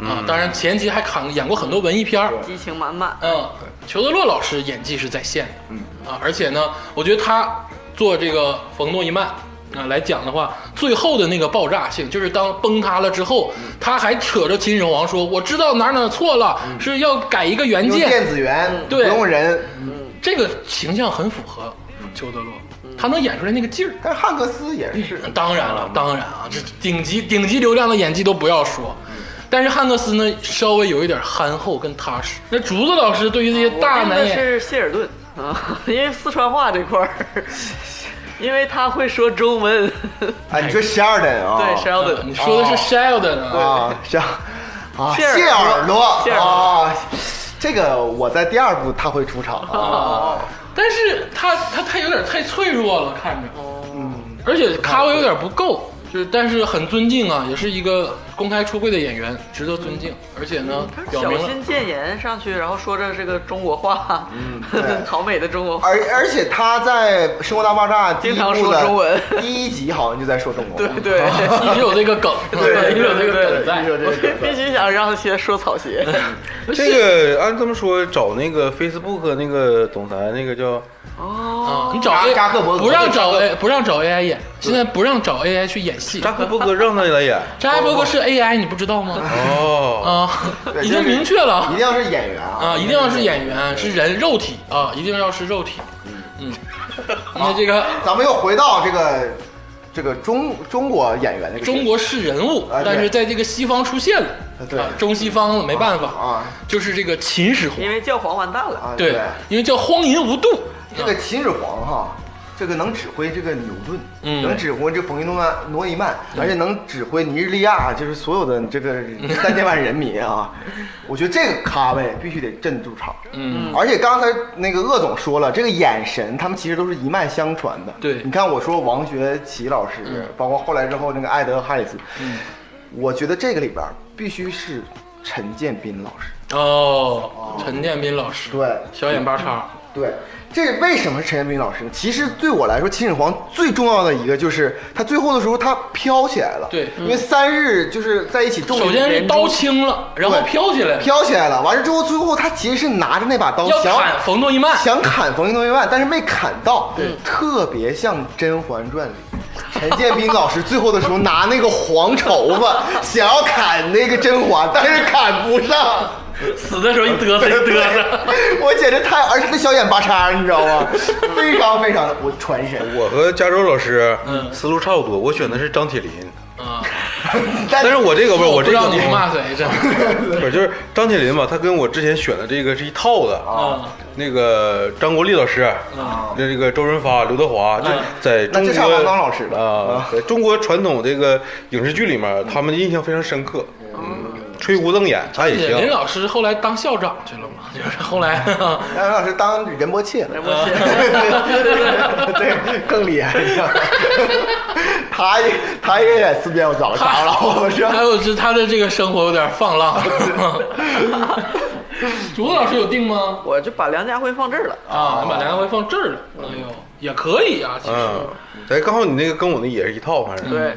啊，当然前期还扛演过很多文艺片儿，
激情满满。
嗯，裘德洛老师演技是在线的，嗯啊，而且呢，我觉得他做这个冯诺依曼啊来讲的话，最后的那个爆炸性，就是当崩塌了之后，他还扯着秦始皇说：“我知道哪儿哪儿错了，是要改一个原
用
件。
电子元，不
对
用人。
嗯
这个形象很符合裘德洛，他能演出来那个劲儿。
但是汉克斯也嗯是，
当然了，当然啊，这顶级顶级流量的演技都不要说。但是汉克斯呢，稍微有一点憨厚跟踏实。那竹子老师对于这些大
啊我定
男
的
演员，
是谢尔顿啊， 因为四川话这块儿， 因为他会说中文。
哎，你说 Sheldon 啊，
对，Sheldon，
哦你说的是
哦
Sheldon 啊？
啊，像啊，
谢尔
谢耳朵
谢耳朵
啊，这个我在第二部他会出场
哦
啊，
但是他他他有点太脆弱了，看着，
哦
嗯，而且咖位有点不够，就是但是很尊敬啊，也是一个公开出柜的演员，值得尊敬，而且
嗯
呢，表
小
明了
心谏言上去，然后说着这个中国话，
嗯 对啊
好美的中国话。
而而且他在《生活大爆炸》第一
经常
部
说
的
中文
第一集好像就在说中国，
对对，
一直有这个 梗， 一直有这个梗在。
有这个梗
必须想让些说草鞋。
嗯
这个按这么说，找那个 Facebook 那个总裁那个叫
啊，你找
扎
A
扎克伯格
不让找 A 不让找 AI 演，现在不让找 AI 去演戏。
扎克伯格，让他来演。
扎克伯格是 AI，你不知道 吗？
哦，
啊，
对
已
就
经
是
明确了
一定要是演员啊，
啊，一定要是演员，是人肉体啊，一定要是肉体。嗯， 那这个
咱们又回到这个这个中中国演员这个
中国是人物
啊，对
但是在这个西方出现了，
对
啊中西方没办法
啊，
就是这个秦始皇
因，为教皇完蛋了，
啊，
对，因为叫荒淫无度，
这个秦始皇哈，这个能指挥这个牛顿，
嗯
能指挥这冯诺曼诺伊曼，而且能指挥尼日利亚，就是所有的这个
嗯
三千万人民啊， 我觉得这个咖位必须得镇住场。
嗯，
而且刚才那个鄂总说了，这个眼神他们其实都是一脉相传的。
对嗯
你看我说王学圻老师，包括后来之后那个艾德哈里斯，我觉得这个里边必须是陈建斌老师。
哦，陈建斌老师，
对
小眼八叉，
对，这为什么是陈建斌老师呢？其实对我来说，秦始皇最重要的一个就是他最后的时候他飘起来了。
对嗯
因为三日就是在一起中了
首先是
连珠
刀轻了，然后
嗯对
飘起来了，
飘起来了，完了之后，最后他其实是拿着那把刀
要
想
砍嗯冯诺依曼，
想砍冯诺依曼，但是没砍到，特别像《甄嬛传》里。陈建斌老师最后的时候拿那个黄绸子想要砍那个甄嬛，但是砍不上，
死的时候一 嘚 瑟一嘚瑟。
我简直太，而且那小眼巴叉，你知道吗？非常非常的我传神。
我和加州老师
嗯
思路差不多，我选的是张铁林，
啊，
但
但是我这个不是
我
这
知道
个
你骂谁，真 的。
不是就是张铁林吧？他跟我之前选的这个是一套的
啊
那个张国立老师，
啊
那这个周润发、刘德华，就
嗯
在
那
中
就差
国
王刚老师了嗯
啊，在中国传统这个影视剧里面，他们印象非常深刻。嗯，吹胡瞪眼，他也
林
行。
老师后来当校长去了嘛，就是后来
让老师当仁波切了，
我是
对，更厉害一点。他也他也演四边找啥了？我说
还有是他的这个生活有点放 浪。 竹子老师有定吗？
我就把梁家辉放这儿
嗯
了。
啊，你把梁家辉放这儿了。哎呦，也可以啊，其实。
嗯，哎，刚好你那个跟我那也是一套，反正
对，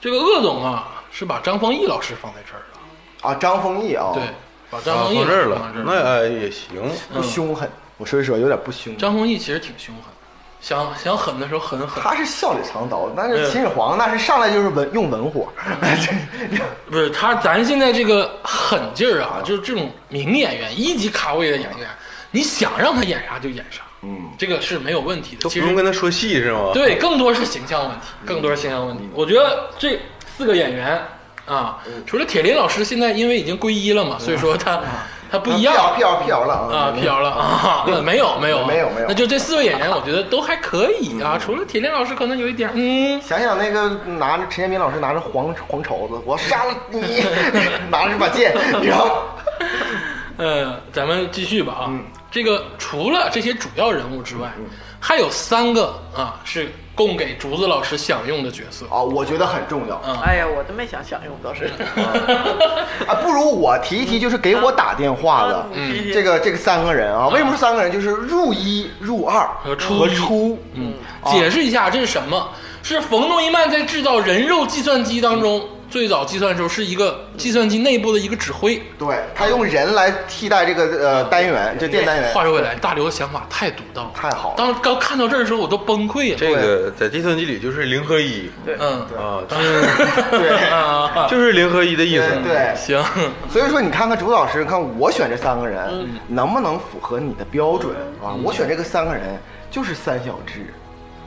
这个鄂总啊，是把张丰毅老师放在这儿了，
啊，张丰毅啊，
对，把张
啊
丰毅
放这儿了
放在，
那哎也行。
不凶狠。我说一说，有点不凶。
嗯张丰毅其实挺凶狠，想想狠的时候狠狠，
他是笑里藏刀，但是秦始皇那是上来就是文用文火，
不是他，咱现在这个狠劲儿啊，就是这种名演员、一级咖位的演员，你想让他演啥就演啥，
嗯，
这个是没有问题的。
都不
其
用
实
跟他说戏是吗？
对，更多是形象问题，更多是形象问题。我觉得这四个演员啊，
嗯
除了铁林老师，现在因为已经皈依了嘛，所以说他他不一 样
辟谣辟谣了
啊，辟谣了啊，呃没有没有
没有没有嗯
那就这四位 演员，我觉得都还可以啊，除了铁林老师可能有一点，嗯，
想想那个拿着陈建斌老师拿着黄黄绸子，我杀了你， 拿着这把剑，你知道吗？
呃，咱们继续吧啊。
嗯
这个除了这些主要人物之外，还有三个啊是供给竹子老师享用的角色。
啊，我觉得很重要。
嗯
哎呀，我都没想享用，倒 是。
啊，不如我提一提，就是给我打电话的
啊，嗯
这个这个三个人啊，为什么说三个人？就是入一、入二
嗯和初一
和初，
嗯，解释一下这是什么？是冯诺依曼在制造人肉计算机当中最早计算的时候，是一个计算机内部的一个指挥。
对他用人来替代这个
嗯
呃单元，这电单元，
话说回来，大刘的想法太独到了，
太好了
当刚看到这儿的时候，我都崩溃了。
这个在计算机里就是零和一
嗯，
啊， 就是
对
啊，
就是零和一的意思。
嗯
对对。
行，
所以说，你看看朱老师，看我选这三个人、
嗯
能不能符合你的标准啊？我选这个三个人就是三小只、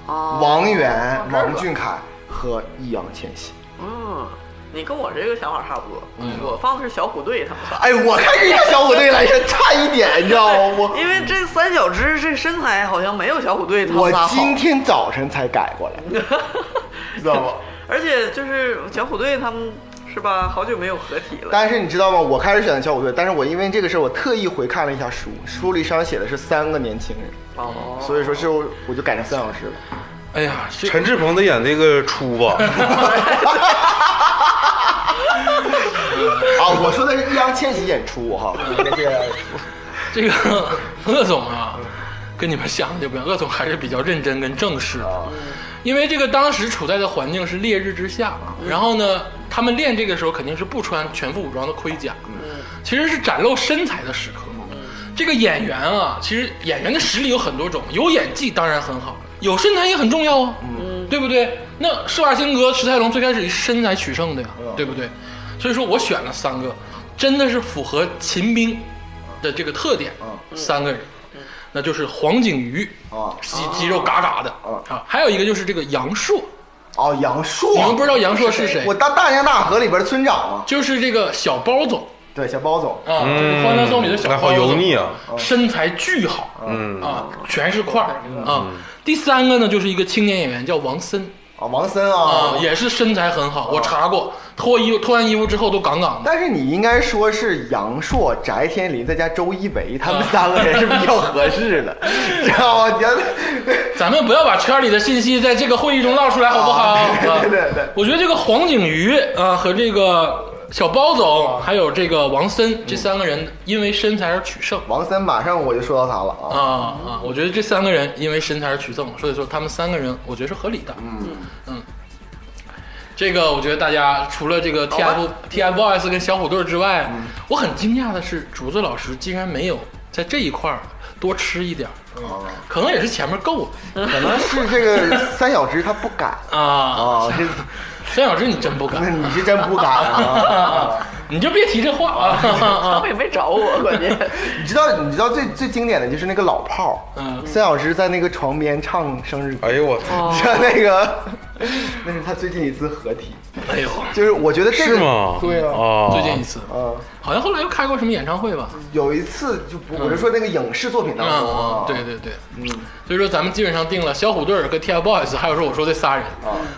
哦
王源、
往这儿吧
王俊凯和易烊千玺。
嗯，你跟我这个想法差不多。
嗯
我放的是小虎队他们仨，
哎，我看这小虎队来着，差一点，你知道吗？哦 我
因为这三小只这身材好像没有小虎队他们
我
仨好。
今天早晨才改过来，知道吗？
而且就是小虎队他们是吧，好久没有合体了。
但是你知道吗？我开始选的小虎队，但是我因为这个事儿，我特意回看了一下书，书里上写的是三个年轻人，
哦，
所以说就我就改成三小只了。
哎呀，这
陈志朋得演这个初吧，
啊，我说的是易烊千玺演出 哈，嗯那个
这个 鄂总啊，跟你们想的就不一样。鄂总还是比较认真跟正式的，因为这个当时处在的环境是烈日之下，然后呢，他们练这个时候肯定是不穿全副武装的盔甲，其实是展露身材的时刻。这个演员啊，其实演员的实力有很多种，有演技当然很好，有身材也很重要啊，对不对？那施瓦辛格、史泰龙最开始以身材取胜的呀，对不对？所以说我选了三个，真的是符合秦兵的这个特点，三个人，那就是黄景瑜，
啊
肌肌肉嘎嘎的啊，还有一个就是这个杨烁，
哦，杨烁，
你们不知道杨烁是谁
我？大大江大河里边的村长嘛，
就是这个小包总，
对，小包总，
啊，就是《欢乐颂》里的小
哎
包
好
子
嗯油腻啊，
身材巨好，
嗯
啊，全是块儿啊。第三个呢，就是一个青年演员叫王森
啊，王森啊
啊，，也是身材很好，我查过，脱衣服脱完衣服之后都杠杠的。
但是你应该说是杨烁、翟天临再加周一围，他们三个人是比较合适 的，知道吗？你要
咱们不要把圈里的信息在这个会议中唠出来，好不好？
啊对
啊
对对对
我觉得这个黄景瑜啊和这个小包总，还有这个王森这三个人，因为身材而取胜。
王森马上我就说到他了啊，
啊啊！我觉得这三个人因为身材而取胜，所以说他们三个人，我觉得是合理的。嗯嗯，这个我觉得大家除了这个 TF TFBOYS 跟小虎队之外，
嗯
我很惊讶的是，竹子老师竟然没有在这一块儿多吃一点儿，可能也是前面够了
哦可能是这个三小只他不敢
啊。
啊，这
孙小志，你真不
那
敢。
你是真不敢啊。
你就别提这话
他
啊！
们也没找我，关键
你知道，你知道最最经典的就是那个老炮儿，
嗯
孙老师在那个床边唱生日歌，
哎呦我，
哦
像那个， 那是他最近一次合体，
哎呦，
就是我觉得这个
是吗？
对啊，
啊，
最近一次，
嗯，
好像后来又开过什么演唱会吧？
有一次就不，我是说那个影视作品当中
啊
啊，
对对对，嗯，所以说咱们基本上定了小虎队儿跟 TFBOYS，还有说我说这仨人，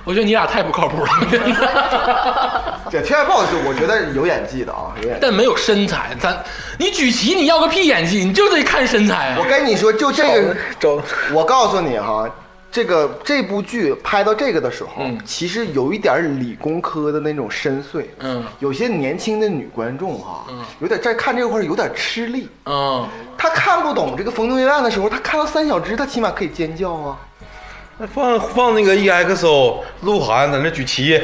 我觉得你俩太不靠谱了，
这 TFBOYS 我觉得有演技的啊，有演技。
但没有身材，咱你举旗你要个屁演技，你就得看身材啊
我，跟你说，就这个，
找
我告诉你哈，这个这部剧拍到这个的时候，
嗯
其实有一点儿理工科的那种深邃。
嗯
有些年轻的女观众哈、有点在看这块儿有点吃力。
嗯，
她看不懂这个《冯同学案》的时候，她看到三小只，她起码可以尖叫啊。
那放放那个 EXO 鹿晗在那举旗，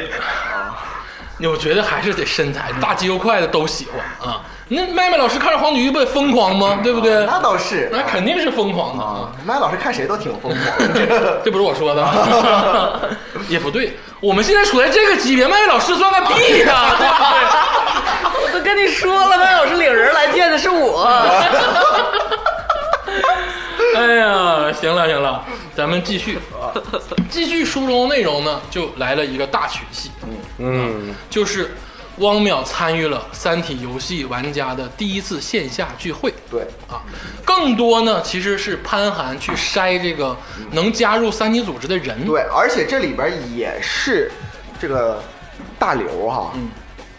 我觉得还是得身材，大肌肉块的都喜欢啊。那麦麦老师看着黄景瑜不得疯狂吗？对不对？
那倒是
哦那肯定是疯狂的啊。
啊，麦老师看谁都挺疯狂 的。
这不是我说的啊， 也不对。我们现在处在这个级别，麦麦老师算个屁呀、对不对？
我都跟你说了，麦老师领人来见的是我。
哎呀，行了行了，咱们继续，继续书中内容呢，就来了一个大群戏，
嗯，
就是汪淼参与了《三体》游戏玩家的第一次线下聚会
对，
啊，更多呢其实是潘寒去筛这个能加入三体组织的人，
对，而且这里边也是这个大刘哈，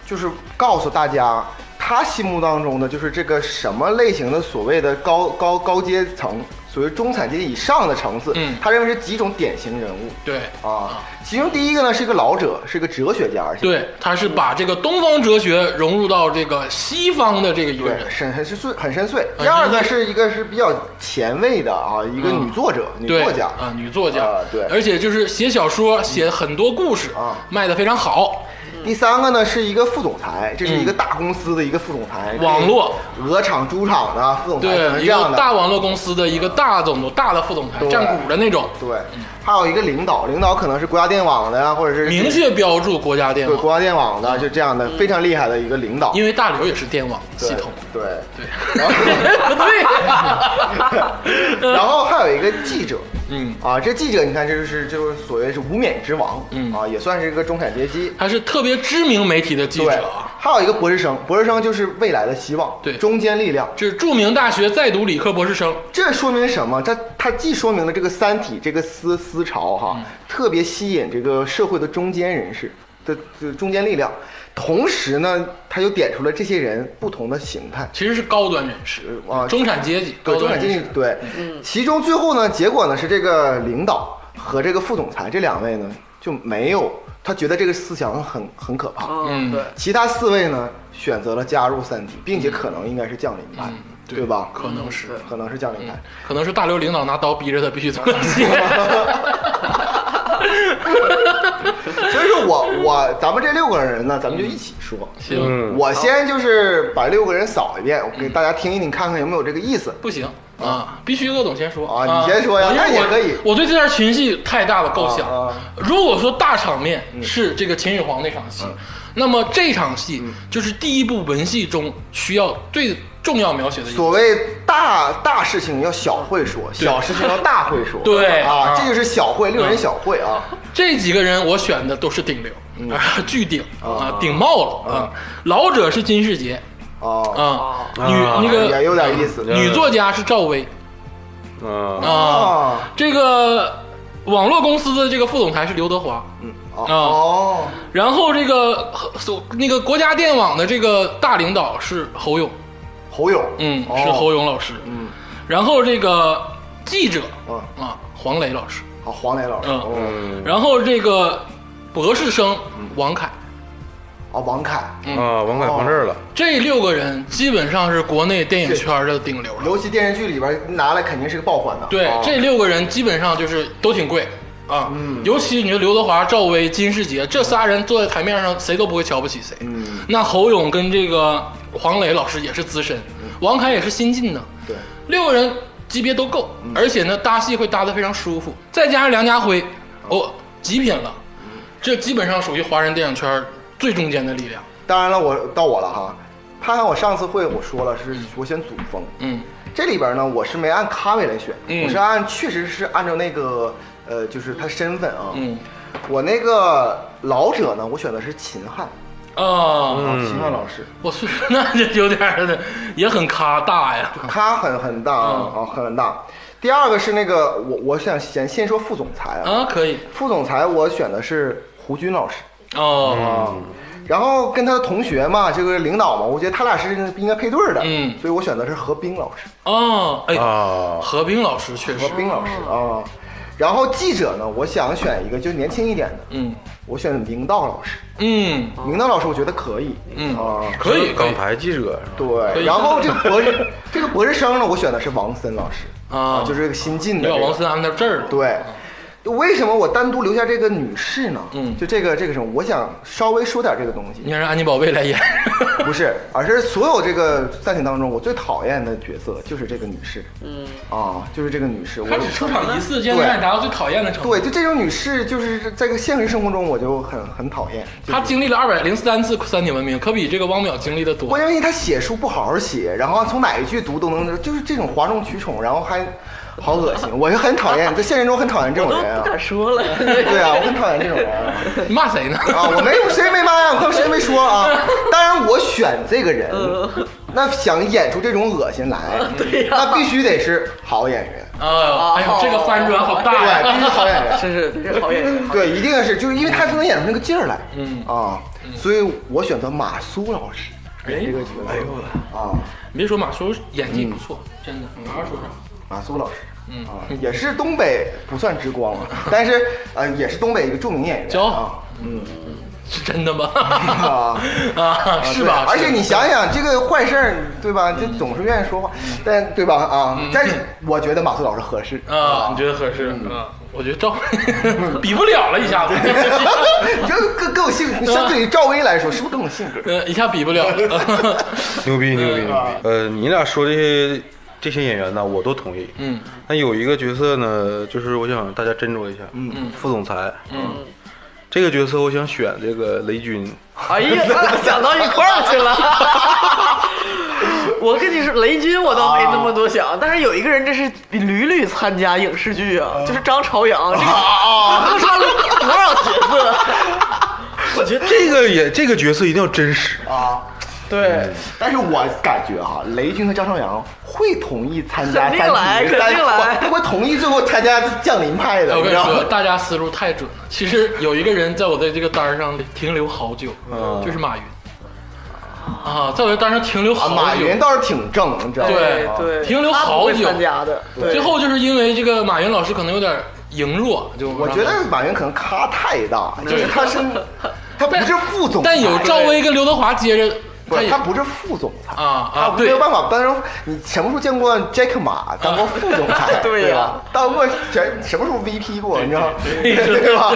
就是告诉大家他心目当中的就是这个什么类型的所谓的高高高阶层，所谓中产阶级以上的层次，
嗯
他认为是几种典型人物
对
啊。其中第一个呢是一个老者，是一个哲学家，而且
对，他是把这个东方哲学融入到这个西方的这个一个
对
人，
深很深邃，很深邃。第二个是一个是比较前卫的啊，一个女作者，女
对
作家，
啊，女作家、
啊对
而且就是写小说，写很多故事，
啊
卖的非常好，
第三个呢是一个副总裁，这是一个大公司的一个副总裁，
嗯网络
鹅厂、猪厂的副总裁可能
对，
这
一
样
个
的。
大网络公司的一个大总头、大的副总裁，
对
占股的那种，
对，还有一个领导，领导可能是国家电网的呀，或者是
明确标注国家电
对国
网，
家电网的，就这样的非常厉害的一个领导
因为大刘也是电网系统，
对。对
对，
然后
不 对，
然后还有一个记者，
嗯，
啊，这记者你看，这就是就是所谓是无冕之王，
嗯
啊，也算是一个中产阶级。
他是特别知名媒体的记
对
者啊，，
还有一个博士生，博士生就是未来的希望，
对
中坚力量。
就是著名大学在读理科博士生，
这说明什么？它它既说明了这个《三体》这个思思潮哈，特别吸引这个社会的中间人士的的中间力量，同时呢，它又点出了这些人不同的形态。
其实是高端人士
呃啊
中产阶级，
对
高
中
端
产阶
人
级
士，，
对，嗯其中最后呢，结果呢是这个领导和这个副总裁这两位呢就没有，他觉得这个思想很很可怕，哦
嗯
嗯，对，
其他四位呢选择了加入三体，并且可能应该是降临派，
嗯对
对吧？
可能是
可能是降临派。
可能是大刘领导拿刀逼着他必须这么 写，
所以说我我咱们这六个人呢，咱们就一起说。
行
我先就是把六个人扫一遍，我给大家听一听，看看有没有这个意思。
不行啊，必须鄂总先说
啊你先说呀
因为
那也
我
可以
我对这段群戏太大的构想
啊啊。嗯
如果说大场面是这个秦始皇那场戏，那么这场戏
嗯
就是第一部文戏中需要最重要描写的一
所谓大大事情要小会说，小事情要大会 说。
对
啊，
啊嗯
这就是小会六人小会啊。
这几个人我
嗯啊
啊选的都是顶流，啊，巨顶啊，顶帽了啊。老者是金世杰
哦，
啊，女
啊
那
也
个嗯
有点意思
女作家是赵薇
啊
啊，
哦
这个网络公司的这个副总裁是刘德华，啊，
嗯哦
然后这个呃所那个国家电网的这个大领导是侯勇，
侯勇，
嗯，
哦
是侯，勇老师，嗯，然后这个记者
嗯，
啊黄磊老师，
好，黄磊老师，
嗯
哦，
嗯
然后这个博士生王凯，
哦，王凯，
啊，王凯放这儿了，
这六个人基本上是国内电影圈的顶流了。
尤其电视剧里边拿来肯定是个爆款的，哦
对，这六个人基本上就是都挺贵啊。尤其你说刘德华、赵薇、金世杰这仨人坐在台面上，谁都不会瞧不起谁。
嗯，
那侯勇跟这个黄磊老师也是资深，王凯也是新晋的，
对，
六个人级别都够，而且呢搭戏会搭得非常舒服。再加上梁家辉，哦，极品了，这基本上属于华人电影圈最中间的力量。
当然了，我到我了哈。潘潘，我上次会我说了，是我选祖峰，
嗯
这里边呢，我是没按咖位来选，
嗯
我是按确实是按照那个呃，就是他身份啊。
嗯
我那个老者呢，我选的是秦汉，
啊，
啊秦汉老师，
我岁数 那这有点儿的也很咖大呀。
他很很大啊，
嗯
啊很很大。第二个是那个我我想先先说副总裁啊，
啊，可以
副总裁我选的是胡军老师
哦，
啊，然后跟他的同学嘛，这个领导嘛，我觉得他俩是应该配对儿的，
嗯
所以我选的是何冰老师，
哦，哎，
啊，
何冰老师确
何
实，
冰老师啊。然后记者呢，我想选一个就是年轻一点的，
嗯
我选明道老师，
嗯
明道老师我觉得可以，
嗯
啊，
可以可
港
以
台记者是吧
可
对。
以
然后这个博士，这个博士生呢，我选的是王森老师
啊
就是这个新进
你
的
把
这
王
个。
森安啊排到这儿了，
对，为什么我单独留下这个女士呢？
嗯
就这个这个什么，我想稍微说点这个东
你
西，
想让安妮宝贝来 演，
不是，而是所有这个暂停当中，我最讨厌的角色就是这个女士
嗯，
啊，就是这个女士，我
她只出场一次，竟然达到最讨厌的程度。
对，就这种女士，就是在这个现实生活中，我就很很讨厌。就是
她经历了二百零三次三体文明，可比这个汪淼经历的多
关。键问题他写书不好好写，然后从哪一句读都能，就是这种哗众取宠，然后还好恶心，我是很讨厌，在现实中很讨厌这
我
种
都
人啊
不。敢说了。
对啊，我很讨厌这种人啊。
你骂谁呢？
啊，我没有谁没骂呀，我看谁没说啊。当然，我选这个人，那想演出这种恶心来，
嗯 对呀
那必须得是好演员，
啊，哎呦，这个翻转好大
哦对，必
呀！
须是好演员，
是是，这是好演员。
对，一定是，就是因为他才能演出那个劲儿来，
嗯
啊，所以我选择马苏老师
哎
这个角
哎呦
色
我的
啊，
别说马叔演技不错，真的，嗯马上说说。
马苏老师。
嗯
啊，也是东北不算之光 啊，但是呃，也是东北一个著名演员，
骄
啊
傲，是真的 吗？ 啊，是
对
吧？
而且
是
你想想，这个坏事儿，对吧？这总是愿意说话，
嗯
但对吧？啊，但是我觉得马苏老师合适，
啊，你觉得合适？啊，我觉得赵 比不了了，一 下子，
这更更有性，相对于赵薇来说，是不是更有性格？
呃，一下比不了。
牛逼牛逼牛逼！呃，你俩说这些这些演员呢，我都同意。
嗯，
那有一个角色呢，就是我想大家斟酌一下。嗯，副总裁。嗯，这个角色我想选这个雷军。
哎呀，咱俩想到一块儿去了。 我跟你说，雷军我倒没那么多想，但是有一个人真是屡屡参加影视剧啊，就是张朝阳，这个
啊
他上了多少角色？我觉得
这个也这个角色一定要真实。
啊，
对，
但是我感觉哈、雷军和张朝阳会同意参加
肯定来
三体
肯定来
三不会同意最后参加降临派的，
哎我跟
你知
你
道吗
说，？大家思路太准了。其实有一个人在我的这个单儿上停留好久，就是马云。啊，在我的单上停留
嗯啊，
好久。
马云倒是挺正，你知道吗？
对
啊
对，
停留
他不
好
会
久
参加的，对
最后就是因为这个马云老师可能有点羸弱，就
我觉得马云可能咖太大，就是 他是他不是副总裁，
但有赵薇跟刘德华接着，
不
他
是，
也
他不是副总裁
啊啊
他没
对啊
有办法。当时你什么时候见过 Jack 马当过副总 裁？
对呀
对吧？当过全什么时候 VP 过？你知道吗
对对
对吧？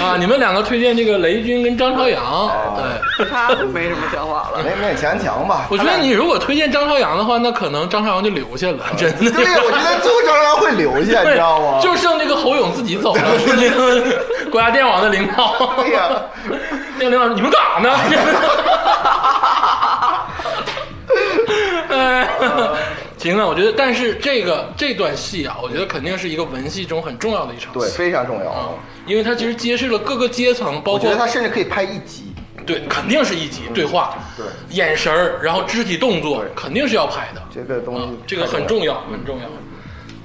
啊，你们两个推荐这个雷军跟张朝阳，
哦
对，
他没什么想法了。
勉勉强强吧。
我觉得你如果推荐张朝阳的话，那可能张朝阳就留下了，真的。
哦 对，我觉得最后张朝阳会留下，你知道吗？
就剩这个侯勇自己走了， 这个国家电网的领导。
对哎呀
那个领导说：“你们干啥呢？” 哎，行啊了，我觉得，但是这个这段戏啊，我觉得肯定是一个文戏中很重要的一场戏，啊
对，非常重要。
因为它其实揭示了各个阶层，包
我觉
括
得他甚至可以拍一集，
对，肯定是一集对话，对，眼神儿，然后肢体动作，肯定是要拍的。
这个东西
嗯，这个很重要，很重要。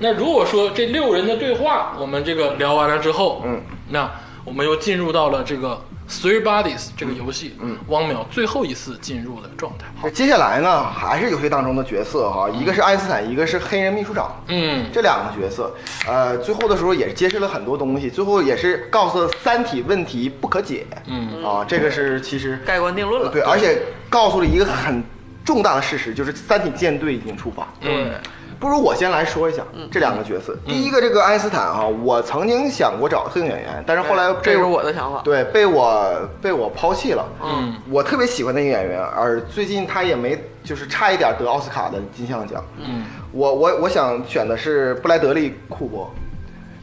那如果说这六人的对话，我们这个聊完了之后，嗯，那我们又进入到了这个 Three Bodies 这个游戏，嗯，汪淼最后一次进入的状态。
这接下来呢，还是游戏当中的角色哈，一个是爱因斯坦，一个是黑人秘书长，
嗯
这两个角色，呃，最后的时候也揭示了很多东西，最后也是告诉三体问题不可解，
嗯
啊，这个是其实呃
盖棺定论了。
对，而且告诉了一个很重大的事实，就是三体舰队已经出发。
嗯
不如我先来说一下
嗯
这两个角色。第一个，这个爱因斯坦啊，我曾经想过找特型演员，但是后来
哎这
被
是我的想法。
对，被我被我抛弃了。
嗯，
我特别喜欢那个演员，而最近他也没就是差一点得奥斯卡的金像奖。
嗯，
我我我想选的是布莱德利·库珀，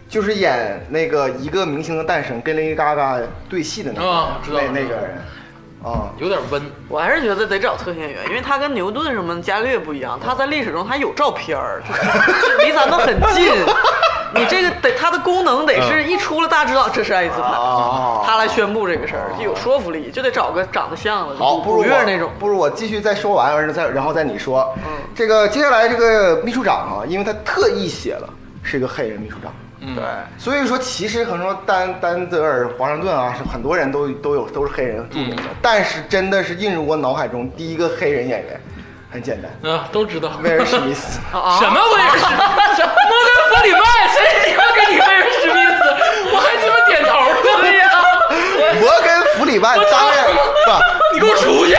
就是演那个一个明星的诞生跟 Lady Gaga 对戏的那个人、
啊知道
那那
知
个
道
人啊。
有点温，
我还是觉得得找特型演员，因为他跟牛顿什么的伽利略不一样，他在历史中他有照片儿，就是 离咱们很近。你这个得它的功能得
嗯
是一出了大家知道这是爱因斯坦，
哦
他来宣布这个事儿就有说服力，就得找个长得像的，
好，
古
不如
古月
我
那种。
不如我继续再说完，而再然后再你说。
嗯
这个接下来这个秘书长啊，因为他特意写了是一个黑人秘书长，
嗯，
所以说其实可能说丹丹泽尔华盛顿啊，是很多人都都有都是黑人著名的，
嗯
但是真的是映入我脑海中第一个黑人演员，很简 单，
啊，都知道。
威尔史密斯。
啊
什么威尔史密斯？摩根弗里曼，谁他妈给你威尔史密斯？我还他妈点头呢。对呀，
摩根弗里曼 当然不，
你给我出去！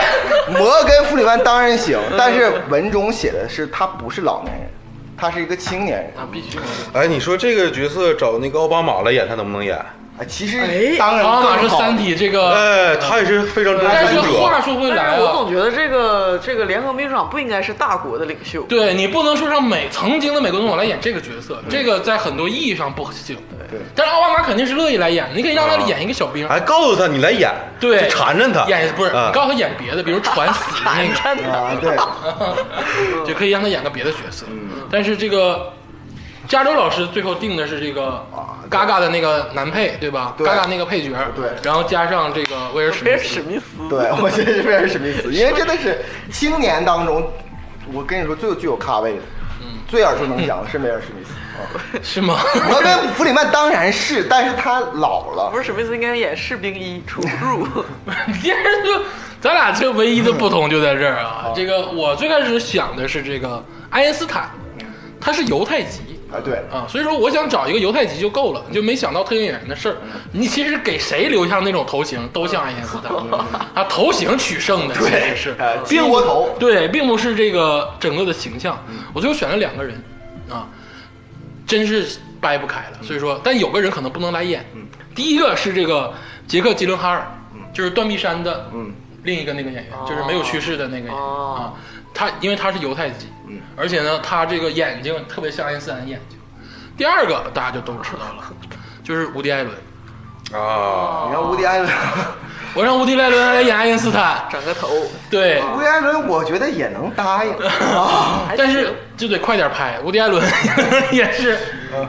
摩根弗里曼当然行，但是文中写的是他不是老年人，他是一个青年人。
那必须。
哎，你说这个角色找那个奥巴马来演，他能不能演？
啊，其
哎
实当然
奥
更
巴啊马
好。呃
是《三体》这个，
哎，他也是非常中
但
心
是话
者。
说回来
但是我
啊，
总觉得这个这个联合秘书长不应该是大国的领袖，
对你不能说让美曾经的美国总统来演这个角色，这个在很多意义上不合适。
对
但是奥巴马肯定是乐意来演，你可以让他演一个小兵，
哎，告诉他你来演，
对
就缠着他
演不是，
啊
你告诉他演别的，比如传死那个。
真的。
啊，对，
就可以让他演个别的角色。但是这个加州老师最后定的是这个嘎嘎的那个男配，对吧？
对
嘎嘎那个配角，
对
然后加上这个威尔史
威
密
尔
斯，
史密斯，
对，我觉得是威尔史密斯，因为真的是青年当中，我跟你说最有具有咖位的，
嗯
最耳熟能详的是威尔史密斯。啊
是吗？
摩根弗里曼当然是，但是他老了
不。是史密斯应该演士兵一出入，
别人就咱俩这唯一的不同就在这儿啊。这个我最开始想的是这个爱因斯坦，他是犹太籍。
啊，对，
啊，所以说我想找一个犹太籍就够了，就没想到特型演员的事儿。你其实给谁留下那种头型，都像爱因斯坦啊，头型取胜的其实是
呃，
并
鸡
不
窝头
对，并不是这个整个的形象。我最后选了两个人啊，真是掰不开了。所以说，但有个人可能不能来演，第一个是这个杰克·吉伦哈尔，就是《断臂山》的
嗯
另一个那个演员，就是没有去世的那个演员
哦
啊。他因为他是犹太籍，而且呢，他这个眼睛特别像爱因斯坦的眼睛。第二个大家就都知道了，就是无敌艾伦。
啊，
你看无敌艾伦，
我让无敌艾伦来演爱因斯坦，
整个头，
对，
无敌艾伦我觉得也能 答应啊。
还
但
行
是就得快点拍。无敌艾伦也是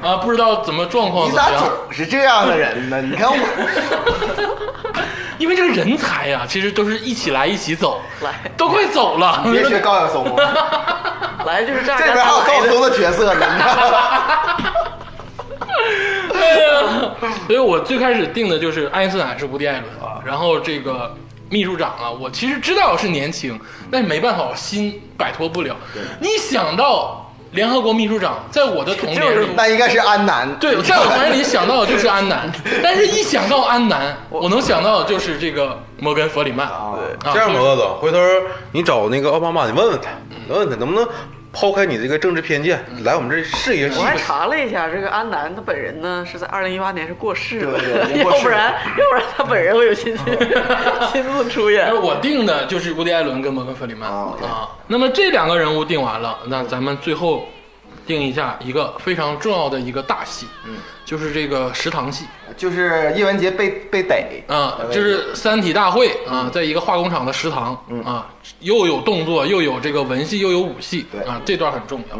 啊，不知道怎么状况
你
怎么
咋
样，
总是这样的人呢？你看我，。
因为这个人才呀、其实都是一起来一起走，
来
都快走了
别 学高晓松啊，
来就是这样
这边还有高晓松的角色呢。你知道吗
哎所以我最开始定的就是爱因斯坦是无敌艾伦，然后这个秘书长啊，我其实知道是年轻，但是没办法，我心摆脱不了。你想到联合国秘书长，在我的童年里，
那应该是安南。啊
对， 在我童年里想到的就是安 南，但是一想到安南，我能想到的就是这个摩根弗里曼。啊
这样吧，鄂总，回头你找那个奥巴马，你问问他，问问他能不能抛开你这个政治偏见，来我们这儿试一
我还
试。
查了一下，这个安南他本人呢是在二零一八年是过世了，
对 对已经过
要不
世嗯
然要不然他本人会有亲戚 亲自出演
但。是我定的就是乌迪艾伦跟摩根弗里曼
啊，OK
啊。那么这两个人物定完了，那咱们最后定一下一个非常重要的一个大戏，嗯，就是这个食堂戏
就是叶文洁被被逮
啊，就是三体大会
嗯
啊，在一个化工厂的食堂啊，又有动作，又有这个文戏，又有武戏
对嗯
啊，这段很重要。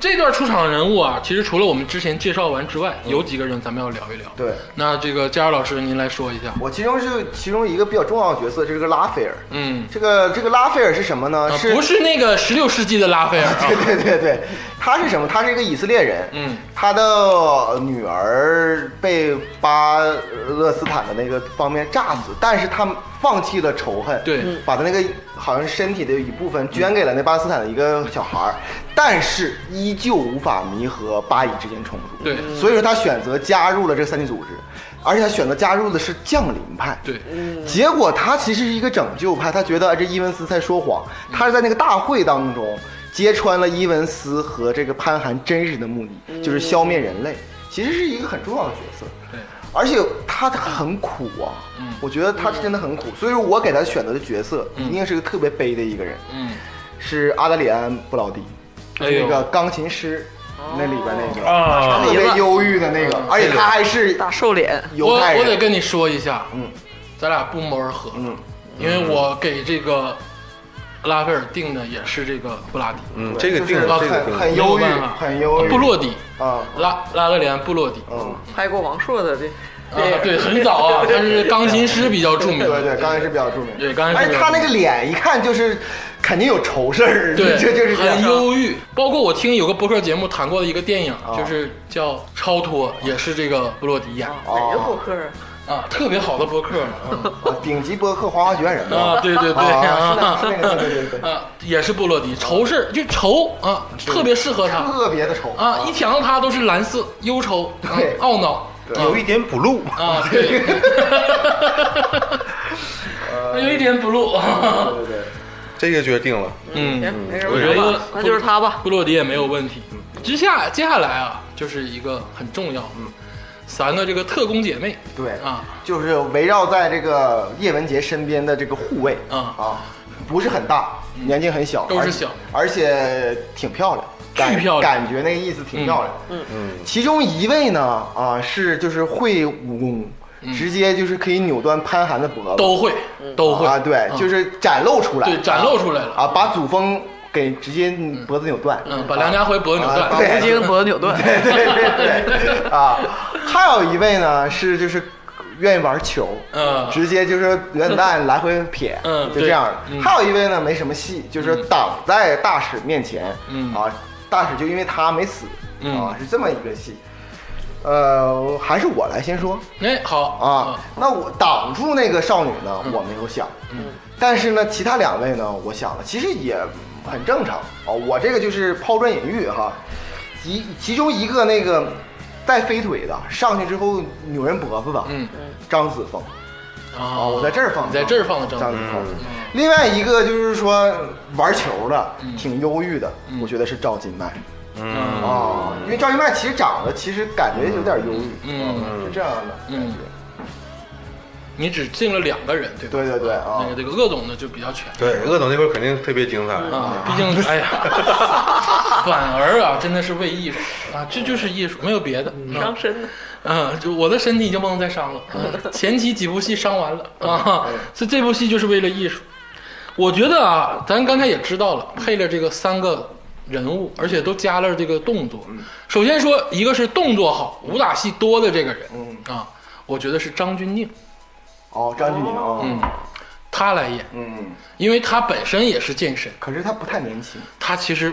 这段出场人物啊，其实除了我们之前介绍完之外，有几个人咱们要聊一聊。
嗯对
那这个佳儿老师您来说一下。
我其中是其中一个比较重要的角色，就是这个拉斐尔。
嗯，
这个这个拉斐尔是什么呢？
啊
是
不是那个十六世纪的拉斐尔啊？
对对对，他是什么？他是一个以色列人。
嗯，
他的女儿被巴勒斯坦的那个方面炸死，但是他放弃了仇恨，
对嗯，
把他那个好像身体的一部分捐给了那巴勒斯坦的一个小孩儿，但是依旧无法弥合巴以之间冲突。
对
所以说他选择加入了这个三级组织，而且他选择加入的是降临派。
对，
结果他其实是一个拯救派，他觉得这伊文斯在说谎，他是在那个大会当中揭穿了伊文斯和这个潘寒真实的目的，就是消灭人类，其实是一个很重要的角色。
对，嗯
而且他很苦啊，我觉得他是真的很苦，所以说我给他选择的角色一定是个特别悲的一个人，
嗯，
是阿德里安·布劳迪，
哎呦哦
那个钢琴师那里边那个，
啊，
特别忧郁的那个，而且他还是
大瘦脸，
犹
我
太
哎我得
人，
跟你说一下，
嗯，
咱俩不谋而合，
嗯，
因为我给这个拉斐尔定的也是这个布拉迪，
嗯，这个定
就是
了，这个
很
定
很
了。
忧郁
没有办法，
很忧郁，
布洛迪，
啊，
拉拉格连布洛迪，
嗯，
拍过王朔的这
啊，对，很早啊，但是钢琴师比较著名，
对对，刚才是比较著名，
对刚才是
而且哎他那个脸一看就是肯定有仇事儿，
对，
这 就是这样
很忧郁。包括我听有个播客节目谈过的一个电影，
啊
就是叫《超脱》，也是这个布洛迪演
啊哪个博客啊？
啊，特别好的播客嗯
啊，顶级播客花花学院人
啊，对对对
啊，是那是那个，对对对对，
啊，也是布洛迪，愁事儿就愁啊，特别适合他
特别的丑
啊，一想到他都是蓝色、忧愁、啊
对
懊恼
有一点补录，
啊， 对，有一点 blue，
对对对，
这个决定了。
嗯
行，没事，
我觉得
那就是他吧。
布洛迪也没有问题。之下接下来啊，就是一个很重要，嗯，三个这个特工姐妹，
对
啊，
就是围绕在这个叶文洁身边的这个护卫
啊嗯
啊，不是很大，年纪很小，
都是
而
小，
而且挺漂亮，感
漂亮
感觉那个意思挺漂亮。嗯嗯，其中一位呢啊是就是会武功，直接就是可以扭断潘寒的脖子，
嗯都会
嗯
都哦会嗯
啊，对，就是展露出来，
对展露出来了
啊，把祖峰给直接脖子扭断，
嗯，把梁家辉脖子扭
啊
断，
对
吴京脖子扭断，
对对对 啊，还有一位呢是就是愿意玩球，
嗯
直接就是原子弹来回撇，
嗯
就这样的
对嗯
还有一位呢没什么戏，就是挡在大使面前，
嗯
啊，大使就因为他没死，
嗯
啊，是这么一个戏。呃，还是我来先说
哎，好
啊，，那我挡住那个少女呢，我没有想，嗯，但是呢，其他两位呢，我想了，其实也很正常啊。我这个就是抛砖引玉哈，其其中一个那个带飞腿的上去之后扭人脖子的，
嗯，
张子枫啊，
啊，
我在这儿放，
你在这儿放的张
张
子嗯
子枫。嗯另外一个就是说玩球的，挺忧郁的，我觉得是赵今麦
嗯
啊，因为赵今麦其实长得其实感觉有点忧郁，
嗯
是这样的感
嗯
觉。
你只进了两个人，对吧？
对对对啊
那个这个鄂总呢就比较全
对，恶总那块儿肯定特别精彩。
啊，毕 竟哎呀，反而啊，真的是为艺术啊，这就是艺术，没有别的。嗯
伤身呢。
嗯，就我的身体已经不能再伤了。嗯前期几部戏伤完了啊，所以这部戏就是为了艺术。我觉得啊，咱刚才也知道了，配了这个三个人物，而且都加了这个动作。首先说，一个是动作好、武打戏多的这个人，啊，我觉得是张钧甯，
哦，张钧甯啊，嗯
他来演，
嗯，
因为他本身也是健身，
可是他不太年轻，
他其实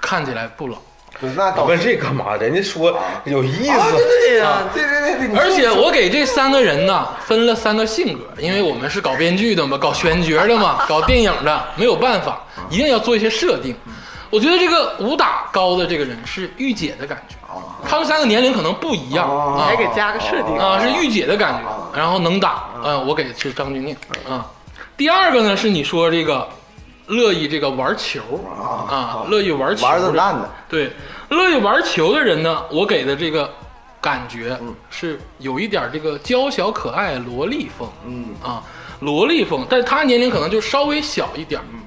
看起来不老。
对那
你
导
问
致
这干嘛？人家说有意
啊，对
思。
对
对
对
呀，
对对对对，你
而且我给这三个人呢分了三个性格，因为我们是搞编剧的嘛，搞选角的嘛，搞电影的，没有办法，一定要做一些设定。我觉得这个武打高的这个人是御姐的感觉，他们三个年龄可能不一样
哦
啊
还给加个设定，
啊，是御姐的感觉，然后能打，嗯，我给是张钧甯啊。第二个呢是你说这个乐意这个玩球啊，乐意玩球
哦玩的烂的，
对，乐意玩球的人呢，我给的这个感觉
嗯
是有一点这个娇小可爱萝莉风，嗯啊，萝莉风，但是她年龄可能就稍微小一点儿。
嗯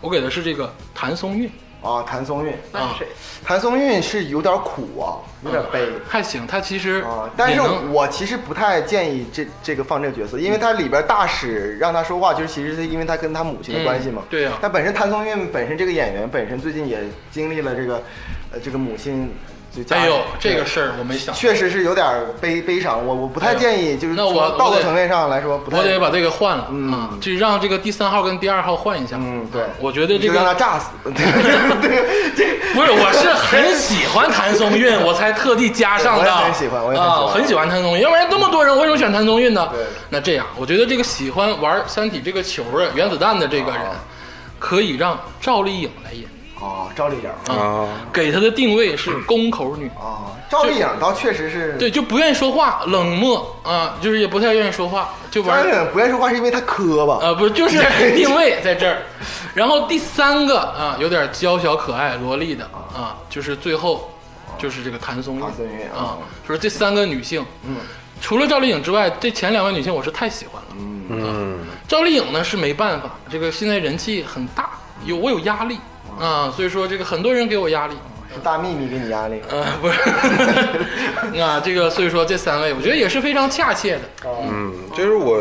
我给的是这个谭松韵，
啊，谭松韵，
那是谁？
谭松韵是有点苦啊，有点悲
还行，她其实
啊，但
也
是
能
我其实不太建议这这个放这个角色，因为他里边大使让他说话，就是其实是因为他跟他母亲的关系嘛
嗯，对啊
但本身谭松韵本身这个演员本身最近也经历了这个呃这个母亲就家里
哎呦，这个事儿我没想过，
确实是有点悲悲伤，我我不
哎
太建议，就是
那我
从道
我
德
得
层面上来说，不太
我得把这个换了，
嗯
啊，就让这个第三号跟第二号换一下。
嗯对，
我觉得
你
这
就让他
个
炸死，对这
不是，我是很喜欢谭松韵，我才特地加上的。
我也很喜欢我也很喜
啊
欢，
很喜欢谭松韵，要不然那么多人，我为什么选谭松韵呢
对？
那这样，我觉得这个喜欢玩《三体》这个球的原子弹的这个人，可以让赵丽颖来演
哦，赵丽颖
啊
啊，
给她的定位是宫口女。
啊，赵丽颖倒确实是
对，就不愿意说话，冷漠啊，就是也不太愿意说话，就玩
张颖不愿意说话是因为她磕吧？
啊，不就是定位在这儿。然后第三个啊，有点娇小可爱、萝莉的啊，就是最后就是这个谭松韵
谭松韵
啊
啊，
说这三个女性，嗯，除了赵丽颖之外，这前两位女性我是太喜欢了。
嗯，
赵丽颖呢是没办法，这个现在人气很大，有我有压力啊，所以说这个很多人给我压力。
是大秘密给你压力，
呃，不是，啊，这个所以说这三位，我觉得也是非常恰切的。
嗯，就是我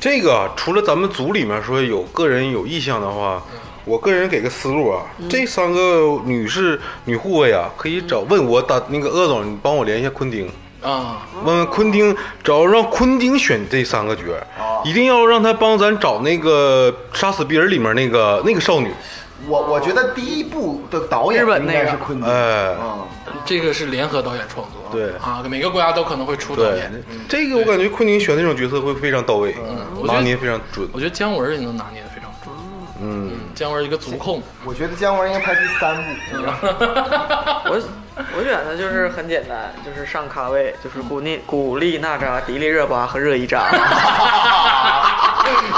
这个啊除了咱们组里面说有个人有意向的话，我个人给个思路啊，这三个女士女护卫啊，可以找问我打那个鄂总，你帮我联系一下昆汀。
啊，
问问昆汀，找让昆汀选这三个角，一定要让他帮咱找那个《杀死比尔》里面那个那个少女，
我我觉得第一部的导演
日本
应
那个呃
该是昆汀，
哎
啊，
这个是联合导演创作，
对
啊，每个国家都可能会出导
对
演。，
这个我感觉昆汀选那种角色会非常到位，
我觉得
拿捏非常准。
我觉得姜文儿也能拿捏的非常准，
嗯，
姜文儿一个足控，
我觉得姜文应该拍第三部，
我我选的就是很简单，就是上咖位，就是古力古力娜扎、迪丽热巴和热依扎。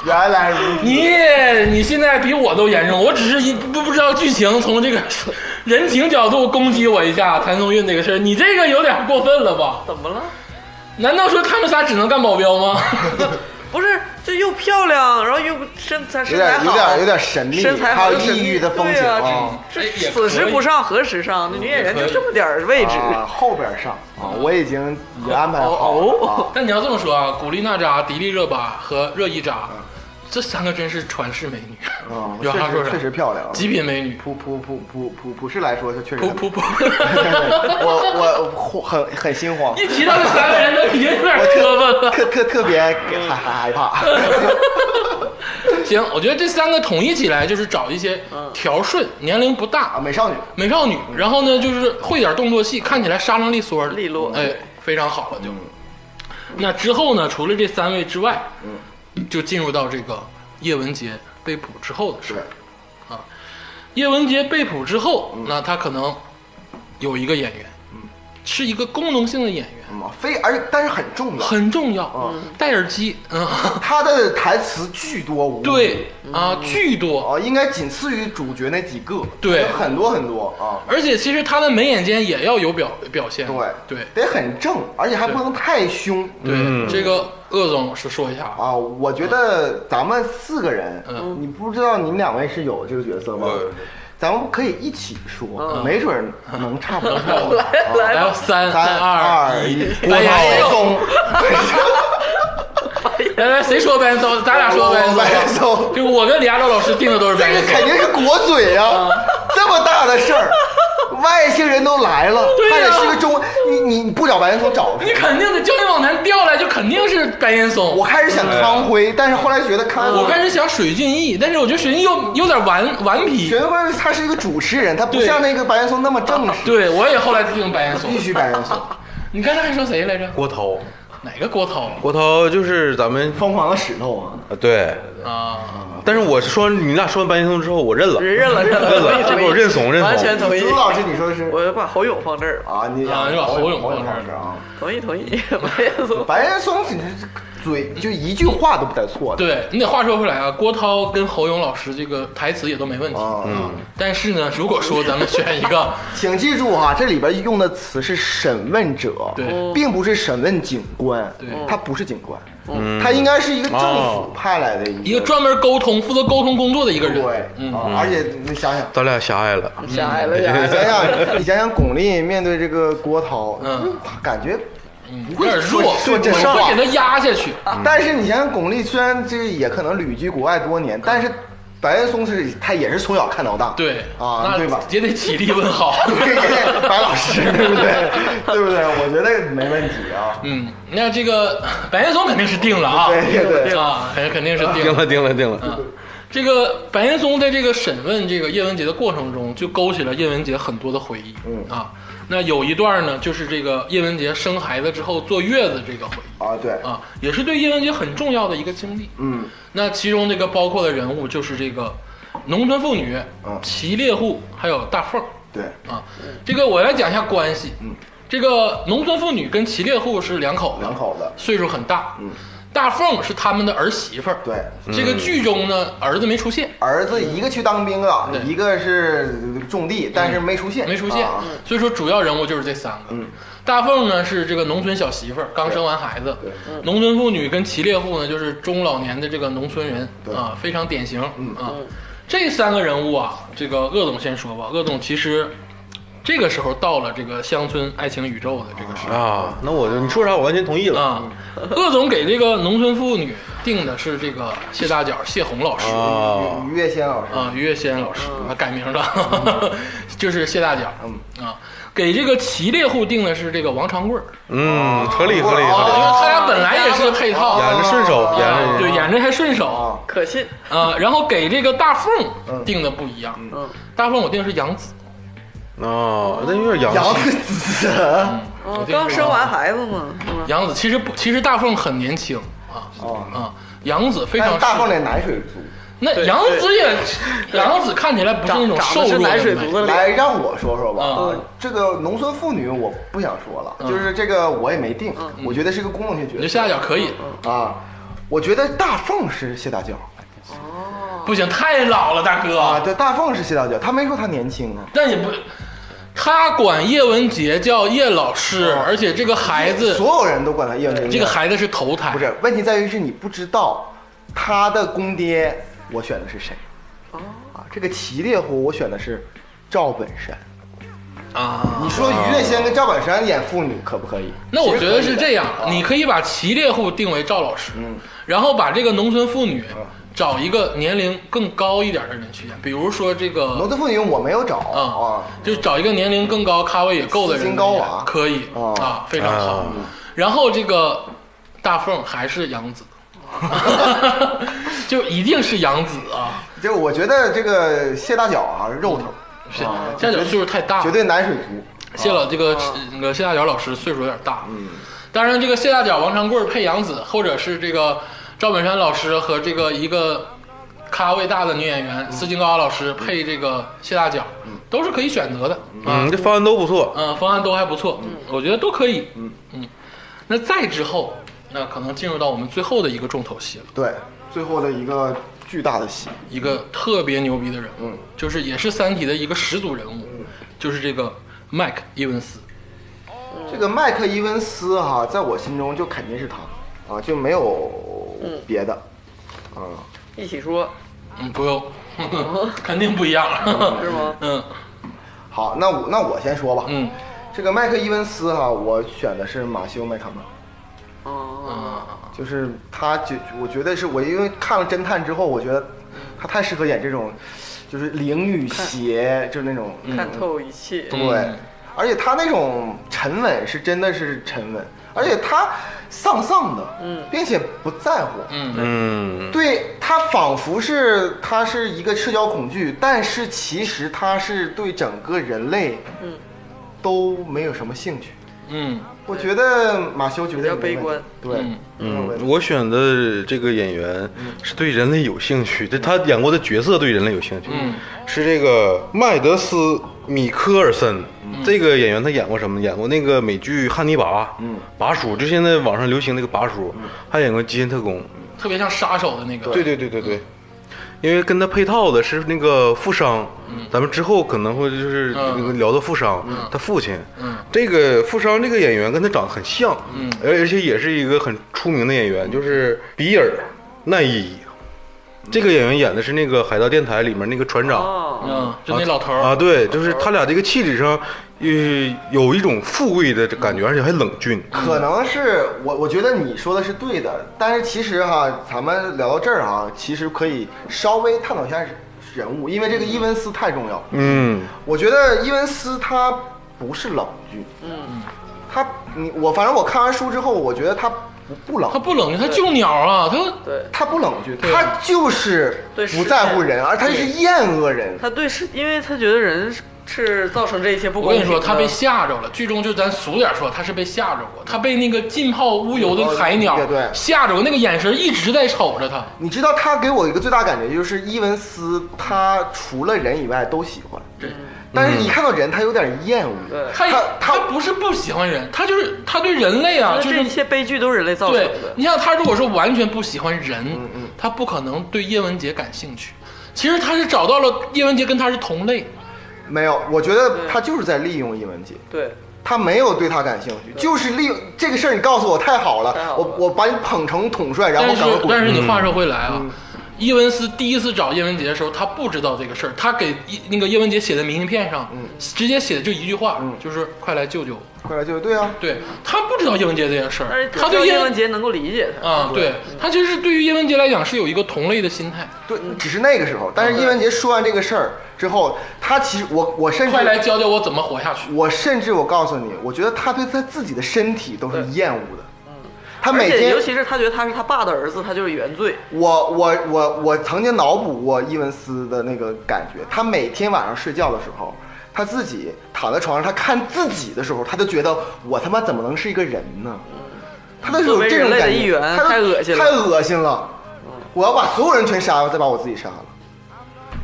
原来如此。
你你现在比我都严重，我只是一不不知道剧情，从这个人情角度攻击我一下谭松韵这个事儿，你这个有点过分了吧？
怎么了？
难道说他们仨只能干保镖吗？
不是，就又漂亮，然后又身材
有
身材
点
好，啊
有点有点神秘，
身材
还
好
有
又神秘
异域的风情
对啊
啊
这也可以
此时不上何时上？女演员就这么点儿位置，
啊，后边上啊，我已经已经安排好
哦
了
但你要这么说啊，古力娜扎、迪丽热巴和热依扎，这三个真是传世美女，
啊啊，
有话嗯说
确
啥
实确实漂亮啊。
极品美女，
普普普普普普世来说，她确实
噗
很
噗噗。
我我很很心慌，
一提到这三个人，都已经有点
我
磕巴
特
了。
特特特别害害害怕。
行，我觉得这三个统一起来就是找一些
嗯
调顺、年龄不
啊，
大、
美少女，
美少女，然后呢就是会点动作戏，看起来沙楞利索的，
利落嗯
哎，非常好了就。那之后呢，除了这三位之外，就进入到这个叶文洁被捕之后的事儿。叶文洁被捕之后，
嗯
那他可能有一个演员，是一个功能性的演员，
嗯，非而但是很重要，
很重要，戴耳机，嗯。
她的台词巨多无比。
对啊，
嗯
巨多。
哦
啊，应该仅次于主角那几个，
对
有很多很多啊。
而且其实他的眉眼间也要有表表现。
对
对
得很正，而且还不能太凶。
对，这个鄂总是说一下啊，
啊，我觉得咱们四个人，
嗯
你不知道你们两位是有这个角色吗
我？
咱们可以一起
嗯
说，没准儿能差不多出来。 啊
来
来
吧，
三
三
二
二
一，
一，
白
涛
岩松，
松，
来来，谁说白岩松？咱俩说白
我白
岩
岩
松。
松
就我跟李亚洲老师定的都是白
这
岩
个肯
松。
定是国嘴啊！这么大的 事儿，外星人都来了，
对
他
呀
也是个中，你你你不找白岩松找
你
谁？
肯定得叫你往南调来，就肯定是白岩松。
我开始想康辉，但是后来觉得康辉，
我开始想水俊逸，但是我觉得水俊逸又有点顽顽皮
学。会他是一个主持人，他不
对
像那个白岩松那么正式，
对，我也后来定白岩松
必。须白岩松。
你刚才还说谁来着？
郭涛，
哪个郭涛
郭涛就是咱们
疯狂的石头啊！
啊，对，
啊？
但是我说你俩说完白岩松之后，我认了，
认认了，认了，
哦认了
同意
这
同
个
意
我认怂认怂
完全同意。
朱老师，你说的是
我把侯勇放这儿，
啊？你
啊你把侯勇
侯
放
勇
这儿
老师啊？
同意同 意。白岩松，
白岩松简直是嘴就一句话都不带错的
对你得话说回来啊，郭涛跟侯勇老师这个台词也都没问题。
啊！
但是呢，如果说咱们选一个，
请记住哈、这里边用的词是审问者，
对
并不是审问警官，
对嗯
他不是警官，他应该是一个政府
哦
派来的
一
一
个
个
专门沟通、负责沟通工作的一个人，嗯
对，啊而且你想想。
咱俩狭隘了。
狭隘了
你
呀。
想想， 你想想，巩俐面对这个郭涛，
嗯，
感觉
有点弱，
说这啊
我
上啊
会给他压下去。
但是你想想，巩俐虽然这也可能旅居国外多年，但是白岩松是他也是从小看到大，
对
啊，
那
对吧？
也得起立问好。
给给白老师，对不对？对不对？我觉得没问题啊。
嗯，那这个白岩松肯定是定了啊，
对对对
啊，肯肯定是定
定
了。
了定了定了，
这个白岩松在这个审问这个叶文洁的过程中，就勾起了叶文洁很多的回忆。嗯啊，那有一段呢，就是这个叶文洁生孩子之后坐月子这个回忆
啊，对，
啊，也是对叶文洁很重要的一个经历。
嗯，
那其中这个包括的人物就是这个农村妇女、
嗯
骑猎户还有大凤儿。
对，
啊，这个我来讲一下关系。嗯，这个农村妇女跟骑猎户是两口子，
两口子
岁数很大。嗯，大凤是他们的儿媳妇儿。
对，
这个剧中呢，儿子没出现，
儿子一个去当兵了
对，嗯
一个是种地，但是没出现，
没出现
啊，
所以说主要人物就是这三个。嗯，大凤呢是这个农村小媳妇儿，刚生完孩子。
对
农村妇女跟骑猎户呢，就是中老年的这个农村人
对
啊，非常典型。嗯啊，这三个人物啊，这个鄂总先说吧。鄂总其实这个时候到了这个乡村爱情宇宙的这个时候。
啊，那我就你说啥我完全同意了，
啊，鄂总给这个农村妇女定的是这个谢大脚谢红老师嗯
啊，
于月仙老师，
啊，于月仙老师
嗯
啊改名了， 就是谢大脚。啊，给这个骑猎户定的是这个王长贵儿，
嗯，合理合理合
哦
因
理
为，他俩本来也是个配套，
演着顺手，演
啊
着
对，演着还顺手
啊
可信，
啊。然后给这个大凤定的不一样，
嗯，
大凤我定是杨紫，
啊，那有点洋
杨
气，
子，
嗯
我，啊定
刚
是
生完孩子嘛，嗯，
杨紫。其实不，其实大凤很年轻啊
哦
啊，杨紫非
但
常
是大
适
凤得奶水足。
那杨紫也， 杨紫看起来不是那种
长
瘦
得是
弱
奶水
美
族的脸，
来，让我说说吧。
嗯
啊，这个农村妇女我不想说了，就是这个我也没定，我觉得是个公众性
嗯你
角
这
色
下脚可以，
啊。我觉得大凤是谢大脚
嗯
不行，太老了，大
啊，
哦
哥。
对，大凤是谢大脚，他没说他年轻啊。
但也不，他管叶文洁叫叶老师，而且这个孩子，
哦所有人都管他叶文洁叫，
这个孩子是头胎，
不是问题在于是你不知道他的公爹我选的是谁。啊，这个骑猎户我选的是赵本山。
啊？
你说于月仙跟赵本山演父女可不可以？
那我觉得是这样
其实，可以的嗯
你可以把骑猎户定为赵老师，然后把这个农村妇女找一个年龄更高一点的人去演，比如说这
农
个。
村妇女我没有找
啊
啊，，
就找一个年龄更高、咖位也够的人
斯
演，
琴高娃
可以
哦
啊，非常好
啊。
然后这个大凤还是杨 紫，就一定是杨紫啊，
就我觉得这个谢大脚啊，肉头，
是
啊
夏小岁数太大，
绝对奶水足。
谢老这个那个谢大脚老师岁数有点大，当然这个谢大脚王长贵配杨紫，或者是这个赵本山老师和这个一个咖位大的女演员斯琴高娃老师配这个谢大脚，都是可以选择的啊
嗯，，这方案都不错，
嗯，方案都还不错，我觉得都可以，嗯嗯，那再之后，那可能进入到我们最后的一个重头戏了。
对，最后的一个巨大的戏，
一个特别牛逼的人物，
嗯
就是也是《三体》的一个始祖人物，就是这个麦克伊文斯。
这个麦克伊文斯哈，在我心中就肯定是他啊，就没有别的。啊，
一起说
嗯，不用， 肯定不一样。
是吗？
哦嗯
好，那我那我先说吧。
嗯，
这个麦克伊文斯哈，我选的是马修麦卡曼，啊
哦，
就是他就我觉得是我因为看了侦探之后，我觉得他太适合演这种，就是灵与邪，就是那种
看透一切，
对
嗯，
而且他那种沉稳是真的是沉稳，而且他丧丧的，嗯，并且不在乎，
嗯
嗯，
对他仿佛是他是一个社交恐惧，但是其实他是对整个人类，嗯，都没有什么兴趣。
嗯
我觉得马修绝对
比较悲
没问题
观，
对，没有问题
嗯，我选的这个演员是对人类有兴趣，这他演过的角色对人类有兴趣，
嗯
是这个麦德斯·米科尔森。这个演员他演过什么？演过那个美剧《汉尼拔》，嗯，拔叔，就现在网上流行那个拔叔，还演过《极限特工》。
特别像杀手的那个。
对对对对对，因为跟他配套的是那个富商，咱们之后可能会就是那个聊到富商，他父亲，这个富商这个演员跟他长得很像，而而且也是一个很出名的演员，就是比尔奈伊。这个演员演的是那个《海盗电台》里面那个船长
哦，
嗯，就那老头儿
啊，对，就是他俩这个气质上，呃，有一种富贵的感觉，而且还冷峻。
可能是我，我觉得你说的是对的，但是其实哈，咱们聊到这儿哈，其实可以稍微探讨一下人物，因为这个伊文斯太重要。
嗯，
我觉得伊文斯他不是冷峻，
嗯，
他你我反正我看完书之后，我觉得他不不冷
他，不冷静，他救鸟啊，他
对，
他不冷峻，他就是不在乎人，而他是厌恶人。
他对是，因为他觉得人是是造成这一切不
我
公
跟
平
你
的。
说，他被吓着了。剧中就咱俗点说，他是被吓着过，他被那个浸泡乌油的海鸟
对对
吓着过，那个眼神一直在瞅着他。
你知道他给我一个最大感觉就是伊文斯，他除了人以外都喜欢，
对，
但是一看到人他有点厌恶。
对
他也
他
他
他
不是不喜欢人，他就是他对人类啊，
他
就
这一
是
切悲剧都是人类造成
对
的。
你像他如果说完全不喜欢人，
嗯
他不可能对叶文洁感兴趣。其实他是找到了叶文洁跟他是同类，
没有，我觉得他就是在利用伊文杰，
嗯
对，
他没有对他感兴趣，就是利用这个事儿。你告诉我太好了，
太好了
我我把你捧成统帅，然后
但是
赶快滚。
但是你话说回来啊，伊文斯第一次找叶文洁的时候，他不知道这个事儿，他给伊那个叶文洁写的明信片上，直接写的就一句话，就是快来救救我。
快来就对啊，
对他不知道叶文洁这件事
但
儿
是，
他
对
对
叶
叶
文洁能够理解他。
啊，对他其实对于叶文洁来讲是有一个同类的心态，
对，只是那个时候。
嗯
但是伊文杰说完这个事儿之后，他其实我我甚至
快来教教我怎么活下去。
我甚至我告诉你，我觉得他对他自己的身体都是厌恶的。他
嗯而
每
且
天
尤，其是他觉得他是他爸的儿子，他就是原罪。
我我我我曾经脑补过伊文斯的那个感觉，他每天晚上睡觉的时候，他自己躺在床上，他看自己的时候，他就觉得我他妈怎么能是一个人呢？他都是有这
嗯作
种
为人类的
感
一
觉
员，
他都
太恶心了嗯
太恶心了！我要把所有人全杀了，再把我自己杀了。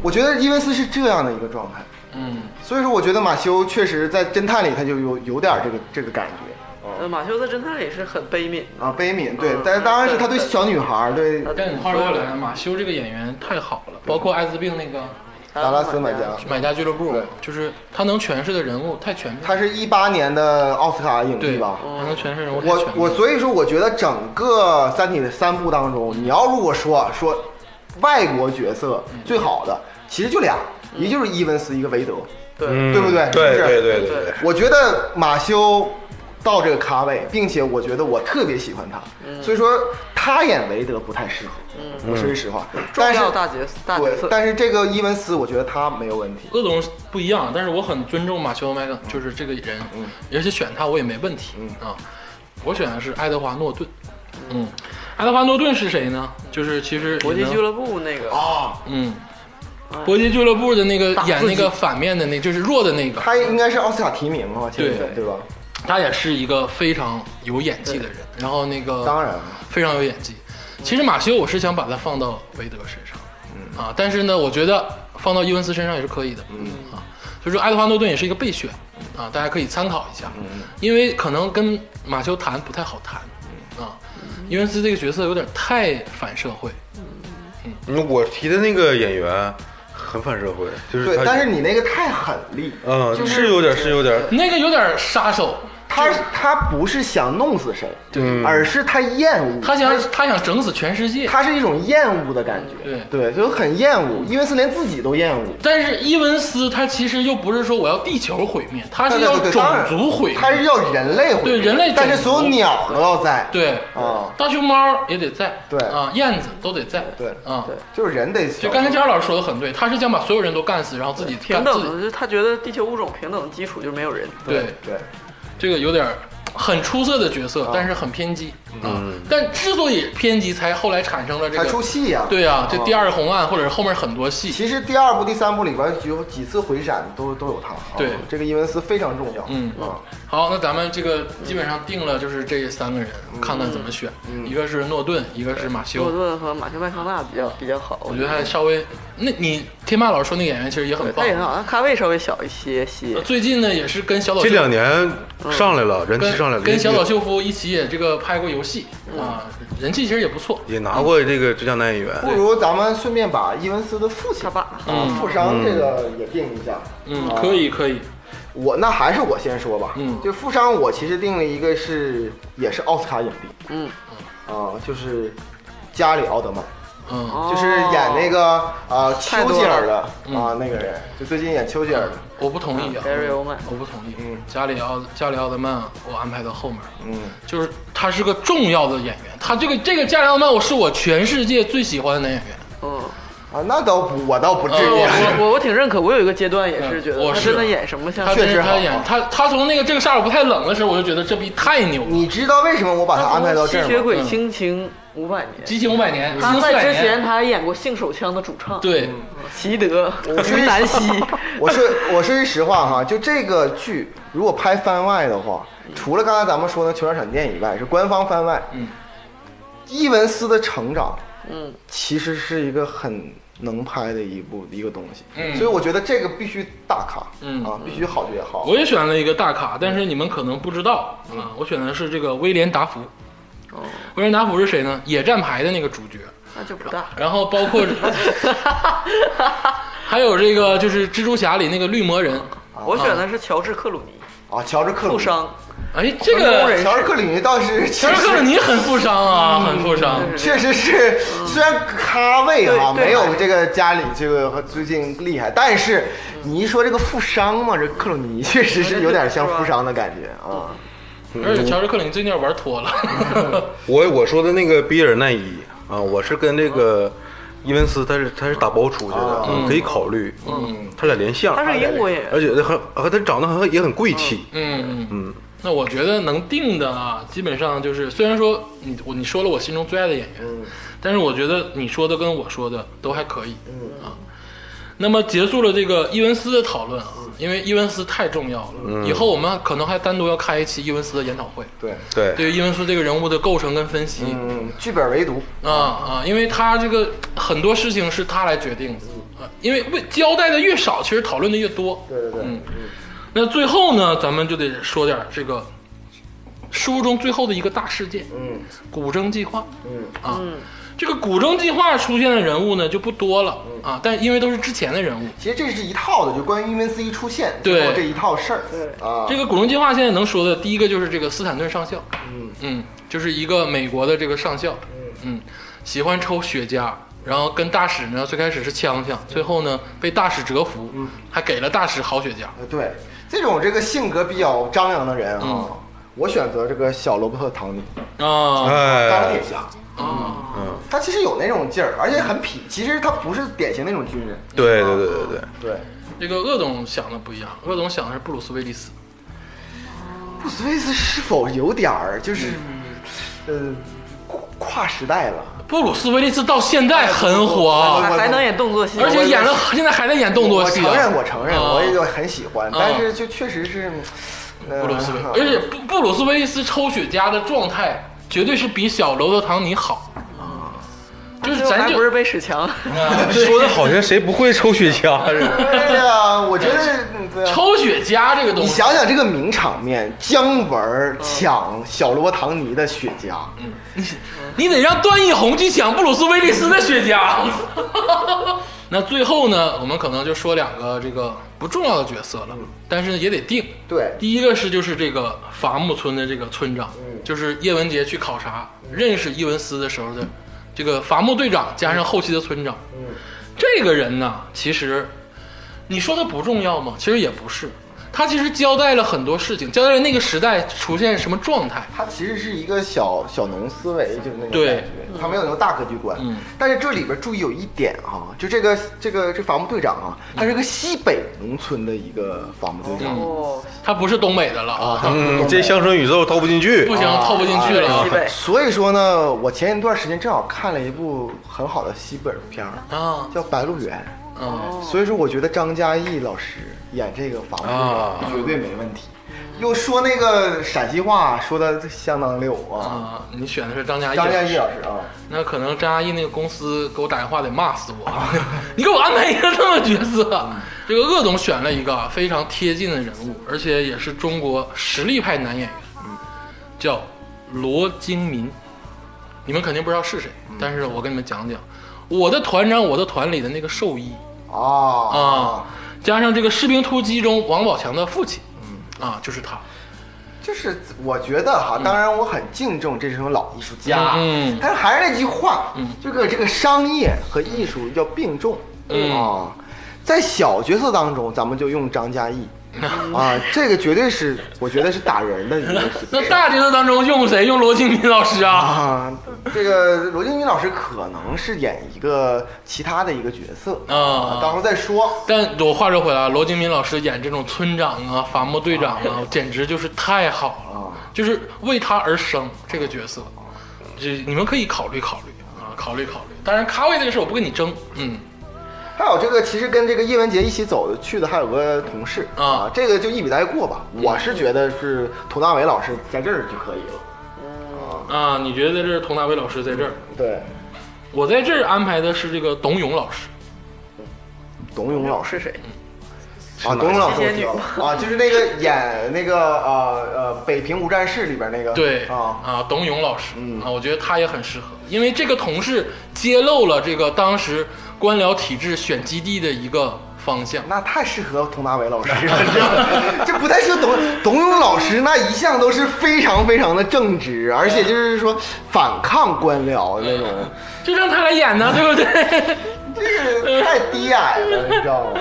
我觉得伊文斯是这样的一个状态。
嗯，
所以说，我觉得马修确实在侦探里他就有有点这个这个感觉
呃，马修在侦探里是很悲悯。
啊，悲悯对
嗯，
但是当然是他对小女孩儿对
他
但你话说回来，马修这个演员太好了，包括艾滋病那个
达拉斯买家，
买家俱乐部
对，
就是他能诠释的人物太全面，
他是一八年的奥斯卡影帝
对
吧？
他能诠释人物太全
我
面。
我所以说，我觉得整个《三体》的三部当中，你要如果说说外国角色最好的，其实就俩，一就是伊文斯，一个韦德。
对，
嗯
对不对
对
是不是
对对对对。
我觉得马修到这个咖位，并且我觉得我特别喜欢他，
嗯
所以说他演韦德不太适合。我说句实话，
嗯重
但是
要大角色大角
对
色，。
但是这个伊文斯，我觉得他没有问题。
各种不一样，但是我很尊重马修麦肯，就是这个人，而且选他我也没问题，啊，我选的是爱德华诺顿，嗯，爱德华诺顿是谁呢？就是其实
搏击俱
乐，
乐部那个，
啊，
嗯，搏击俱乐部的那个演那个反面的那，就是弱的那个，
他应该是奥斯卡提名吧？前几
对
年对吧？
他也是一个非常有演技的人，然后那个
当然了
非常有演技。其实马修我是想把他放到韦德身上，嗯啊，但是呢，我觉得放到伊文斯身上也是可以的，嗯啊，所以说爱德华诺顿也是一个备选
嗯
啊，大家可以参考一下，因为可能跟马修谈不太好谈
嗯
啊，伊文斯这个角色有点太反社会，
嗯我提的那个演员很反社会，就是
对
他，
但是你那个太狠力，
嗯，是有点是有点，
那个有点杀手，
他他不是想弄死谁，而是他厌恶，
他想他想整死全世界，
他是一种厌恶的感觉，对，就很厌恶。伊文斯连自己都厌恶，
但是伊文斯他其实又不是说我要地球毁灭，他是要
对对对
种
当然
族毁
它是
灭，
要人类毁灭，
对人类种族
但是所有鸟都要在，
对
啊，
大熊猫也得在，
对
啊，燕子都得在，
对
啊，
就是人得
就刚才佳老师说的很对，他是想把所有人都干死，然后自己
平
干
等
自
的，就
己，
是他觉得地球物种平等的基础就是没有人。
对，
对，
这个有点儿很出色的角色，但是很偏激啊。
嗯
但之所以偏激，才后来产生了这
嗯才出
个，
戏呀。
对啊，这
啊嗯
第二红案或者是后面很多戏，
其实第二部、第三部里边有几次回闪都都有他，啊
对
这个伊文斯非常重要，
嗯
啊，
好，那咱们这个基本上定了，就是这三个人，
嗯
看看怎么选，一个是诺顿，一个是马修，
诺顿和马修麦康纳比较比较好，
我觉得还稍微，那你天霸老师说那个演员其实也很
对
棒
他。也好像咖位稍微小一些些
呃。最近呢，也是跟小岛
这
秀
两年上来了，人气上来
嗯跟
了，
跟小岛
也
秀夫一起也这个拍过游戏啊，
嗯
人气其实也不错。
也拿过这个最佳男演员，
不如咱们顺便把伊文斯的父亲
他爸
啊
嗯
富商这个也定一下，
哦
嗯，
啊
可以可以。
我那还是我先说吧，
嗯
就富商我其实定了一个是也是奥斯卡影帝
嗯，
啊，就是加里奥德曼，
嗯，
哦
就是演那个啊
太
丘
多
吉尔的
了嗯
啊那个人，就最近演丘吉尔的，
我不同意啊，
Gary Oldman
我不同意。
嗯
加里奥加里奥德曼，我安排到后面。
嗯，
就是他是个重要的演员，他这个这个加里奥德曼，我是我全世界最喜欢的男演员。
嗯，
啊那倒不我倒不至
呃 我
于，啊
我我我挺认可，我有一个阶段也是
嗯
觉得
我
他
是
真的演什么像
他
确
真
实
是他
好
啊
演他他从那个这个杀手不太冷的时候，我就觉得这逼太牛了。
嗯
你知道为什么我把他安排到这
吸
儿
血
吗？
鬼
嗯
亲情五百年。
激情五百年，激
他
情四
在
百
之前，嗯
年，
他还演过《性手枪》的主唱，，
对，
齐德、
说
于南希，
我说我说句实话哈，就这个剧如果拍番外的话，除了刚才咱们说的《球场闪电》以外，是官方番外。
嗯，
伊文斯的成长
嗯，
其实是一个很能拍的一部一个东西，
嗯
所以我觉得这个必须大咖，
嗯
啊，必须好学好。
我也选了一个大咖，但是你们可能不知道啊，我选的是这个威廉达福。威廉达福是谁呢？野战排的那个主角，
那就不大。
然后包括还有这个就是蜘蛛侠里那个绿魔人。
我选的是乔治·克鲁尼，
啊，乔治克鲁
负
尼，
伤，
哎，这
成功
个
人
乔治克鲁尼倒是
乔
确
治克鲁
实
尼很负伤啊，很负伤。
确实是，虽然咖位啊
对对
没有这个家里这个和最近厉害，但是你一说这个负伤嘛，这克鲁尼确实是有点像负伤的感觉啊。
而且乔治克鲁尼最近玩脱了，
我我说的那个比尔奈伊啊，我是跟那个伊文斯，他是他是打包出去的，
啊
可以考虑。嗯，他俩连相，
他是英国演员，
而且很和他长得很也很贵气。
嗯嗯，那我觉得能定的啊，基本上就是虽然说你我你说了我心中最爱的演员，
嗯
但是我觉得你说的跟我说的都还可以，
嗯
啊。那么结束了这个伊文斯的讨论啊，
嗯
因为伊文斯太重要了，以后我们可能还单独要开一期伊文斯的研讨会，
对，
对，
对于伊文斯这个人物的构成跟分析，
嗯，剧本唯独
啊啊，因为他这个很多事情是他来决定的啊，因为为交代的越少，其实讨论的越多。
对对对
嗯，那最后呢，咱们就得说点这个书中最后的一个大事件，
嗯，
古筝计划。
嗯
啊，这个古筝计划出现的人物呢就不多了啊，但因为都是之前的人物。
其实这是一套的，就关于伊文斯一出现
对
之后这一套事儿啊。
这个古筝计划现在能说的第一个就是这个斯坦顿上校，嗯就是一个美国的这个上校，嗯，喜欢抽雪茄，然后跟大使呢最开始是呛呛，最后呢被大使折服，还给了大使好雪茄，
呃对，这种这个性格比较张扬的人啊
嗯，
我选择这个小罗伯特·唐尼
啊
钢
哎
铁，侠，
啊，
他其实有那种劲儿，而且很痞。其实他不是典型那种军人，
对对对对对，
对。
这个鄂总想的不一样，鄂总想的是布鲁斯威利斯，
布斯威斯是否有点儿就是，
嗯
呃，跨跨时代了？
布鲁斯威利斯到现在很火，啊
我
还还能演动作戏，
而且演了现在还在演动作
我
戏、啊，
承认，我承认，
啊
我也很喜欢，
啊
但是就确实是，呃
布鲁斯威，而且布布鲁斯威利斯抽雪茄的状态绝对是比小罗德唐尼好啊，就是
最后
咱
还
就
不是被史强，
啊对啊
说的好像谁不会抽雪茄似的。
对哎呀，我觉得嗯对啊。
抽雪茄这个东
你
西，
想想这个名场面，姜文儿抢小罗伯特唐尼的雪茄，
嗯你得让段奕宏去抢布鲁斯威利斯的雪 茄。那最后呢，我们可能就说两个这个不重要的角色了，但是也得定。
对，
第一个是就是这个伐木村的这个村长，就是叶文洁去考察认识伊文斯的时候的这个伐木队长，加上后期的村长。这个人呢，其实你说他不重要吗？其实也不是，他其实交代了很多事情，交代了那个时代出现什么状态。
他其实是一个小小农思维，就是那种
对嗯
感觉，他没有那种大格局观。但是这里边注意有一点哈、就这个这个这伐木队长啊，
嗯
他是个西北农村的一个伐木队长、
哦，
他不是东北的了啊，
啊，
嗯，这乡村宇宙套不进去
不。行，套不进去了啊
西北，
所以说呢，我前一段时间正好看了一部很好的西北片儿，
啊啊
叫《白鹿原》。
啊！
所以说，我觉得张嘉译老师演这个房
啊
子绝对没问题。又说那个陕西话说的相当溜啊，
啊你选的是张嘉译，
张嘉译老师啊，
那可能张嘉译那个公司给我打电话得骂死我， 你给我安排一个这么角色。这个鄂总选了一个非常贴近的人物，而且也是中国实力派男演员，叫罗京民。你们肯定不知道是谁，但是我跟你们讲讲，我的团长，我的团里的那个兽医
啊
啊，加上这个《士兵突击》中王宝强的父亲，啊，就是他。
就是我觉得哈，当然我很敬重这种老艺术家，
嗯
但是还是那句话，这个这个商业和艺术要并重、
嗯
啊。在小角色当中，咱们就用张嘉译、
嗯
啊，这个绝对是我觉得是打人的一个 事情
那大角色当中用谁？用罗晋明老师啊？
啊。这个罗晋云老师可能是演一个其他的一个角色
啊
到时候再说。
但我话说回来，罗京民老师演这种村长啊、伐木队长啊，简直就是太好了，就是为他而生这个角色，这你们可以考虑考虑啊，考虑考虑。当然，咖位这个事儿我不跟你争，嗯，
还有这个，其实跟这个叶文洁一起走去的还有个同事
啊嗯
这个就一笔带过吧。我是觉得是佟大为老师在这儿就可以了。
啊，你觉得这是佟大为老师在这儿？
对，
嗯我在这儿安排的是这个董永老师，
董永老师
是谁？
啊，董永老
是
师我
哪
知道了啊，就是那个演那个呃呃《北平无战事》里边那个
对
啊，
董永老师、啊，我觉得他也很适合，因为这个同事揭露了这个当时官僚体制选基地的一个方向。
那太适合佟大为老师了， 这这不太适合董董永老师。那一向都是非常非常的正直，而且就是说反抗官僚 那种，
就让他来演呢，对不 对？
这个太低矮了，你知道吗？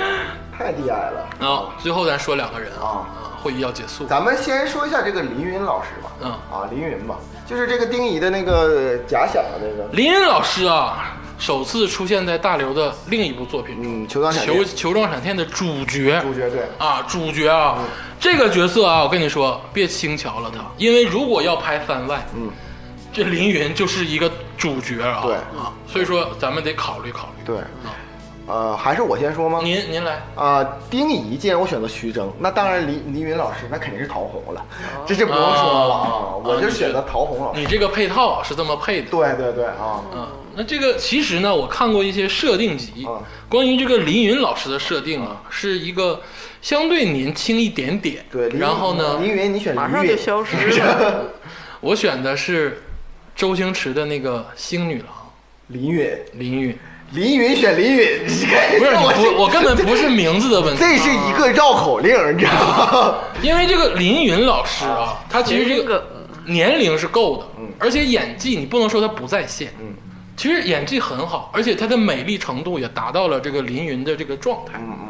太低矮了。
然后最后咱说两个人啊
啊，
啊会议要结束。
咱们先说一下这个林云老师吧，
嗯
啊，林云吧，就是这个丁仪的那个呃假想的那个，
林恩老师啊，首次出现在大刘的另一部作品中，
嗯，球状闪电
球球状闪电》的主角。
主角嗯对，
啊，主角啊，这个角色啊，我跟你说，别轻瞧了他，因为如果要拍番外，
嗯，
这林云就是一个主角啊，
对
啊，所以说咱们得考虑考虑。
对，呃，还是我先说吗？
您您来，
啊、丁仪，既然我选择徐峥，那当然林林云老师那肯定是陶虹了，这就不用说了啊，
啊
我就
哦你
选择陶虹老师。
你这个配套是这么配的，
对对对啊，
嗯，那这个其实呢，我看过一些设定集
啊，
关于这个林云老师的设定啊，是一个相对年轻一点点。
对。林
然后呢
林，云你选
马
林
上就
云，
消失了。
我选的是周星驰的那个星女郎
林云，
林 云，
林云选林云， 你看
不是你
我
不，我根本不是名字的问题，
这是一个绕口令，你知道吗？
因为这个林云老师啊，他其实这
这
个
个
年龄是够的，而且演技你不能说他不在线，嗯，其实演技很好，而且她的美丽程度也达到了这个林云的这个状态。嗯嗯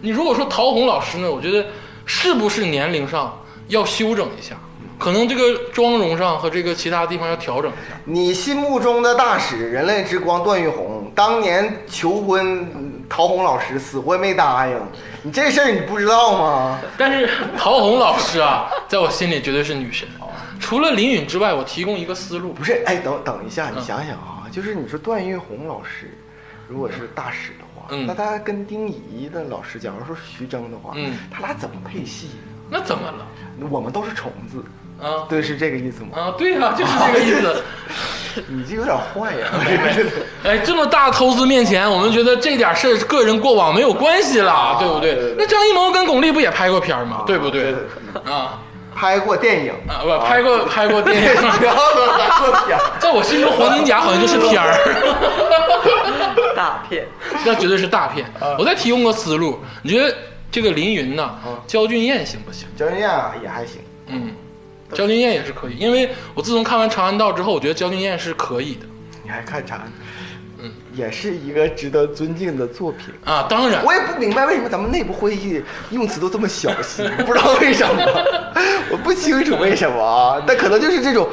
你如果说陶虹老师呢，我觉得是不是年龄上要修整一下，可能这个妆容上和这个其他地方要调整一下。
你心目中的大使，人类之光段玉红，当年求婚，嗯陶虹老师死活没答应。你这事儿你不知道吗？
但是哦陶虹老师 啊，在我心里绝对是女神。除了林允之外，我提供一个思路
不，是，哎，等等一下，你想想啊，就是你说段玉红老师，如果是大使的话，
嗯
那他跟丁仪的老师，假如说徐峥的话，
嗯
他俩怎么配戏？
那怎么了？
我们都是虫子，
啊
对，是这个意思吗？
啊，对啊，就是这个意思。
你这有点坏 呀、
哎，这么大投资面前，我们觉得这点事儿是个人过往没有关系啦，对不对？
对对对
那张艺谋跟巩俐不也拍过片儿吗？对不对
对对？
啊
拍过 电影，哎
啊，不拍过、拍过电影，
然后呢，拍过片儿。
在我心中黄金甲好像就是片儿，
嗯
大片，
那绝对是大片。我再提供个思路，你觉得这个林云呐，焦俊艳行不行？
焦俊艳啊也还行，
嗯，焦俊艳也是可以，因为我自从看完《长安道》之后，我觉得焦俊艳是可以的
你还看啥？嗯，也是一个值得尊敬的作品。
啊。当然，
我也不明白为什么咱们内部会议用词都这么小心，不知道为 什么，我不清楚为什么啊。但可能就是这种，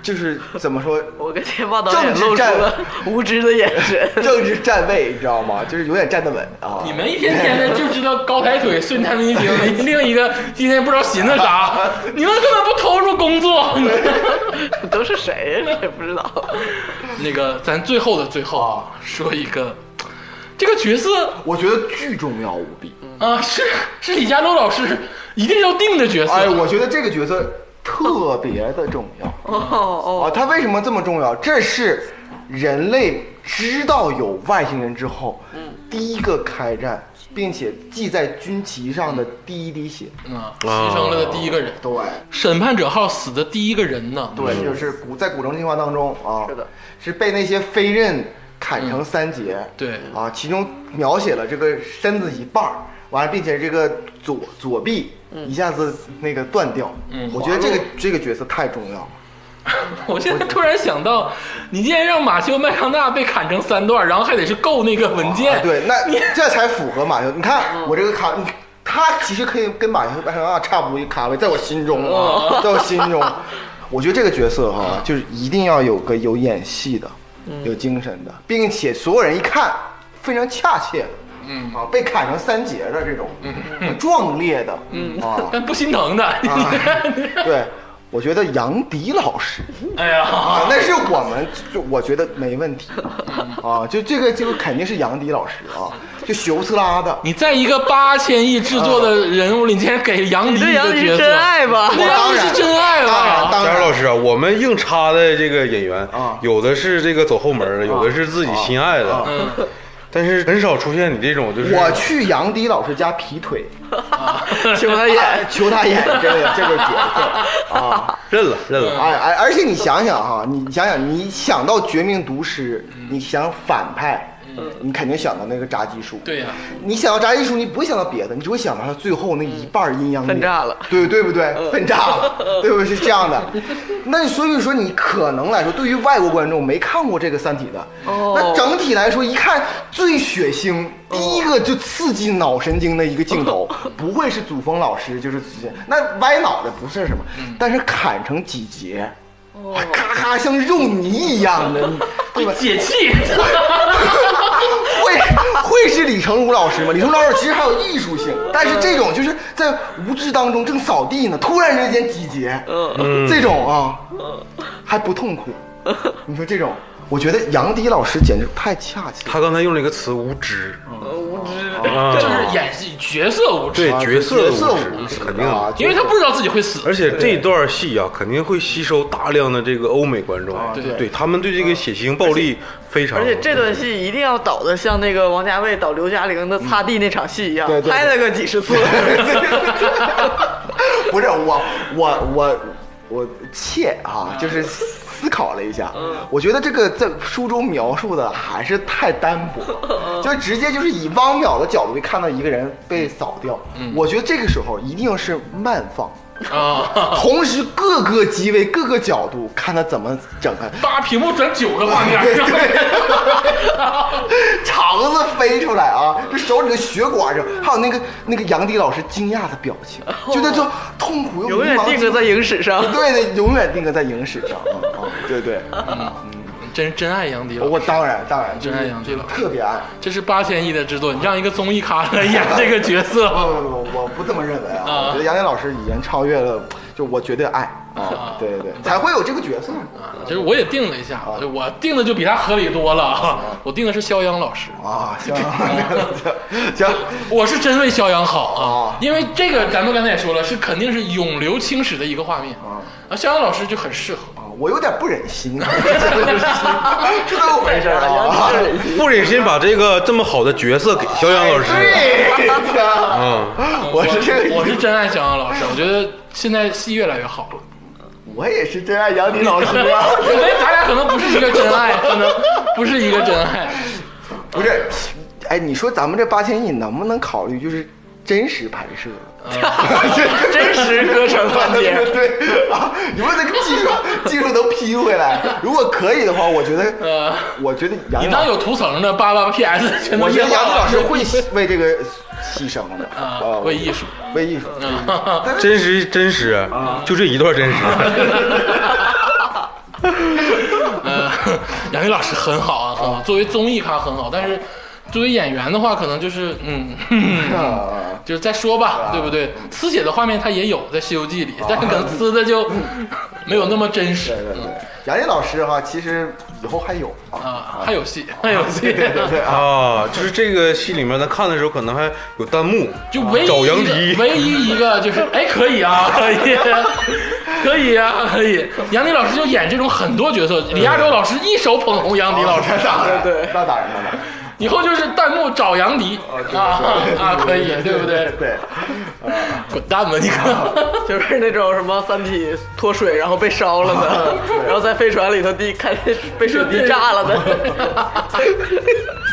就是怎么说，
我跟天霸导演露
政治
出
战
了无知的眼神。
政治站位，你知道吗？就是永远站得稳啊。
你们一天天的就知道高抬腿、顺摊民情，另一个今天不知道寻思啥，你们根本不投入工作。
都是谁呀？谁不知道？
那个，咱最后的最后啊，说一个，这个角色
我觉得巨重要无比。
啊，是是李佳洲老师一定要定的角色。
哎，我觉得这个角色特别的重要
哦哦，
啊。他为什么这么重要？这是人类知道有外星人之后，
嗯
第一个开战，并且系在军旗上的第一滴血。
啊，牺牲了的第一个人，
对。
审判者号死的第一个人呢？
啊对，就是古在古城计划当中啊，
是的，
是被那些飞刃砍成三截，
嗯
对
啊，其中描写了这个身子一半儿，完了，并且这个左左臂
嗯
一下子那个断掉。
嗯
我觉得这个这个角色太重要了。
我现在突然想到，你竟然让马修麦康纳被砍成三段，然后还得去够那个文件，
啊对，那这才符合马修。你看我这个卡，你他其实可以跟马修麦康纳差不多一咖位，在我心中啊，在我心中，我觉得这个角色哈，就是一定要有个有演戏的，有精神的，并且所有人一看非常恰切的。
嗯
啊，被砍成三截的这种，很壮烈的，嗯啊，
但不心疼的。
啊 对，我觉得杨迪老师，
哎呀，
啊，那是我们，就我觉得没问题啊，就这个这个肯定是杨迪老师啊，就修斯拉的，
你在一个八千亿制作的人物里，你竟然给杨
你
迪
对
一
杨
个
迪
角
是真
色，
爱吧？
对呀
当然
你是真 爱啊了
当然当
佳
然
茹老师啊，我们硬插的这个演员
啊
有的是这个走后门儿的，有的是自己心爱的，
嗯
但是很少出现你这种就是
我去杨迪老师家劈腿，哎
请他演，
求他演这个这个角色啊，
认了认了。
哎哎，而且你想想哈，你想想，你想到绝命毒师，你想反派，你肯定想到那个炸鸡叔，
对呀
你想到炸鸡叔，你不会想到别的，你只会想到他最后那一半阴阳脸
分炸了
对对不对？分炸了，对不对？是这样的。那所以说，你可能来说，对于外国观众没看过这个《三体》的，
哦
那整体来说，一看最血腥，第一个就刺激脑神经的一个镜头，不会是祖峰老师就是直接那歪脑袋不是什么，但是砍成几节。还咔咔像肉泥一样的，对吧？
解气。
会会是李成儒老师吗？李成儒老师其实还有艺术性，但是这种就是在无知当中正扫地呢，突然之间几节，嗯，这种啊，还不痛苦。你说这种，我觉得杨迪老师简直太恰切了。
他刚才用了一个词“无知
无知”，
啊
就是演戏角色无知，
对角色
啊角色
无
无知
知，肯定的。
啊，
因为他不知道自己会死。
而且这段戏啊，肯定会吸收大量的这个欧美观众，
对
对他们对这个血腥暴力非 常。
而且这段戏一定要导的像那个王家卫导刘嘉玲的擦地那场戏一样，
对对对
拍了个几 十次。
不是我，我我我切啊，就是思考了一下，
嗯
我觉得这个在书中描述的还是太单
嗯
薄，就直接就是以汪淼的角度去看到一个人被扫掉。
嗯
我觉得这个时候一定是慢放，
嗯
啊，
同时各个机位、各个角度看他怎么整开。
八屏幕转九个
哎
画面，
对对， 肠子飞出来啊！这手里的血管上，还有那个那个杨迪老师惊讶的表情，就那种痛苦又
永
迷
远
茫
定格在影史上。
对对，永远定格在影史上啊、啊对对，
真真爱杨迪了。
我当然当然就是
真爱杨迪老师
特别爱。
这是八千亿的制作，你让一个综艺咖来演这个角
啊
色，
不不不，我不这么认为啊！
啊
我觉得杨洋老师已经超越了，就我绝对爱啊！对对对，才会有这个角色
就是我也定了一下，就我定的就比他合理多
啊
了。我定的是肖央老师，
啊！行行行，
我是真为肖央好啊
啊，
因为这个咱们刚才也说了，是肯定是永流青史的一个画面
啊
啊。肖央老师就很适合，
啊我有点不忍心，啊 是这么回事儿啊？
不忍心把这个这么好的角色给肖央老师。
哎对 呀，
嗯，
啊我是这个意思
我是真爱肖央老师，我觉得现在戏越来越好了。
我也是真爱杨迪老师啊！
因为咱俩可能不是一个真爱，可能不是一个真爱。
不是，哎，你说咱们这八千亿能不能考虑就是真实拍摄？
真实歌传饭
对
间，
对啊，你问那个技术 技术能 P 回来？如果可以的话，我觉得，
呃，
我觉得杨
你
老
当有图层的八八 PS 全都
我觉得杨老师会
写
为这个牺牲的
啊，为艺 术。
为艺术。
嗯
嗯
真实真实，啊就这一段真实。
呃， 杨毅老师很好啊，很好。作为综艺咖很好，但是作为演员的话，可能就是 嗯，
啊
就是再说吧，对不对？呲血的画面他也有在《西游记》里，但是可能呲的就没有那么真实
对对对，杨毅老师哈，其实以后还有啊，
啊。还有戏，还有戏，
对对啊，
啊，就是这个戏里面，咱看的时候可能还有弹幕，
就唯一
找杨
一个
迪
唯一一个就是，哎，可以啊，可以，可以啊，可以。杨迪老师就演这种很多角色，李亚洲老师一手捧红杨迪老师，
那当然，那当然，那当然。
以后就是弹幕找杨迪啊啊，可以， 对不对？
对，
滚蛋吧你！
就是那种什么《三体》脱水然后被烧了的，然后在飞船里头地看被水滴炸了 的。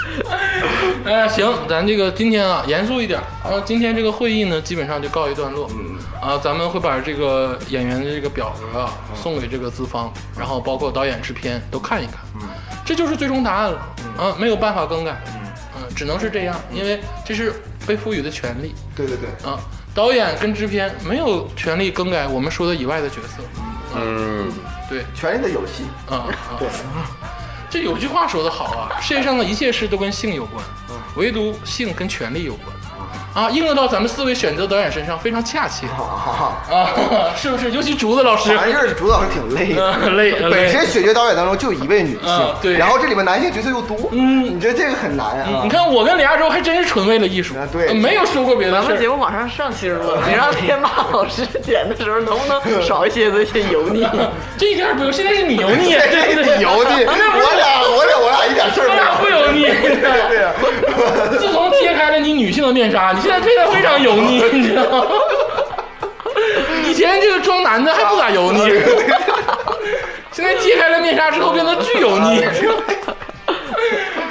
哎，行，咱这个今天啊，严肃一点。然后今天这个会议呢，基本上就告一段落。嗯啊，咱们会把这个演员的这个表格啊送给这个资方，然后包括导演、制片都看一看。嗯，这就是最终答案了。啊，没有办法更改。嗯只能是这样，因为这是被赋予的权利
对对对，
啊。导演跟制片没有权利更改我们说的以外的角色。
嗯，
对，
权力的游戏，
啊啊。这有句话说得好啊，世界上的一切事都跟性有关，唯独性跟权力有关。啊，应用到咱们四位选择导演身上非常恰切
好好好。
啊， 是不是？尤其竹子老师，
完事儿主导是挺哎累的，
嗯累累
本身选角导演当中就一位女性
嗯，对
然后这里面男性角色又多，
嗯
你觉得这个很难啊？
你看我跟李亚洲还真是纯为了艺术
啊，对
呃没有说过别的
咱
事
们节
儿。
目马上上星了，你让天霸老师剪的时候能不能少一些这些油腻？
这一点儿不有，现在是 你油 腻，啊
这
真的
个
是
油 腻，我俩我俩我俩一点事儿
咱
没
俩
有。
不油腻。
对呀、
自从揭开了你女性的面纱，你现在变得非常油腻，你知道吗？以前这个装男的还不咋
啊
油腻，现在揭开了面纱之后变得巨油腻。
啊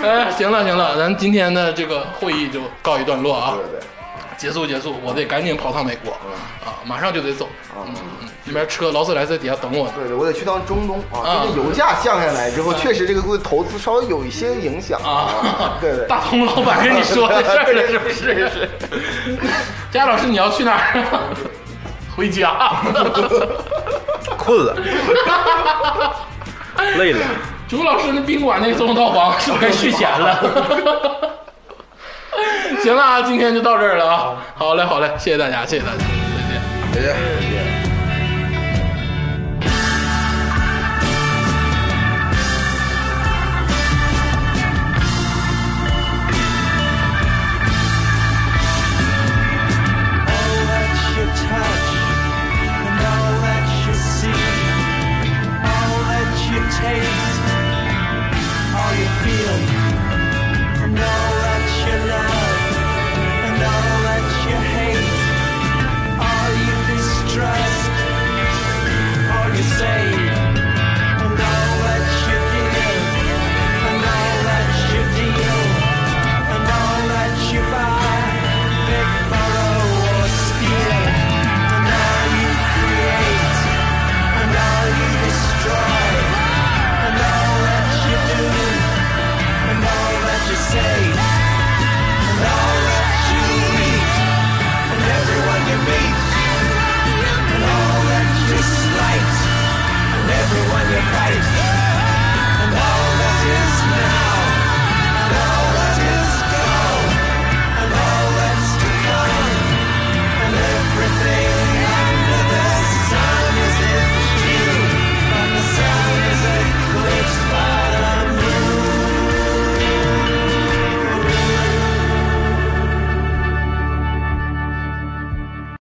哎，行了行了，咱今天的这个会议就告一段落啊
对，对对，
结束结束，我得赶紧跑趟美国啊，马上就得走，嗯嗯，那边车劳斯莱斯在底下等我呢。
对对，我得去趟中东
啊
啊！这个油价降下来之后，确实这个对投资稍微有一些影响
啊，
对对，
大同老板跟你说的事 儿了，是不是？是。佳老师，你要去哪儿啊？回家。
困了，累了，
朱老师那宾馆那总统套房是不是该续钱 了？行了啊，今天就到这儿了啊！好嘞，好嘞，谢谢大家，谢谢大家，再见。
再见。